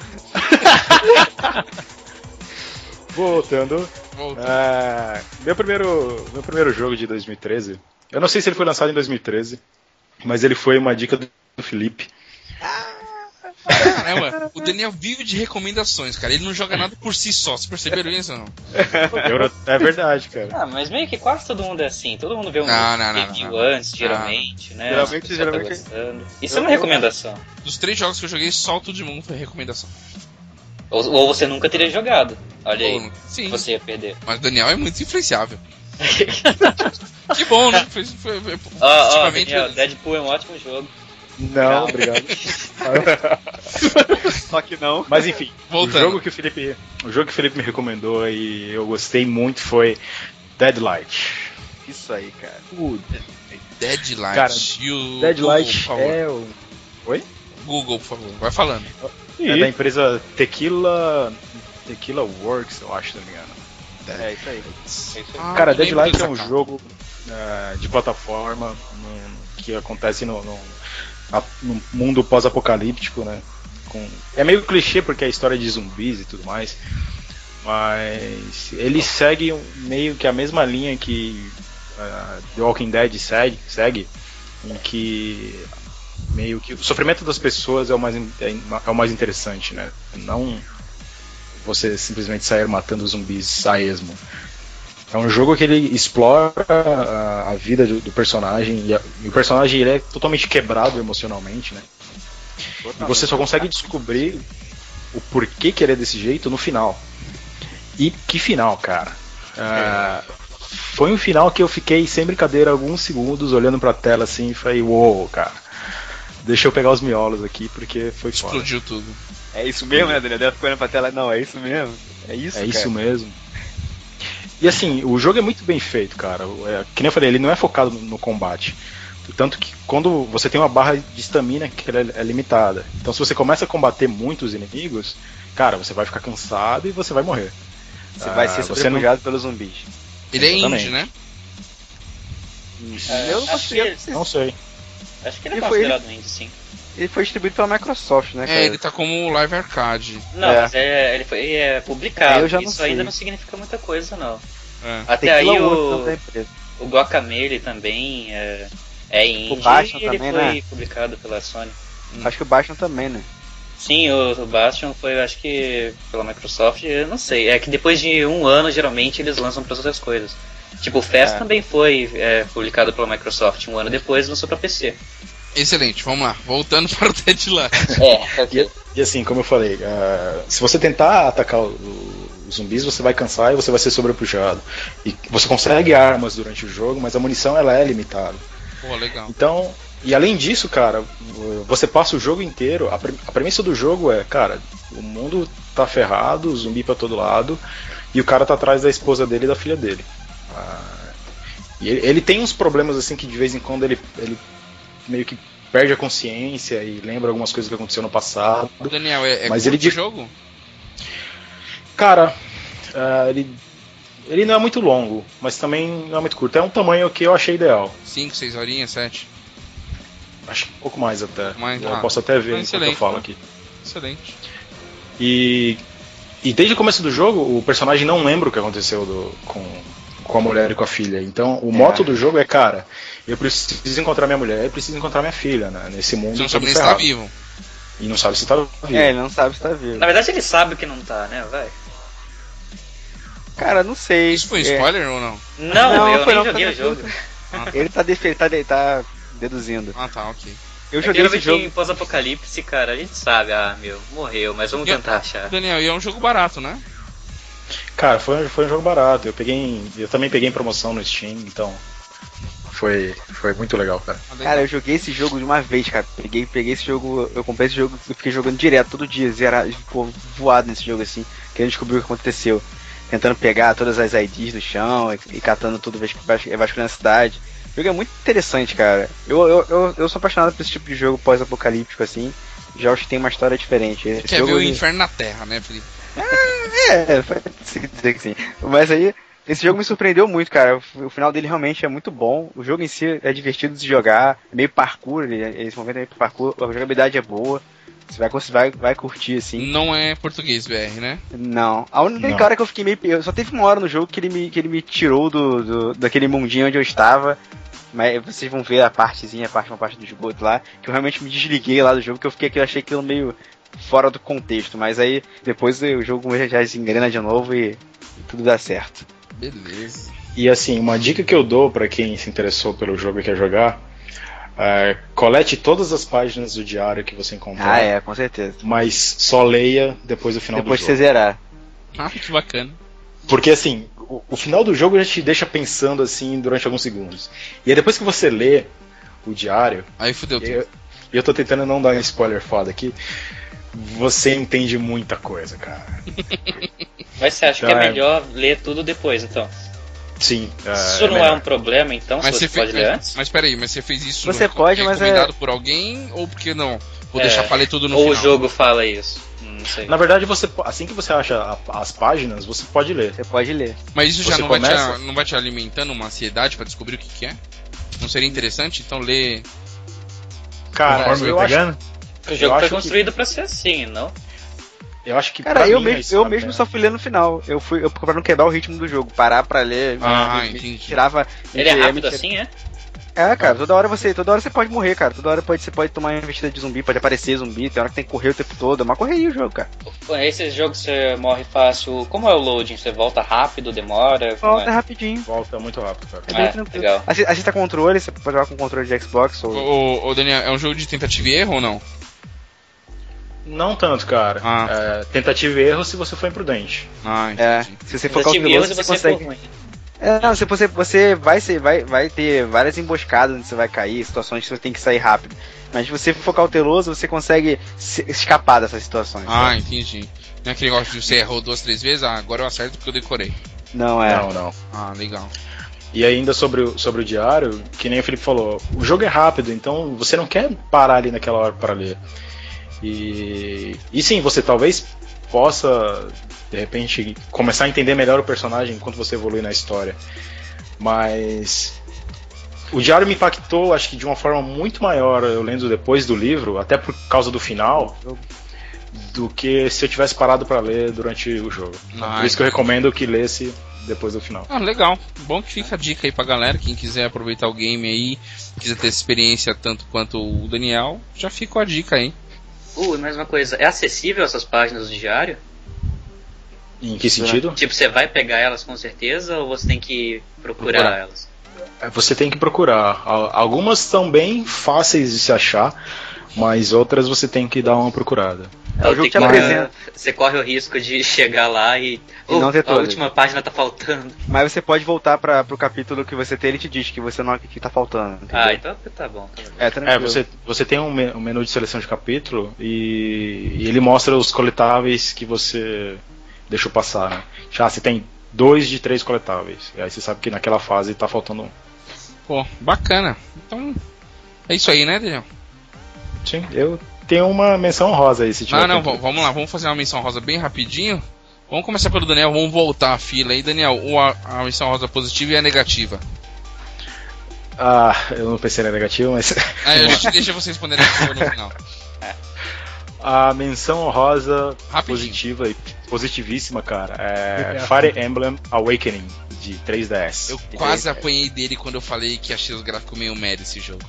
Voltando.
Volta.
ah, meu, primeiro, meu primeiro jogo de 2013. Eu não sei se ele foi lançado em 2013, mas ele foi uma dica do Felipe.
Caramba, o Daniel vive de recomendações, cara. Ele não joga nada por si só. Vocês perceberam isso? ou Não,
Euro- É verdade, cara.
Ah, mas meio que quase todo mundo é assim. Todo mundo vê um
Não, não, não,
review
não, não.
antes, geralmente, né?
Ah. Geralmente,
O pessoal tá
geralmente-
gostando. Isso é uma recomendação.
Dos três jogos que eu joguei, só o Todo Mundo foi recomendação.
Ou, ou você nunca teria jogado. Olha aí,
Sim,
você ia perder.
mas o Daniel é muito influenciável. que bom, né? Foi, foi, foi
Ó, ó,
positivamente.
Ah, Daniel, Deadpool é um ótimo jogo.
Não, obrigado.
Só que não.
Mas enfim,
Voltando.
O jogo que o Felipe, o jogo que o Felipe me recomendou e eu gostei muito foi Deadlight.
Isso aí, cara.
Deadlight.
Cara,
e o
Deadlight
Google, por favor.
é, o-
Google, por favor. Vai falando.
é da empresa Tequila Tequila Works, eu acho, se não me engano.
É isso aí.
Ah,
Cara,
eu lembro
Deadlight é
dessa
um
capa.
jogo ah, de plataforma hum, que acontece no, no- a- num mundo pós-apocalíptico, né? Com- é meio clichê porque é história de zumbis e tudo mais, mas ele segue um- meio que a mesma linha que ah, The Walking Dead segue, segue, em que meio que o sofrimento das pessoas é o mais, in- é o mais interessante, né? Não você simplesmente sair matando zumbis a esmo. É um jogo que ele explora a, a vida do, do personagem e, a- e o personagem ele é totalmente quebrado emocionalmente, né? E você só consegue descobrir o porquê que ele é desse jeito no final. E que final, cara? Ah, foi um final que eu fiquei sem brincadeira alguns segundos olhando pra tela assim e falei, uou, cara. Deixa eu pegar os miolos aqui porque foi foda.
Explodiu tudo.
É isso mesmo, né, Daniel? Deve ficar olhando pra tela. Não, é isso mesmo. É isso,
É isso mesmo. E assim, o jogo é muito bem feito, cara. É, que nem eu falei, ele não é focado no, no combate. Tanto que quando você tem uma barra de estamina que ela é, é limitada. Então se você começa a combater muitos inimigos, cara, você vai ficar cansado e você vai morrer.
Você vai
Ah,
ser
você não-
sobrepujado pelos zumbis.
Ele é
Exatamente.
indie, né?
É,
eu não
acho, que,
consigo.
É, Não sei.
acho que ele é
E foi É. ele?
considerado indie, sim.
Ele foi distribuído pela Microsoft, né, cara?
É, ele tá como Live Arcade.
Não,
É.
mas é, ele foi ele é publicado.
Eu já não
Isso
sei.
ainda não significa muita coisa, não.
É.
Até
Tequila
aí
Works, não
o,
tem preço.
o Guacamele também é, é indie
Bastion
e ele
também,
foi
né?
publicado pela Sony.
Acho que o Bastion também, né?
Sim, o, o Bastion foi, acho que, pela Microsoft, eu não sei. É que depois de um ano, geralmente, eles lançam para outras coisas. Tipo, o Fest
É.
também foi é, publicado pela Microsoft. Um ano depois lançou pra PC.
Excelente, vamos lá. Voltando para o Deadlight.
É,
E assim, como eu falei, ah, se você tentar atacar o- o- os zumbis, você vai cansar e você vai ser sobrepujado. E você consegue armas durante o jogo, mas a munição ela é limitada.
Pô, legal.
Então, e além disso, cara, você passa o jogo inteiro. A, pre- a premissa do jogo é, cara, o mundo tá ferrado, zumbi pra todo lado, e o cara tá atrás da esposa dele e da filha dele. Ah, e ele, ele tem uns problemas assim que de vez em quando ele, ele meio que perde a consciência e lembra algumas coisas que aconteceu no passado.
O Daniel, é, é
Mas ele
curto o
de-
jogo?
Cara, ah, ele, ele não é muito longo, mas também não é muito curto. É um tamanho que eu achei ideal.
5, 6 horinhas, 7.
Acho que um pouco mais até.
Mais,
eu
ah,
posso até ver enquanto eu
excelente,
falo
né?
aqui.
Excelente.
E, e desde o começo do jogo, o personagem não lembra o que aconteceu do- com, com a mulher e com a filha. Então, o moto do jogo é, cara, Eu preciso encontrar minha mulher, eu preciso encontrar minha filha, né? Nesse mundo.
Você não sabe nem
todo
se tá
ferrado.
vivo.
E não sabe se tá vivo.
É, ele não sabe se tá vivo.
Na verdade, ele sabe que não tá, né? Vai.
Cara, não sei.
Isso foi
É,
spoiler ou não?
Não,
Não,
eu
foi
nem
não,
joguei
foi
o jogo.
Ele tá, defe- ele tá, ele tá deduzindo. É
Ah, tá, ok.
Eu joguei
Aquele
esse
jogo
jogo.
em pós-apocalipse, cara, a gente sabe, ah, meu, morreu, mas vamos
Eu-
tentar achar.
Daniel, e é um jogo barato, né?
Cara, foi, um- foi um jogo barato. Eu peguei em- eu também peguei em promoção no Steam, então. Foi, foi muito legal, cara.
Cara, eu joguei esse jogo de uma vez, cara. Peguei, peguei esse jogo, eu comprei esse jogo, eu fiquei jogando direto, todo dia, zera, ficou voado nesse jogo assim, querendo descobrir o que aconteceu. Tentando pegar todas as IDs do chão e, e catando tudo, vas- vas- vasculhando a cidade. O jogo é muito interessante, cara. Eu, eu, eu, eu sou apaixonado por esse tipo de jogo pós-apocalíptico, assim. Jogos que tem uma história diferente. Esse
Quer
jogo,
ver o
ele-
inferno na Terra, né, Felipe?
É, pode se dizer que sim. Mas aí, esse jogo me surpreendeu muito, cara. O f- O final dele realmente é muito bom. O jogo em si é divertido de jogar, é meio parkour, ele- esse momento é meio parkour, a jogabilidade é boa. Você vai, cons- vai, vai curtir, assim.
Não é português BR, né?
Não. A única
Não.
hora que eu fiquei meio. eu- Só teve uma hora no jogo que ele me, que ele me tirou do, do- daquele mundinho onde eu estava. Mas vocês vão ver a partezinha, a parte, uma parte do esgoto lá, que eu realmente me desliguei lá do jogo, que eu fiquei que eu achei aquilo meio fora do contexto. Mas aí depois eh, o jogo já, já se engrena de novo e, e tudo dá certo.
Beleza.
E assim, uma dica que eu dou pra quem se interessou pelo jogo e quer jogar, é, colete todas as páginas do diário que você encontrar,
Ah, é, com certeza.
mas só leia depois do final
depois
do
de
jogo.
você zerar.
Ah, que bacana.
Porque assim, o, o final do jogo já te deixa pensando assim durante alguns segundos. E aí depois que você lê o diário,
Aí fudeu tudo.
eu, eu tô tentando não dar um spoiler foda aqui, você entende muita coisa, cara.
Mas você acha
Então
que é
é-
melhor ler tudo depois, então?
Sim. é-
Isso
é
não é
melhor.
um problema, então,
Mas
se
você
você pode
fez.
ler
Mas,
antes?
mas peraí, mas você fez isso
Você pode, mas é-
recomendado por alguém ou porque não? Vou
É.
deixar pra ler tudo no
Ou
final.
o jogo fala isso? Não sei.
Na verdade, você po- assim que você acha a- as páginas, você pode ler.
Você pode ler.
Mas isso já
Você
não vai, te,
começa?
não vai te alimentando uma ansiedade pra descobrir o que, que é? Não seria interessante? Então ler.
Cara,
Conforme
eu
vai
acho,
pegando.
o jogo
eu
foi
acho que-
construído pra ser assim, não?
eu acho que
Cara,
pra
eu,
mim,
mesmo,
isso
eu
tá
mesmo
bem.
só fui ler no final. Eu fui eu, pra não quebrar o ritmo do jogo, parar pra ler.
Ah,
me- me-
entendi.
Tirava.
Ele é
me- me
rápido
tirava-
assim, é?
É, cara, toda hora você, toda hora você pode morrer, cara. Toda hora pode, você pode tomar uma investida de zumbi, pode aparecer zumbi, tem hora que tem que correr o tempo todo. É uma correria o jogo, cara.
Pô, Esses jogos você morre fácil. Como é o loading? Você volta rápido, demora? Como
Volta
é?
rapidinho,
Volta muito rápido, cara.
é bem
É,
tranquilo.
legal.
Assi- Assista controle, você pode jogar tá com controle de Xbox
Ô,
ou.
ô, ô, Daniel, é um jogo de tentativa e erro ou não?
Não tanto, cara.
Ah.
É, tentativa e erro se você for imprudente.
Ah,
É,
entendi.
se você for
Eu tive erros
calculoso,
e
você
você foi
consegue.
ruim.
É, não, se você, você vai, ser, vai, vai ter várias emboscadas onde você vai cair, situações que você tem que sair rápido. Mas se você for cauteloso, você consegue se- escapar dessas situações.
Ah, entendi. Não é aquele negócio de você errou duas, três vezes? Ah, agora eu acerto porque eu decorei.
Não é.
Não, não.
Ah, legal.
E ainda sobre o, sobre o diário, que nem o Felipe falou, o jogo é rápido, então você não quer parar ali naquela hora para ler. E, e sim, você talvez possa, de repente, começar a entender melhor o personagem enquanto você evolui na história. Mas o diário me impactou, acho que de uma forma muito maior, eu lendo depois do livro, até por causa do final, do que se eu tivesse parado para ler durante o jogo. Por isso que eu recomendo que lesse depois do final.
Ah, legal. Bom que fica a dica aí pra galera. Quem quiser aproveitar o game aí, quiser ter experiência tanto quanto o Daniel, já ficou a dica aí.
Uh, e mais uma coisa, é acessível essas páginas do diário?
Em que sentido?
Tipo, você vai pegar elas com certeza ou você tem que procurar,
Procurar.
elas?
É, Você tem que procurar. Al- Algumas são bem fáceis de se achar, mas outras você tem que dar uma procurada.
É, o
Ou
jogo
tem
te
que-
apresenta.
Você corre o risco de chegar lá e.
E não
Uh,
ter
a
todas.
última página tá faltando.
Mas você pode voltar para pro capítulo que você tem, ele te diz que você não que tá faltando. entendeu?
Ah, então tá bom. Tá bom.
é tranquilo.
É, você, você tem um, me- um menu de seleção de capítulo e, e ele mostra os coletáveis que você deixou passar, né? Já você tem dois de três coletáveis. E aí você sabe que naquela fase tá faltando um.
Pô, bacana. Então, é isso aí, né, Daniel?
Sim, eu tenho uma menção rosa aí, se tiver.
Ah, não,
tempo.
v- vamos lá, vamos fazer uma menção rosa bem rapidinho. Vamos começar pelo Daniel, vamos voltar a fila aí. Daniel, o- a, a menção rosa positiva e a negativa.
Ah, eu não pensei na negativa, mas.
Aí a gente deixa você responder a negativa no final.
A menção rosa
Rapidinho.
positiva e positivíssima, cara, é
Repete.
Fire Emblem Awakening. de 3DS.
Eu quase
É.
apanhei dele quando eu falei que achei os gráficos meio merda esse jogo.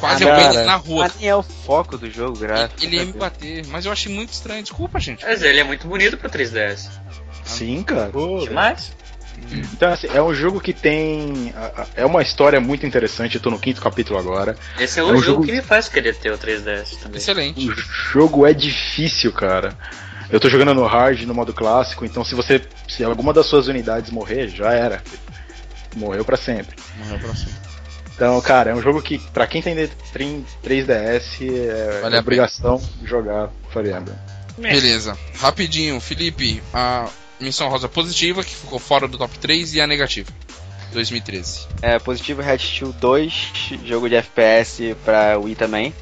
Quase
Ah,
apanhei dele na rua.
Ali é o foco do jogo, gráfico.
Ele ia me bater, mas eu achei muito estranho. Desculpa, gente.
Mas ele é muito bonito pro 3DS.
Sim, cara.
Demais.
Então, assim, é um jogo que tem. a- a- É uma história muito interessante. Eu tô no quinto capítulo agora.
Esse é
É
o
um
jogo
jogo-
que me faz querer ter o 3DS também.
Excelente.
O jogo é difícil, cara. Eu tô jogando no hard, no modo clássico, então se você. Se alguma das suas unidades morrer, já era. Morreu pra sempre. Então, cara, é um jogo que, pra quem tem D- 3DS, é
Vale a
obrigação jogar Fire Emblem.
Beleza. Rapidinho, Felipe, a missão rosa positiva, que ficou fora do top 3, e a negativa. 2013.
É, positivo Red Steel 2, jogo de FPS pra Wii também.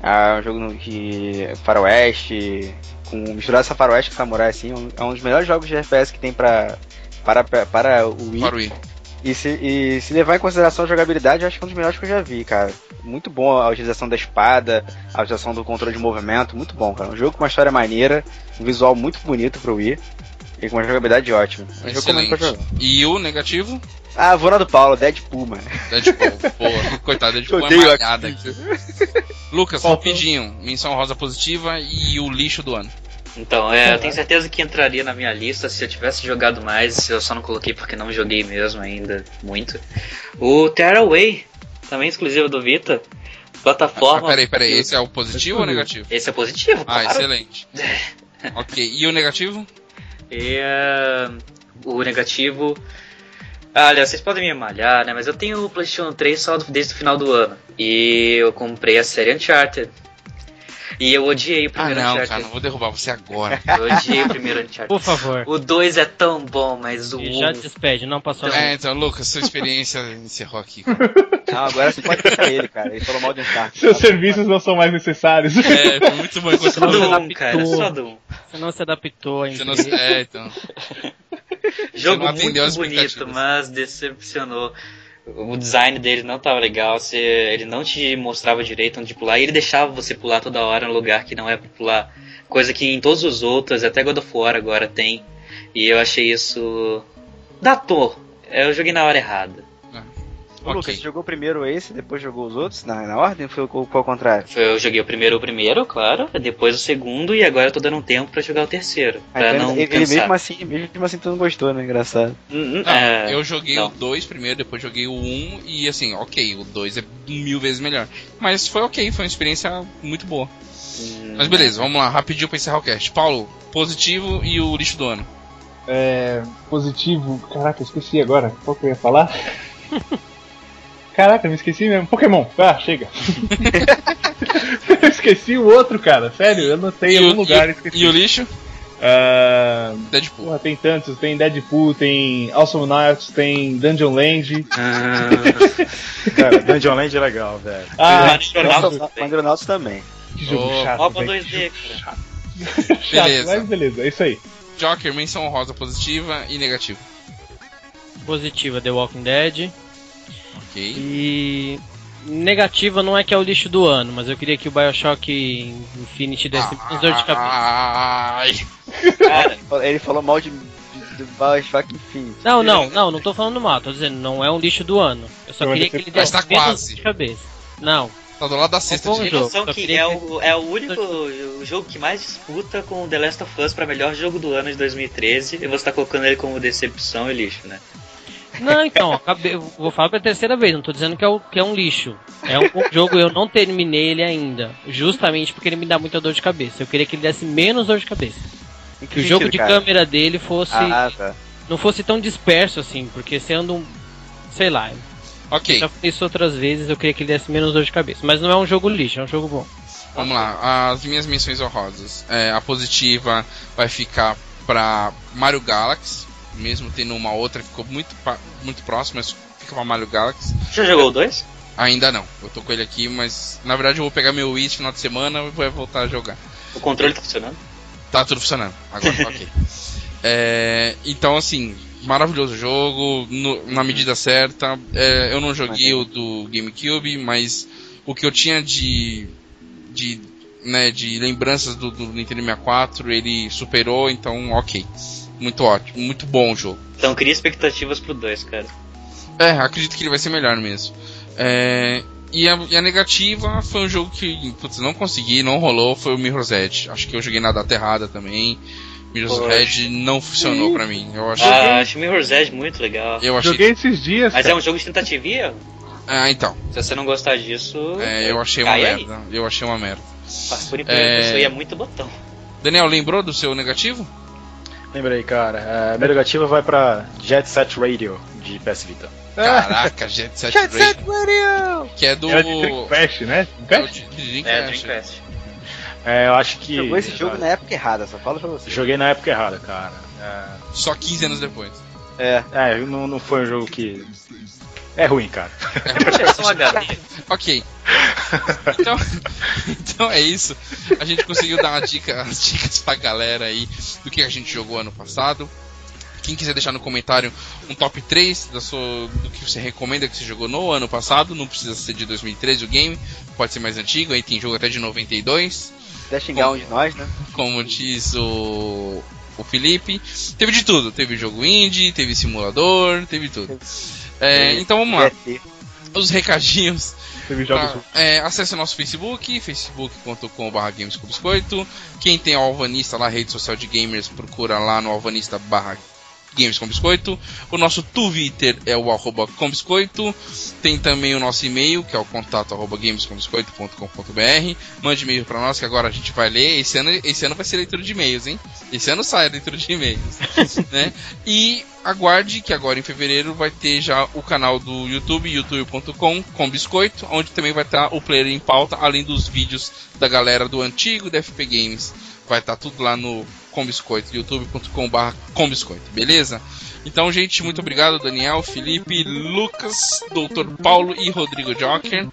É um jogo no- que é faroeste, com misturado essa faroeste com samurai, assim, um- é um dos melhores jogos de FPS que tem pra, para, para o Wii.
Para o I.
E se, e se levar em consideração a jogabilidade, eu acho que é um dos melhores que eu já vi, cara. Muito bom a utilização da espada, a utilização do controle de movimento, muito bom, cara. Um jogo com uma história maneira, um visual muito bonito pro Wii e com uma jogabilidade ótima. Eu recomendo pra
Excelente.
jogar.
E o negativo?
Ah, vou na do Paulo, Deadpool, mano.
Deadpool. Porra, coitado, Deadpool é
Odeio
malhada aqui. Lucas,
Faltou.
rapidinho, missão rosa positiva e o lixo do ano.
Então, é, eu tenho certeza que entraria na minha lista se eu tivesse jogado mais, eu só não coloquei porque não joguei mesmo ainda muito. O Tearaway, também exclusivo do Vita,
Ah,
plataforma.
peraí, peraí, esse é o positivo ou o negativo?
Esse é positivo,
Ah,
claro.
excelente. Ok, e o negativo?
E ah, o negativo. Ah, Olha, vocês podem me malhar, né? Mas eu tenho o PlayStation 3 só do- desde o final do ano. E eu comprei a série Uncharted. E eu odiei o
Ah,
primeiro
não,
Uncharted.
cara, não vou derrubar você agora.
Eu odiei o primeiro Uncharted.
Por favor.
O 2 é tão bom, mas o 1.
E já despede, não passou
É,
nada.
então, Lucas, sua experiência encerrou aqui.
Não, agora você pode deixar ele, cara. Ele falou mal de Uncharted.
Seus serviços não são mais necessários.
É, foi muito bom enquanto
Só
todo
do
mundo.
1, cara, é só do 1.
Você não se adaptou à
Você não-
empresa.
É, então.
Jogo
não atendeu
muito
as
bonito,
expectativas.
mas decepcionou. O design dele não tava legal, você, ele não te mostrava direito onde pular, e ele deixava você pular toda hora no lugar que não é pra pular. Coisa que em todos os outros, até God of War agora tem. E eu achei isso. Dator. Eu joguei na hora errada.
Ô, Lucas, você
Ok.
jogou primeiro esse, depois jogou os outros? Na, na ordem? Foi o- foi ao contrário?
Foi- Eu joguei o primeiro, o primeiro, claro, depois o segundo, e agora eu tô dando um tempo pra jogar o terceiro.
Ah,
Pra
então
não
ele, ele
cansar.
mesmo assim, mesmo assim tu não gostou, né? Engraçado.
N- n-
Não,
é,
eu joguei
não.
o 2 primeiro, depois joguei o 1 um, e assim, ok, o 2 é mil vezes melhor. Mas foi ok, foi uma experiência muito boa.
hum,
Mas beleza, vamos lá, rapidinho pra encerrar o cast. Paulo, positivo e o lixo do ano.
É, positivo. Caraca, eu esqueci agora. Qual que eu ia falar? Caraca, me esqueci mesmo. Pokémon. Ah, chega. eu esqueci o outro, cara. Sério, eu anotei
E o-
em algum lugar e
E o
esqueci.
lixo?
Ah,
Deadpool.
porra, tem tantos. Tem Deadpool, tem Awesome Knights, tem Dungeon Land.
ah,
Cara, Dungeon Land é legal, velho.
Ah,
Maneiro,
O Andronauts também.
que jogo
Oh,
chato.
Opa
velho,
2D, cara.
que jogo chato,
Beleza.
Mas beleza, é isso aí.
Joker, menção rosa positiva e negativa.
Positiva, The Walking Dead.
Ok.
E negativa não é que é o lixo do ano, mas eu queria que o Bioshock Infinity desse
Ah,
menos dor de cabeça.
Ah, Ai,
Cara,
Ele falou mal de, de, de Bioshock Infinite.
Não, não, não, não tô falando mal, tô dizendo, não é um lixo do ano. Eu só
Não é
queria que ele
decepção.
desse
Mas tá
menos
quase.
dor de cabeça. Não,
tá do lado da cesta.
bom
gente.
tem
jogo,
noção
só
que
queria
é
que-
o, é o único o jogo que mais disputa com o The Last of Us pra melhor jogo do ano de 2013 e você tá colocando ele como decepção e lixo, né?
Não, então, acabei- eu vou falar pela terceira vez, não tô dizendo que é, o- que é um lixo. É um bom jogo, eu não terminei ele ainda. Justamente porque ele me dá muita dor de cabeça. Eu queria que ele desse menos dor de cabeça.
Em
Que o jogo
sentido,
de
cara?
câmera dele fosse.
Ah, tá.
não fosse tão disperso assim, porque sendo um. Sei lá, eu
Ok,
já fiz isso outras vezes, eu queria que ele desse menos dor de cabeça. Mas não é um jogo lixo, é um jogo bom.
vamos lá. As minhas menções honrosas. É, a positiva vai ficar pra Mario Galaxy, mesmo tendo uma outra que ficou muito, pa- muito próxima, mas fica pra Mario Galaxy.
Já jogou o 2?
Ainda não, eu tô com ele aqui, mas na verdade eu vou pegar meu Wii esse final de semana e vou voltar a jogar.
O controle tá funcionando?
Tá tudo funcionando. Agora tá ok. É, então, assim, maravilhoso jogo, no- na medida certa. É, eu não joguei o do GameCube, mas o que eu tinha de. de, né, de lembranças do, do Nintendo 64, ele superou, então ok. Muito ótimo, muito bom o jogo.
Então cria expectativas pro 2, cara.
É, acredito que ele vai ser melhor mesmo. É, e, a, e a negativa foi um jogo que putz, não consegui, não rolou, foi o Mirror's Edge. Acho que eu joguei na data errada também. Mirror's
Poxa.
Edge não funcionou pra mim. Eu achei.
Ah, acho Mirror's Edge muito legal.
eu achei.
Joguei esses dias.
Mas
cara.
é um jogo de tentativa e erro.
Ah, então.
Se você não gostar disso,
É, eu achei uma
Cai aí.
merda. Eu achei uma merda.
faz por
É.
imprensa, isso aí é muito botão.
Daniel, lembrou do seu negativo?
Lembrei, cara. A minha negativa vai pra Jet Set Radio de PS Vita.
Caraca, É. Jet Set Radio. Que é do.
Era de Dreamcast, né?
É o
Dreamcast?
de
É,
Dreamcast.
Dreamcast.
É, eu acho que.
Jogou esse jogo né? na época errada, só falo pra você.
Joguei na época errada, cara. É,
Só 15 anos depois.
É.
É, não, não foi um jogo que. É ruim, cara.
Parece um HD.
Ok. Então, então é isso. A gente conseguiu dar uma dica, as dicas pra galera aí do que a gente jogou ano passado. Quem quiser deixar no comentário um top 3 da sua, do que você recomenda que você jogou no ano passado, não precisa ser de 2013 o game, pode ser mais antigo, aí tem jogo até de 92,
Até xingar um de nós, né?
como diz o, o Felipe. Teve de tudo, teve jogo indie, teve simulador, teve tudo. É, então vamos lá,
Deve ter.
os recadinhos
Teve jogos.
Tá, é, acesse o nosso Facebook, facebook.com.br games com biscoito. Quem tem o Alvanista lá, rede social de gamers, procura lá no Alvanista barra games com biscoito. O nosso Twitter é o arroba com biscoito. Tem também o nosso e-mail, que é o contato arroba gamescombiscoito.com.br. Mande e-mail pra nós que agora a gente vai ler. Esse ano, esse ano vai ser leitura de e-mails, hein? Esse ano sai a leitura de e-mails. né? E aguarde que agora em fevereiro vai ter já o canal do YouTube, youtube.com com biscoito, onde também vai estar o player em pauta, além dos vídeos da galera do antigo da FP Games. Vai estar tudo lá no com biscoito, youtube.com barra com biscoito, beleza? Então, gente, muito obrigado, Daniel, Felipe, Lucas, Dr. Paulo e Rodrigo Joker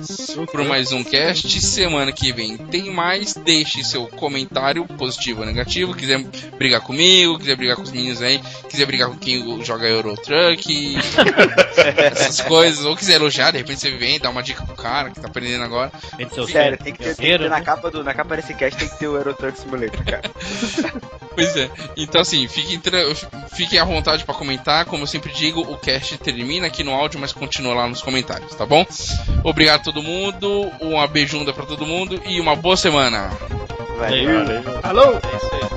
por mais um cast. Semana que vem tem mais. Deixe seu comentário, positivo ou negativo. Quiser brigar comigo, quiser brigar com os meninos aí, quiser brigar com quem joga Euro Truck, essas coisas, ou quiser elogiar, de repente você vem, dá uma dica pro cara que tá aprendendo agora.
Edição
Sério, tem que ter, tem que ter
Guerreiro, né?
na capa do. Na capa desse cast tem que ter o Euro Truck Simulator, cara.
Pois é. Então, assim, fiquem, tra- fiquem à vontade pra comentar. Como eu sempre digo, o cast termina aqui no áudio, mas continua lá nos comentários, tá bom? Obrigado a todo mundo, uma beijunda pra todo mundo e uma boa semana.
Vai.
Valeu.
Alô?
É isso aí.